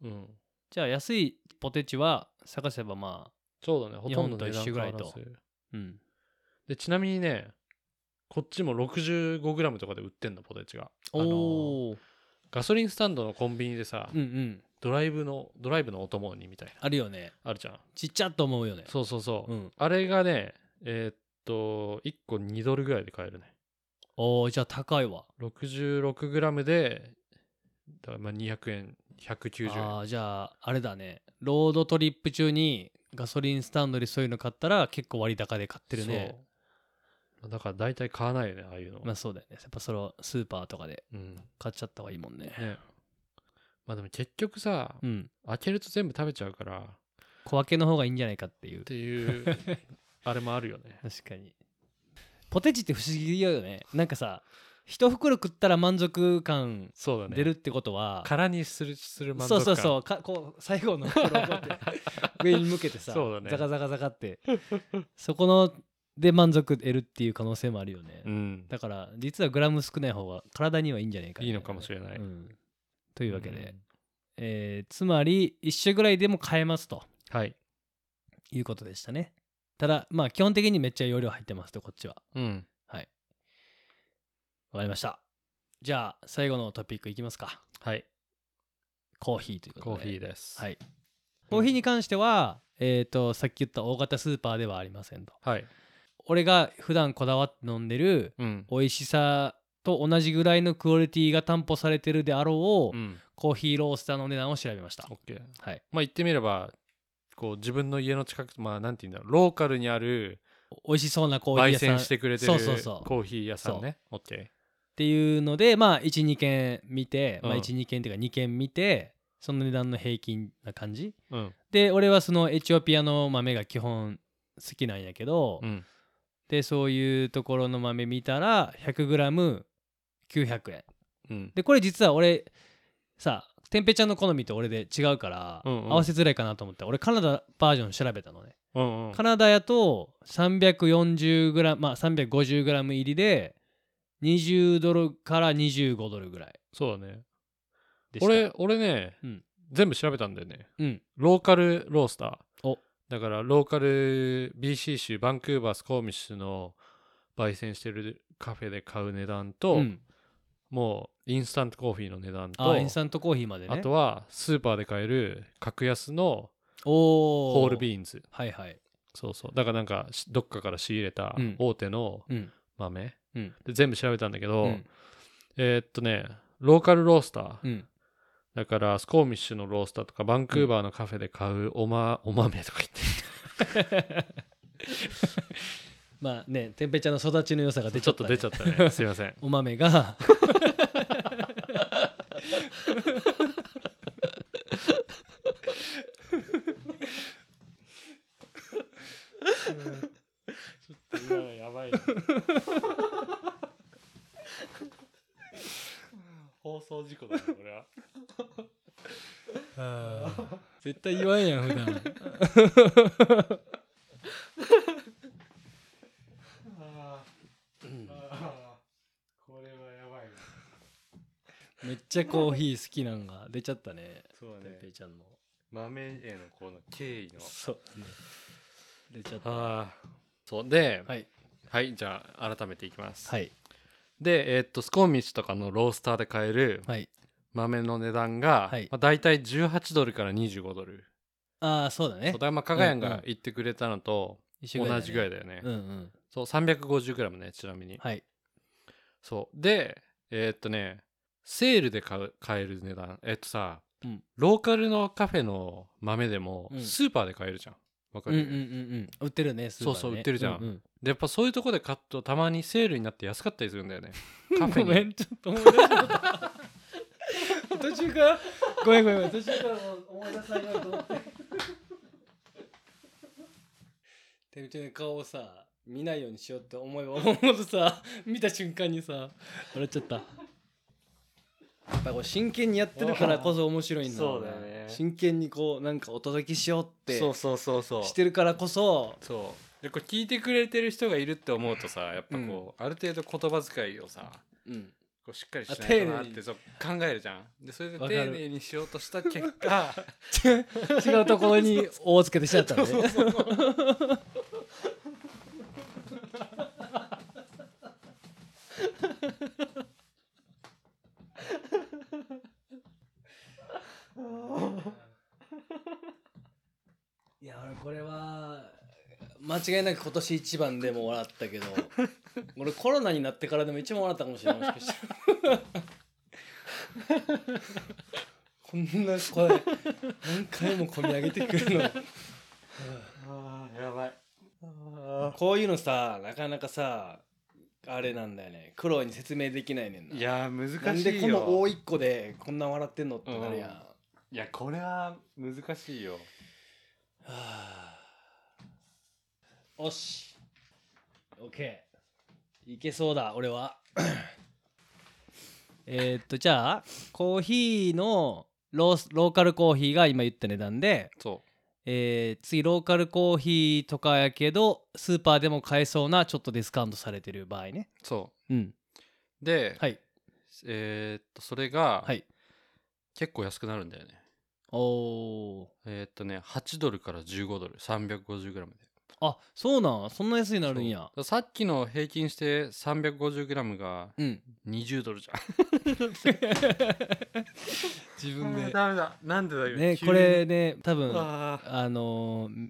S2: うん、
S1: じゃあ安いポテチは探せばまあ
S2: そうだねほとんど値段
S1: 日本と一緒ぐらい
S2: 変わ
S1: と
S2: らず
S1: うん
S2: でちなみにねこっちも 65g とかで売ってんのポテチがあの
S1: おー
S2: ガソリンスタンドのコンビニでさ、
S1: うんうん
S2: ドライブのドライブのお供にみたいな
S1: あるよね
S2: あるじゃん
S1: ちっちゃっと思うよね
S2: そうそうそう、
S1: うん
S2: あれがねえーっと1個2ドルぐらいで買えるね
S1: おーじゃあ高いわ
S2: 66g でだからまあ200円190円
S1: あーじゃああれだねロードトリップ中にガソリンスタンドでそういうの買ったら結構割高で買ってるね
S2: そうだから大体買わないよねああいうの、
S1: まあそうだよねやっぱそれはスーパーとかで
S2: うんね
S1: 買っちゃった方がいいもんね
S2: まあでも結局さ、
S1: うん
S2: 開けると全部食べちゃうからっ
S1: 小分けの方がいいんじゃないかっていう
S2: ていうあれもあるよ ね
S1: 確かにポテチって不思議だよねなんかさ一袋食ったら満足感
S2: そうだね
S1: 出るってことは、
S2: 空にするする満足
S1: そう
S2: 感
S1: そうそうかこう最後の袋をこうやって 上に向けてさ、
S2: そうだね
S1: ザカザカザカってそこので満足得るっていう可能性もあるよね、
S2: うん
S1: だから実はグラム少ない方が体にはいいんじゃないか
S2: いいのかもしれない、
S1: な
S2: う
S1: うんんというわけで、えーつまり一緒ぐらいでも買えますと
S2: はい
S1: いうことでしたねただまあ基本的にめっちゃ容量入ってますとこっちは
S2: うん
S1: はいわかりました。じゃあ、最後のトピックいきますか。
S2: はい。
S1: コーヒーということ
S2: コ
S1: で。
S2: ーヒーです。
S1: はい。コーヒーに関しては、えっ、と、さっき言った大型スーパーではありませんと。
S2: はい。
S1: 俺が普段こだわって飲んでる
S2: うん。
S1: 美味しさと同じぐらいのクオリティが担保されてるであろう、
S2: うん。
S1: コーヒーロースターの値段を調べました。
S2: オッケー。
S1: はい。
S2: まあ言ってみれば、こう自分の家の近く、まあなんて言うんだろう、ローカルにある
S1: お美味しそうなコーヒー
S2: 焙
S1: 屋さん。
S2: 煎してくれてる
S1: そうそうそう
S2: コーヒー屋さんね。オッケ
S1: っていうのでまあ12軒見て、まあ
S2: うん
S1: 12軒っていうか2軒見てその値段の平均な感じ
S2: ー。うん。
S1: で俺はそのエチオピアの豆が基本好きなんやけど、
S2: うん。
S1: でそういうところの豆見たら 100g900 円
S2: うん。
S1: でこれ実は俺さてんぺいちゃんの好みと俺で違うから、
S2: うんうん
S1: 合わせづらいかなと思って俺カナダバージョン調べたのね、
S2: うんうん
S1: カナダやと 340g まあ 350g 入りで20ドルから25ドルぐらい
S2: そうだね。
S1: でした
S2: 俺、俺ね
S1: うん、
S2: 全部調べたんだよね。
S1: うん
S2: ローカルロースター。
S1: お
S2: だからローカル BC 州バンクーバースコーミッシュの焙煎してるカフェで買う値段と、
S1: うん、
S2: もうインスタントコーヒーの値段と
S1: あインスタントコーヒーまでね
S2: あとはスーパーで買える格安の
S1: お
S2: ホール
S1: ー
S2: ビーンズ
S1: はいはい
S2: そうそうだからなんかしどっかから仕入れた
S1: うん
S2: 大手の
S1: うん
S2: 豆、
S1: うん
S2: で全部調べたんだけど、
S1: うん
S2: えーっとねローカルロースター、
S1: うん
S2: だからスコーミッシュのロースターとかバンクーバーのカフェで買うお,、ま、お豆とか言って
S1: まあねてんぺいちゃんの育ちの良さが出ち
S2: ち
S1: ゃ
S2: ょっ
S1: った、
S2: と
S1: ね、
S2: 出ちゃった ねすいません
S1: お豆が
S2: やばい 放送事故だなこれは
S1: 絶対言わんやん普段
S2: これはやばい
S1: めっちゃコーヒー好きなんが出ちゃったね
S2: そう
S1: てんぺいちゃんの
S2: 豆へのこの敬意の
S1: そう出ちゃった
S2: ああそうでは、
S1: はいい
S2: じゃあ改めていきます、
S1: はい
S2: でえーっとスコーミッシュとかのロースターで買える
S1: はい
S2: 豆の値段が、
S1: はい
S2: まあ、大体18ドルから25ドル
S1: ああそうだね
S2: そうだからまあ加賀屋
S1: うんうん
S2: が言ってくれたのと
S1: 一緒
S2: 同
S1: だね
S2: じぐらいだよね、
S1: うんうん
S2: そう 350g ねちなみに、
S1: はい
S2: そうでえーっとねセールで買う買える値段えーっとさ、
S1: うん
S2: ローカルのカフェの豆でも、
S1: うん
S2: スーパーで買えるじゃんわか
S1: うんう
S2: る、
S1: んうんうん売ってるねスーパーでね
S2: そうそう売ってるじゃん
S1: ううん
S2: でやっぱそういうとこで買うとたまにセールになって安かったりするんだよねカフェ
S1: ご
S2: に
S1: めん、ちょっと思い出しなかった。途中から、ごめんごめんごめん、途中からもう思い出さないと思って。てみちゃんの顔をさ、見ないようにしようって思えば思うほどさ、見た瞬間にさ、笑っちゃった。やっぱこう真剣にやってるからこそ面白いんだろ
S2: そうだよね
S1: 真剣にこうなんかお届けしようって
S2: そうそうそうそう
S1: してるからこそ
S2: そうでこれ聞いてくれてる人がいるって思うとさやっぱこう、ある程度言葉遣いをさ
S1: うん
S2: こうしっかりし
S1: あ
S2: ないとなっ
S1: 丁寧
S2: て
S1: に
S2: そう考えるじゃんでそれで
S1: わかる
S2: 丁寧にしようとした 結果
S1: 違うところに大をつけてしちゃったね。いや俺これは間違いなく今年一番でも笑ったけど俺コロナになってからでも一番笑ったかもしれないもしかしたら こんなこれ何回も込み上げてくるの
S2: ああやばい
S1: こういうのさなかなかさあれなんだよね苦労に説明できないねんない
S2: や難しいよ
S1: なんでこの大一個でこんな笑ってんのってなるやん、
S2: うん
S1: はあ
S2: いやこれは難しいよ
S1: おし OK いけそうだ俺 はえーっとじゃあコーヒーのロースローカルコーヒーが今言った値段で
S2: そ
S1: えー次ローカルコーヒーとかやけどスーパーでも買えそうなちょっとディスカウントされてる場合ね
S2: うそ
S1: うん
S2: うで、
S1: はい
S2: えーっとそれが
S1: はい
S2: 結構安くなるんだよね、
S1: おー
S2: えーっとね8ドルから15ドル 350g で
S1: ああそうなんそんな安いなるんや
S2: そうさっきの平均して 350g が
S1: うん
S2: 20ドルじゃん
S1: 自分で
S2: ダメだなんでだよ
S1: ね
S2: 急に
S1: これね多分
S2: あー
S1: あのー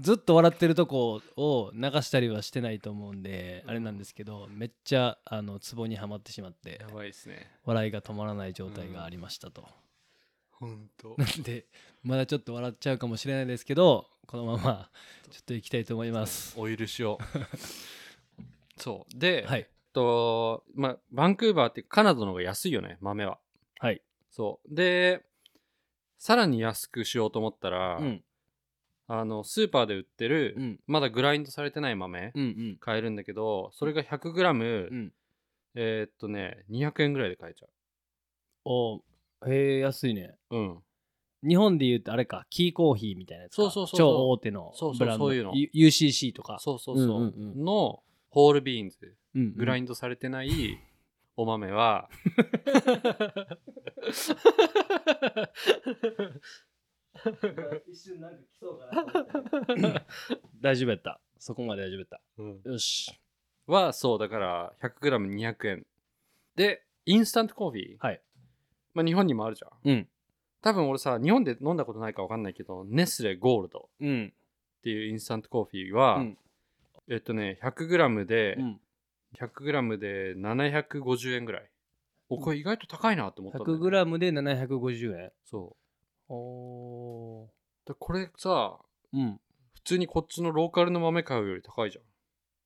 S1: ずっと笑ってるとこを流したりはしてないと思うんであれなんですけどめっちゃあのツボにはまってしまって
S2: やばいですね
S1: 笑いが止まらない状態がありましたと。
S2: ほんと
S1: なんでまだちょっと笑っちゃうかもしれないですけどこのままちょっと行きたいと思います。
S2: お許 しをそうで、
S1: は
S2: えっ
S1: い
S2: とまあ、バンクーバーってカナダの方が安いよね豆は
S1: はい。
S2: そうでさらに安くしようと思ったら、
S1: うん
S2: あのスーパーで売ってる、
S1: うん
S2: まだグラインドされてない豆、
S1: うんうん
S2: 買えるんだけどそれが 100g、
S1: うん。
S2: えーっとね200円ぐらいで買えちゃ
S1: おへえ安いね。
S2: ううん
S1: 日本で言うとあれかキーコーヒーみたいなやつか
S2: そうそうそうそう
S1: 超大手の
S2: そうそう
S1: ブランド
S2: そういうの
S1: U- UCC とか
S2: そうそうそう,、
S1: うんうんう
S2: のホールビーンズ
S1: うんうん
S2: グラインドされてないお豆は、
S1: 一瞬なんか来そうか な大丈夫やったそこまで大丈夫やっ
S2: うん
S1: たよし
S2: はそうだから 100g200 円でインスタントコーヒー、
S1: はい
S2: まあ、日本にもあるじゃん
S1: うん
S2: 多分俺さ日本で飲んだことないか分かんないけどネスレゴールド
S1: うん
S2: っていうインスタントコーヒーは、
S1: うん
S2: えっとね 100g で、
S1: うん、
S2: 100g で750円ぐらいおこれ意外と高いなって思ったんだよね
S1: 100g で750円
S2: そ
S1: おー
S2: うでこれさ
S1: うん
S2: 普通にこっちのローカルの豆買うより高いじゃん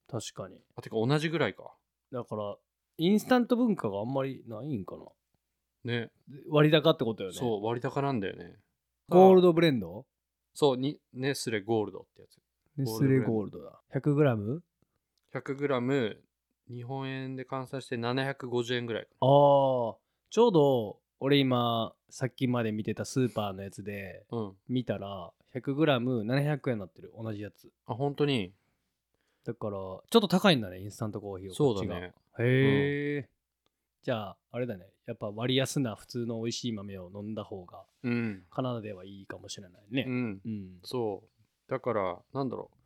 S1: 確かに
S2: あてか同じぐらいか
S1: だからインスタント文化があんまりないんかな
S2: ね
S1: 割高ってことよね
S2: そう割高なんだよね
S1: ゴール
S2: ド
S1: ドブレンド
S2: そうにネスレゴールドってやつ
S1: ネ
S2: ゴー
S1: ス
S2: ルドブレ
S1: レ
S2: ンド
S1: ゴールドだ 100g?
S2: 100g 日本円で換算して750円ぐらいか
S1: ああちょうど俺今さっきまで見てたスーパーのやつで
S2: なうん
S1: 見たら 100g700 円になってる同じやつ
S2: あ本当に
S1: だからちょっと高いんだねインスタントコーヒーは
S2: そうだ
S1: こっちが
S2: ね
S1: へえ、じゃああれだねやっぱ割安な普通の美味しい豆を飲んだ方が
S2: うん
S1: カナダではいいかもしれないね
S2: うん
S1: うん、
S2: そうだからなんだろう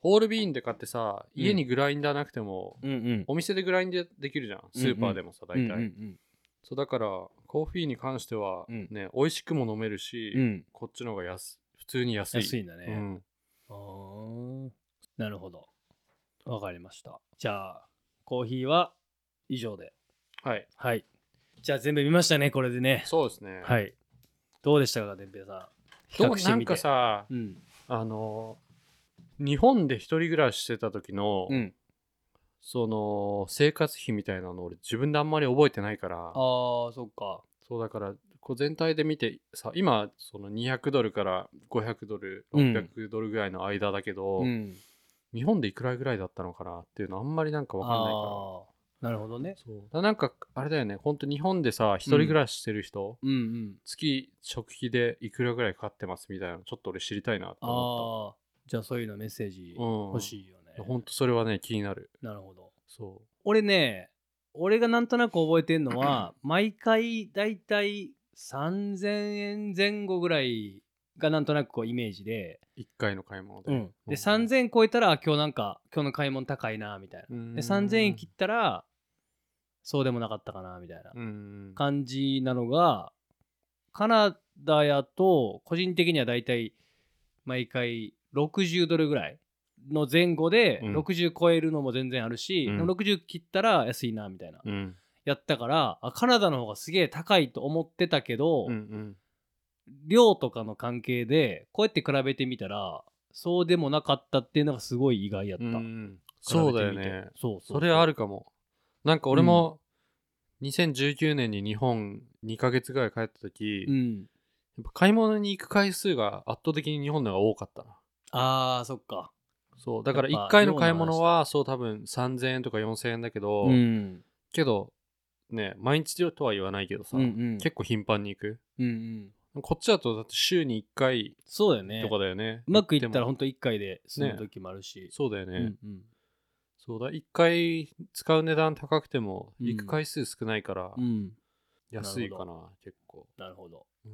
S2: ホールビーンで買ってさ
S1: うん
S2: 家にグラインダーなくても、
S1: うんうん
S2: お店でグラインダーできるじゃんスーパーでもさ、大体、
S1: うんうん
S2: そうだからコーヒーに関しては
S1: うん
S2: ね、美味しくも飲めるし、
S1: うんうん
S2: こっちの方が安普通に安い
S1: 安いんだね、
S2: うん、
S1: あーなるほどわかりましたじゃあコーヒーは以上で
S2: はい
S1: はいじゃあ全部見ましたねこれでね
S2: そうですね
S1: はいどうでしたか伝平さん比
S2: どう
S1: 較して
S2: なん
S1: みて
S2: かさ
S1: うん
S2: あの日本で一人暮らししてた時の、
S1: うん
S2: その生活費みたいなの俺自分であんまり覚えてないから
S1: あーそっか
S2: そうだからこう全体で見てさ今その200ドルから500ドル
S1: うん
S2: 600ドルぐらいの間だけど、
S1: ん
S2: 日本でいくらぐらいだったのかなっていうのあんまりなんかわかんないから
S1: あーなるほどね
S2: そうだからなんかあれだよねほんと日本でさ一人暮らししてる人、
S1: うんうん
S2: 月食費でいくらぐらいかかってますみたいなのちょっと俺知りたいなと思っ
S1: ああじゃあそういうのメッセージ
S2: たうん
S1: 欲しいよね、
S2: ほんとそれはね気になる
S1: なるほど
S2: そ
S1: 俺ね俺がなんとなく覚えてんのは毎回だいたい3000円前後ぐらいがなんとなくこうイメージで、
S2: う1回の買い物で、
S1: で3000超えたらあ今日なんか今日の買い物高いなみたいなで3000円切ったらそうでもなかったかなみたいな
S2: うん
S1: 感じなのがカナダやと個人的にはだいたい毎回60ドルぐらいの前後で
S2: うん
S1: 60超えるのも全然あるし、
S2: うん
S1: でも60切ったら安いなみたいな、
S2: うん
S1: やったからあカナダの方がすげえ高いと思ってたけど、
S2: うんうん
S1: 量とかの関係でこうやって比べてみたらそうでもなかったっていうのがすごい意外やった、
S2: うん
S1: 比べてみて
S2: そうだよね
S1: そうう
S2: それあるかもなんか俺も2019年に日本2ヶ月ぐらい帰った時、
S1: うん
S2: やっぱ買い物に行く回数が圧倒的に日本の方が多かったな
S1: あーそっか
S2: そうだから
S1: やっぱ
S2: 1回の買い物はそう多分3000円とか4000円だけど、
S1: うん
S2: けどね毎日とは言わないけどさ、
S1: うんうん
S2: 結構頻繁に行く
S1: うんうん
S2: こっちだとだって週に1回
S1: そうだよね
S2: とかだよね
S1: うまくいったら
S2: 行
S1: 本当一1回で済む
S2: ね
S1: 時もあるし、
S2: てもそうだよね、
S1: うんうん
S2: そうだ1回使う値段高くても
S1: うん
S2: 行く回数少ないから
S1: うん
S2: 安いかな、
S1: な
S2: 結構、
S1: なるほど、
S2: うん、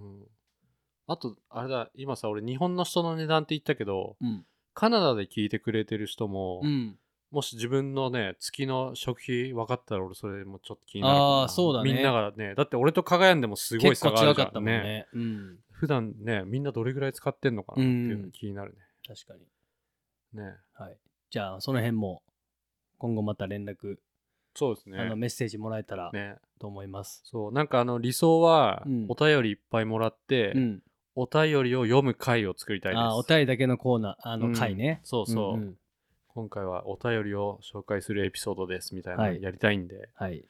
S2: あとあれだ今さ俺日本の人の値段って言ったけど
S1: うん、
S2: カナダで聞いてくれてる人も、
S1: うん。
S2: もし自分のね、月の食費分かったら俺それもちょっと気になるかな
S1: あーそうだね
S2: みんながね、だって俺と輝んでもすごい
S1: 結
S2: 差
S1: 構
S2: がある
S1: 違
S2: じゃ
S1: か
S2: ん
S1: ったもんね。うん。
S2: 普段ね、みんなどれぐらい使ってんのかなっていう
S1: う
S2: の
S1: ん
S2: 気になる
S1: 確かに。
S2: ね。ね。
S1: はい。じゃあ、その辺も、今後また連絡、
S2: そうです
S1: あの
S2: ね。
S1: メッセージもらえたら
S2: ね。
S1: と思います。
S2: そう、なんかあの理想は
S1: うん、
S2: お便りいっぱいもらって、
S1: うん。
S2: お便りを読む回を作りたいです。
S1: ああ、お便りだけのコーナー、あ
S2: う
S1: の
S2: ん
S1: 回ね。
S2: そうそう。
S1: んん
S2: 今回はお便りを紹介するエピソードですみたいな
S1: は
S2: の
S1: い
S2: やりたいんで、
S1: はい。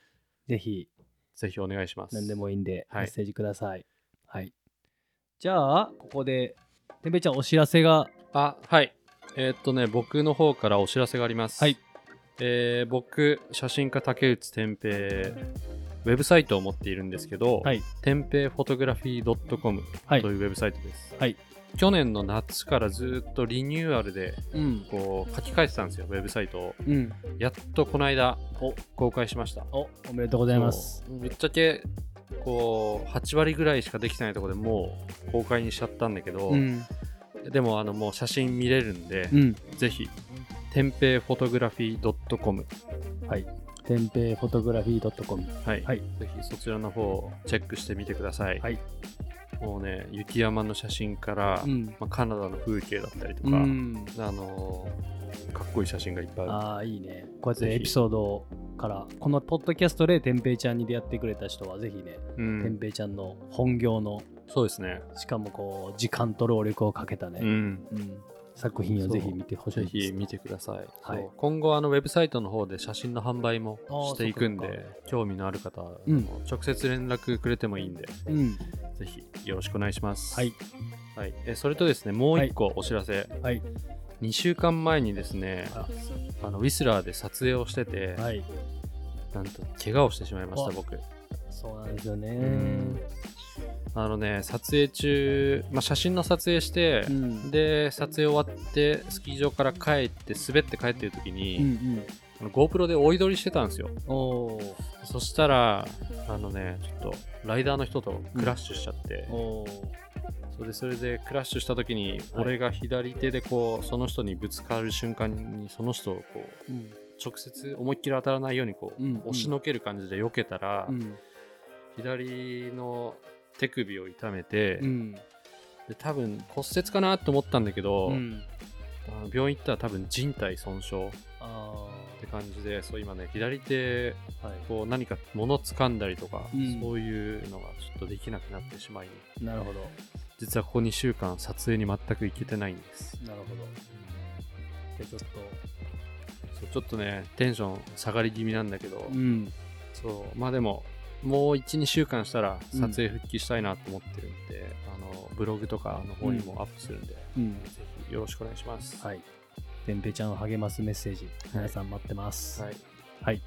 S1: ぜひ、
S2: ぜひお願いします。
S1: 何でもいいんで、メ
S2: はい
S1: ッセージください。はい。じゃあ、ここで、てんべいちゃん、お知らせが、
S2: あ、はい。えーっとね、僕の方からお知らせがあります。
S1: はい。
S2: えー僕、写真家竹内天平、ウェブサイトを持っているんですけど、
S1: はい。
S2: 天平フォトグラフィー .com
S1: はい
S2: というウェブサイトです。
S1: はい
S2: 去年の夏からずっとリニューアルで、
S1: うん。
S2: こう、書き換えてたんですよ、ウェブサイトを。
S1: うん。
S2: やっとこの間、公開しました。
S1: お、おめでとうございます。
S2: そうぶっちゃけこう8割ぐらいしかできてないところでもう公開にしちゃったんだけど、
S1: ん。
S2: でもあのもう写真見れるんで、
S1: うん。
S2: ぜひ天平フォトグラフィー .com
S1: てんぺいフォトグラフィー .com。
S2: はい、
S1: はい
S2: ぜひそちらの方をチェックしてみてください、
S1: はい
S2: もうね雪山の写真から、
S1: うん。
S2: まあ、カナダの風景だったりとか、
S1: うん。
S2: あのーかっこいい写真がいっぱいある
S1: ああ、いいね。こうやって
S2: ぜひ
S1: エピソードから、このポッドキャストで天平ちゃんに出会ってくれた人は、ぜひね、
S2: う
S1: 天
S2: ん、
S1: 平ちゃんの本業の、
S2: そうですね、
S1: しかもこう、時間と労力をかけた
S2: う
S1: ね、
S2: ん、
S1: うん作品をぜひ見てほし
S2: ぜ
S1: いです。
S2: ひ見てください。
S1: はい
S2: そう今後あのウェブサイトの方で写真の販売も
S1: あー
S2: していくん
S1: そっか
S2: で、興味のある方、
S1: うん
S2: 直接連絡くれてもいいんで、
S1: うん。
S2: ぜひよろしくお願いします。
S1: はい。
S2: はい。えそれとですね、もう一個お知らせ。
S1: はい。
S2: 2週間前にですね、
S1: あ
S2: あのウィスラーで撮影をしてて、
S1: はい。
S2: なんと怪我をしてしまいました
S1: あ
S2: 僕。
S1: そうなんですよね。
S2: んあのね、撮影中、まあ、写真の撮影して
S1: う、ん。
S2: で撮影終わってスキー場から帰って滑って帰ってる時
S1: うんう
S2: に、
S1: ん。
S2: あの GoPro で追い撮りしてたんですよ。
S1: おー
S2: そしたら、あのね、ちょっと、ライダーの人とクラッシュしちゃって、
S1: おー
S2: それで、それでクラッシュした時に、
S1: はい
S2: 俺が左手でこう、その人にぶつかる瞬間に、その人をこう、
S1: うん
S2: 直接思いっきり当たらないようにこう、
S1: うん
S2: 押しのける感じで避けたら、
S1: うん。
S2: 左の手首を痛めて、
S1: うん。
S2: で多分骨折かなと思ったんだけど、
S1: うん。
S2: あの病院行ったら多分人体損傷っ
S1: あ
S2: て感じで、そう今ね、左手、
S1: あ。は
S2: こう何か物掴んだりとか、
S1: うん
S2: そういうのがちょっとできなくなってしまい、
S1: い。なるほど。
S2: 実はここ2週間撮影に全く行けてないんです
S1: なるほど。じゃあちょっ
S2: そうちょっとねテンション下がり気味なんだけど、
S1: と。うん。
S2: そうまあでももう12週間したら
S1: うん
S2: 撮影復帰したいなと思ってるんで、あのブログとかの方にもアップするんで、
S1: うん。
S2: ぜひよろしくお願いします
S1: はい。てんぺいちゃんを励ますメッセージ、皆さん待ってます。
S2: はい、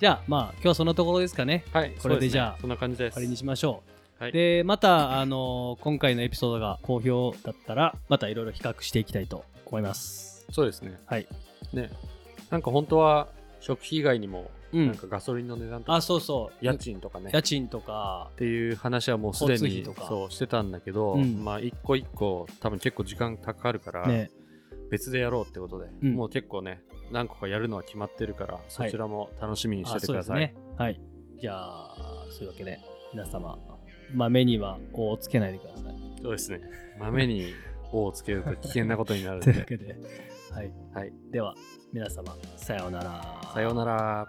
S1: じゃあ、まあ、今日はそのところですかね。
S2: はい
S1: これで
S2: そうすね
S1: じゃあ
S2: そんな感じです
S1: 終わりにしましょ
S2: は
S1: う。
S2: い、
S1: で、また、あのー今回のエピソードが好評だったら、またいろいろ比較していきたいと思います。
S2: そうですね
S1: はい。
S2: ねなんか本当は食費以外にも、
S1: うん
S2: なんかガソリンの値段とか
S1: あ、そうそう。
S2: 家賃とかね
S1: 家賃とか
S2: っ、ていう話はもうすで
S1: 交
S2: に
S1: 通費とか
S2: そうしてたんだけど、
S1: うん
S2: まあ一個一個多分結構時間かかるから、
S1: ね。
S2: 別でやろうってことで、
S1: うん
S2: もう結構ね何個かやるのは決まってるからそちらも楽しみにして
S1: あ
S2: て
S1: そ
S2: く
S1: う
S2: だ
S1: です
S2: さい、
S1: ね。はい。じゃあ、そういうわけで、皆様、まあ、目にはこうつけないでください。
S2: そうですね豆に「を」をつけると危険なことになる ん
S1: というわ
S2: で
S1: けで、はい。
S2: はい
S1: では、皆様、さようなら。
S2: さようなら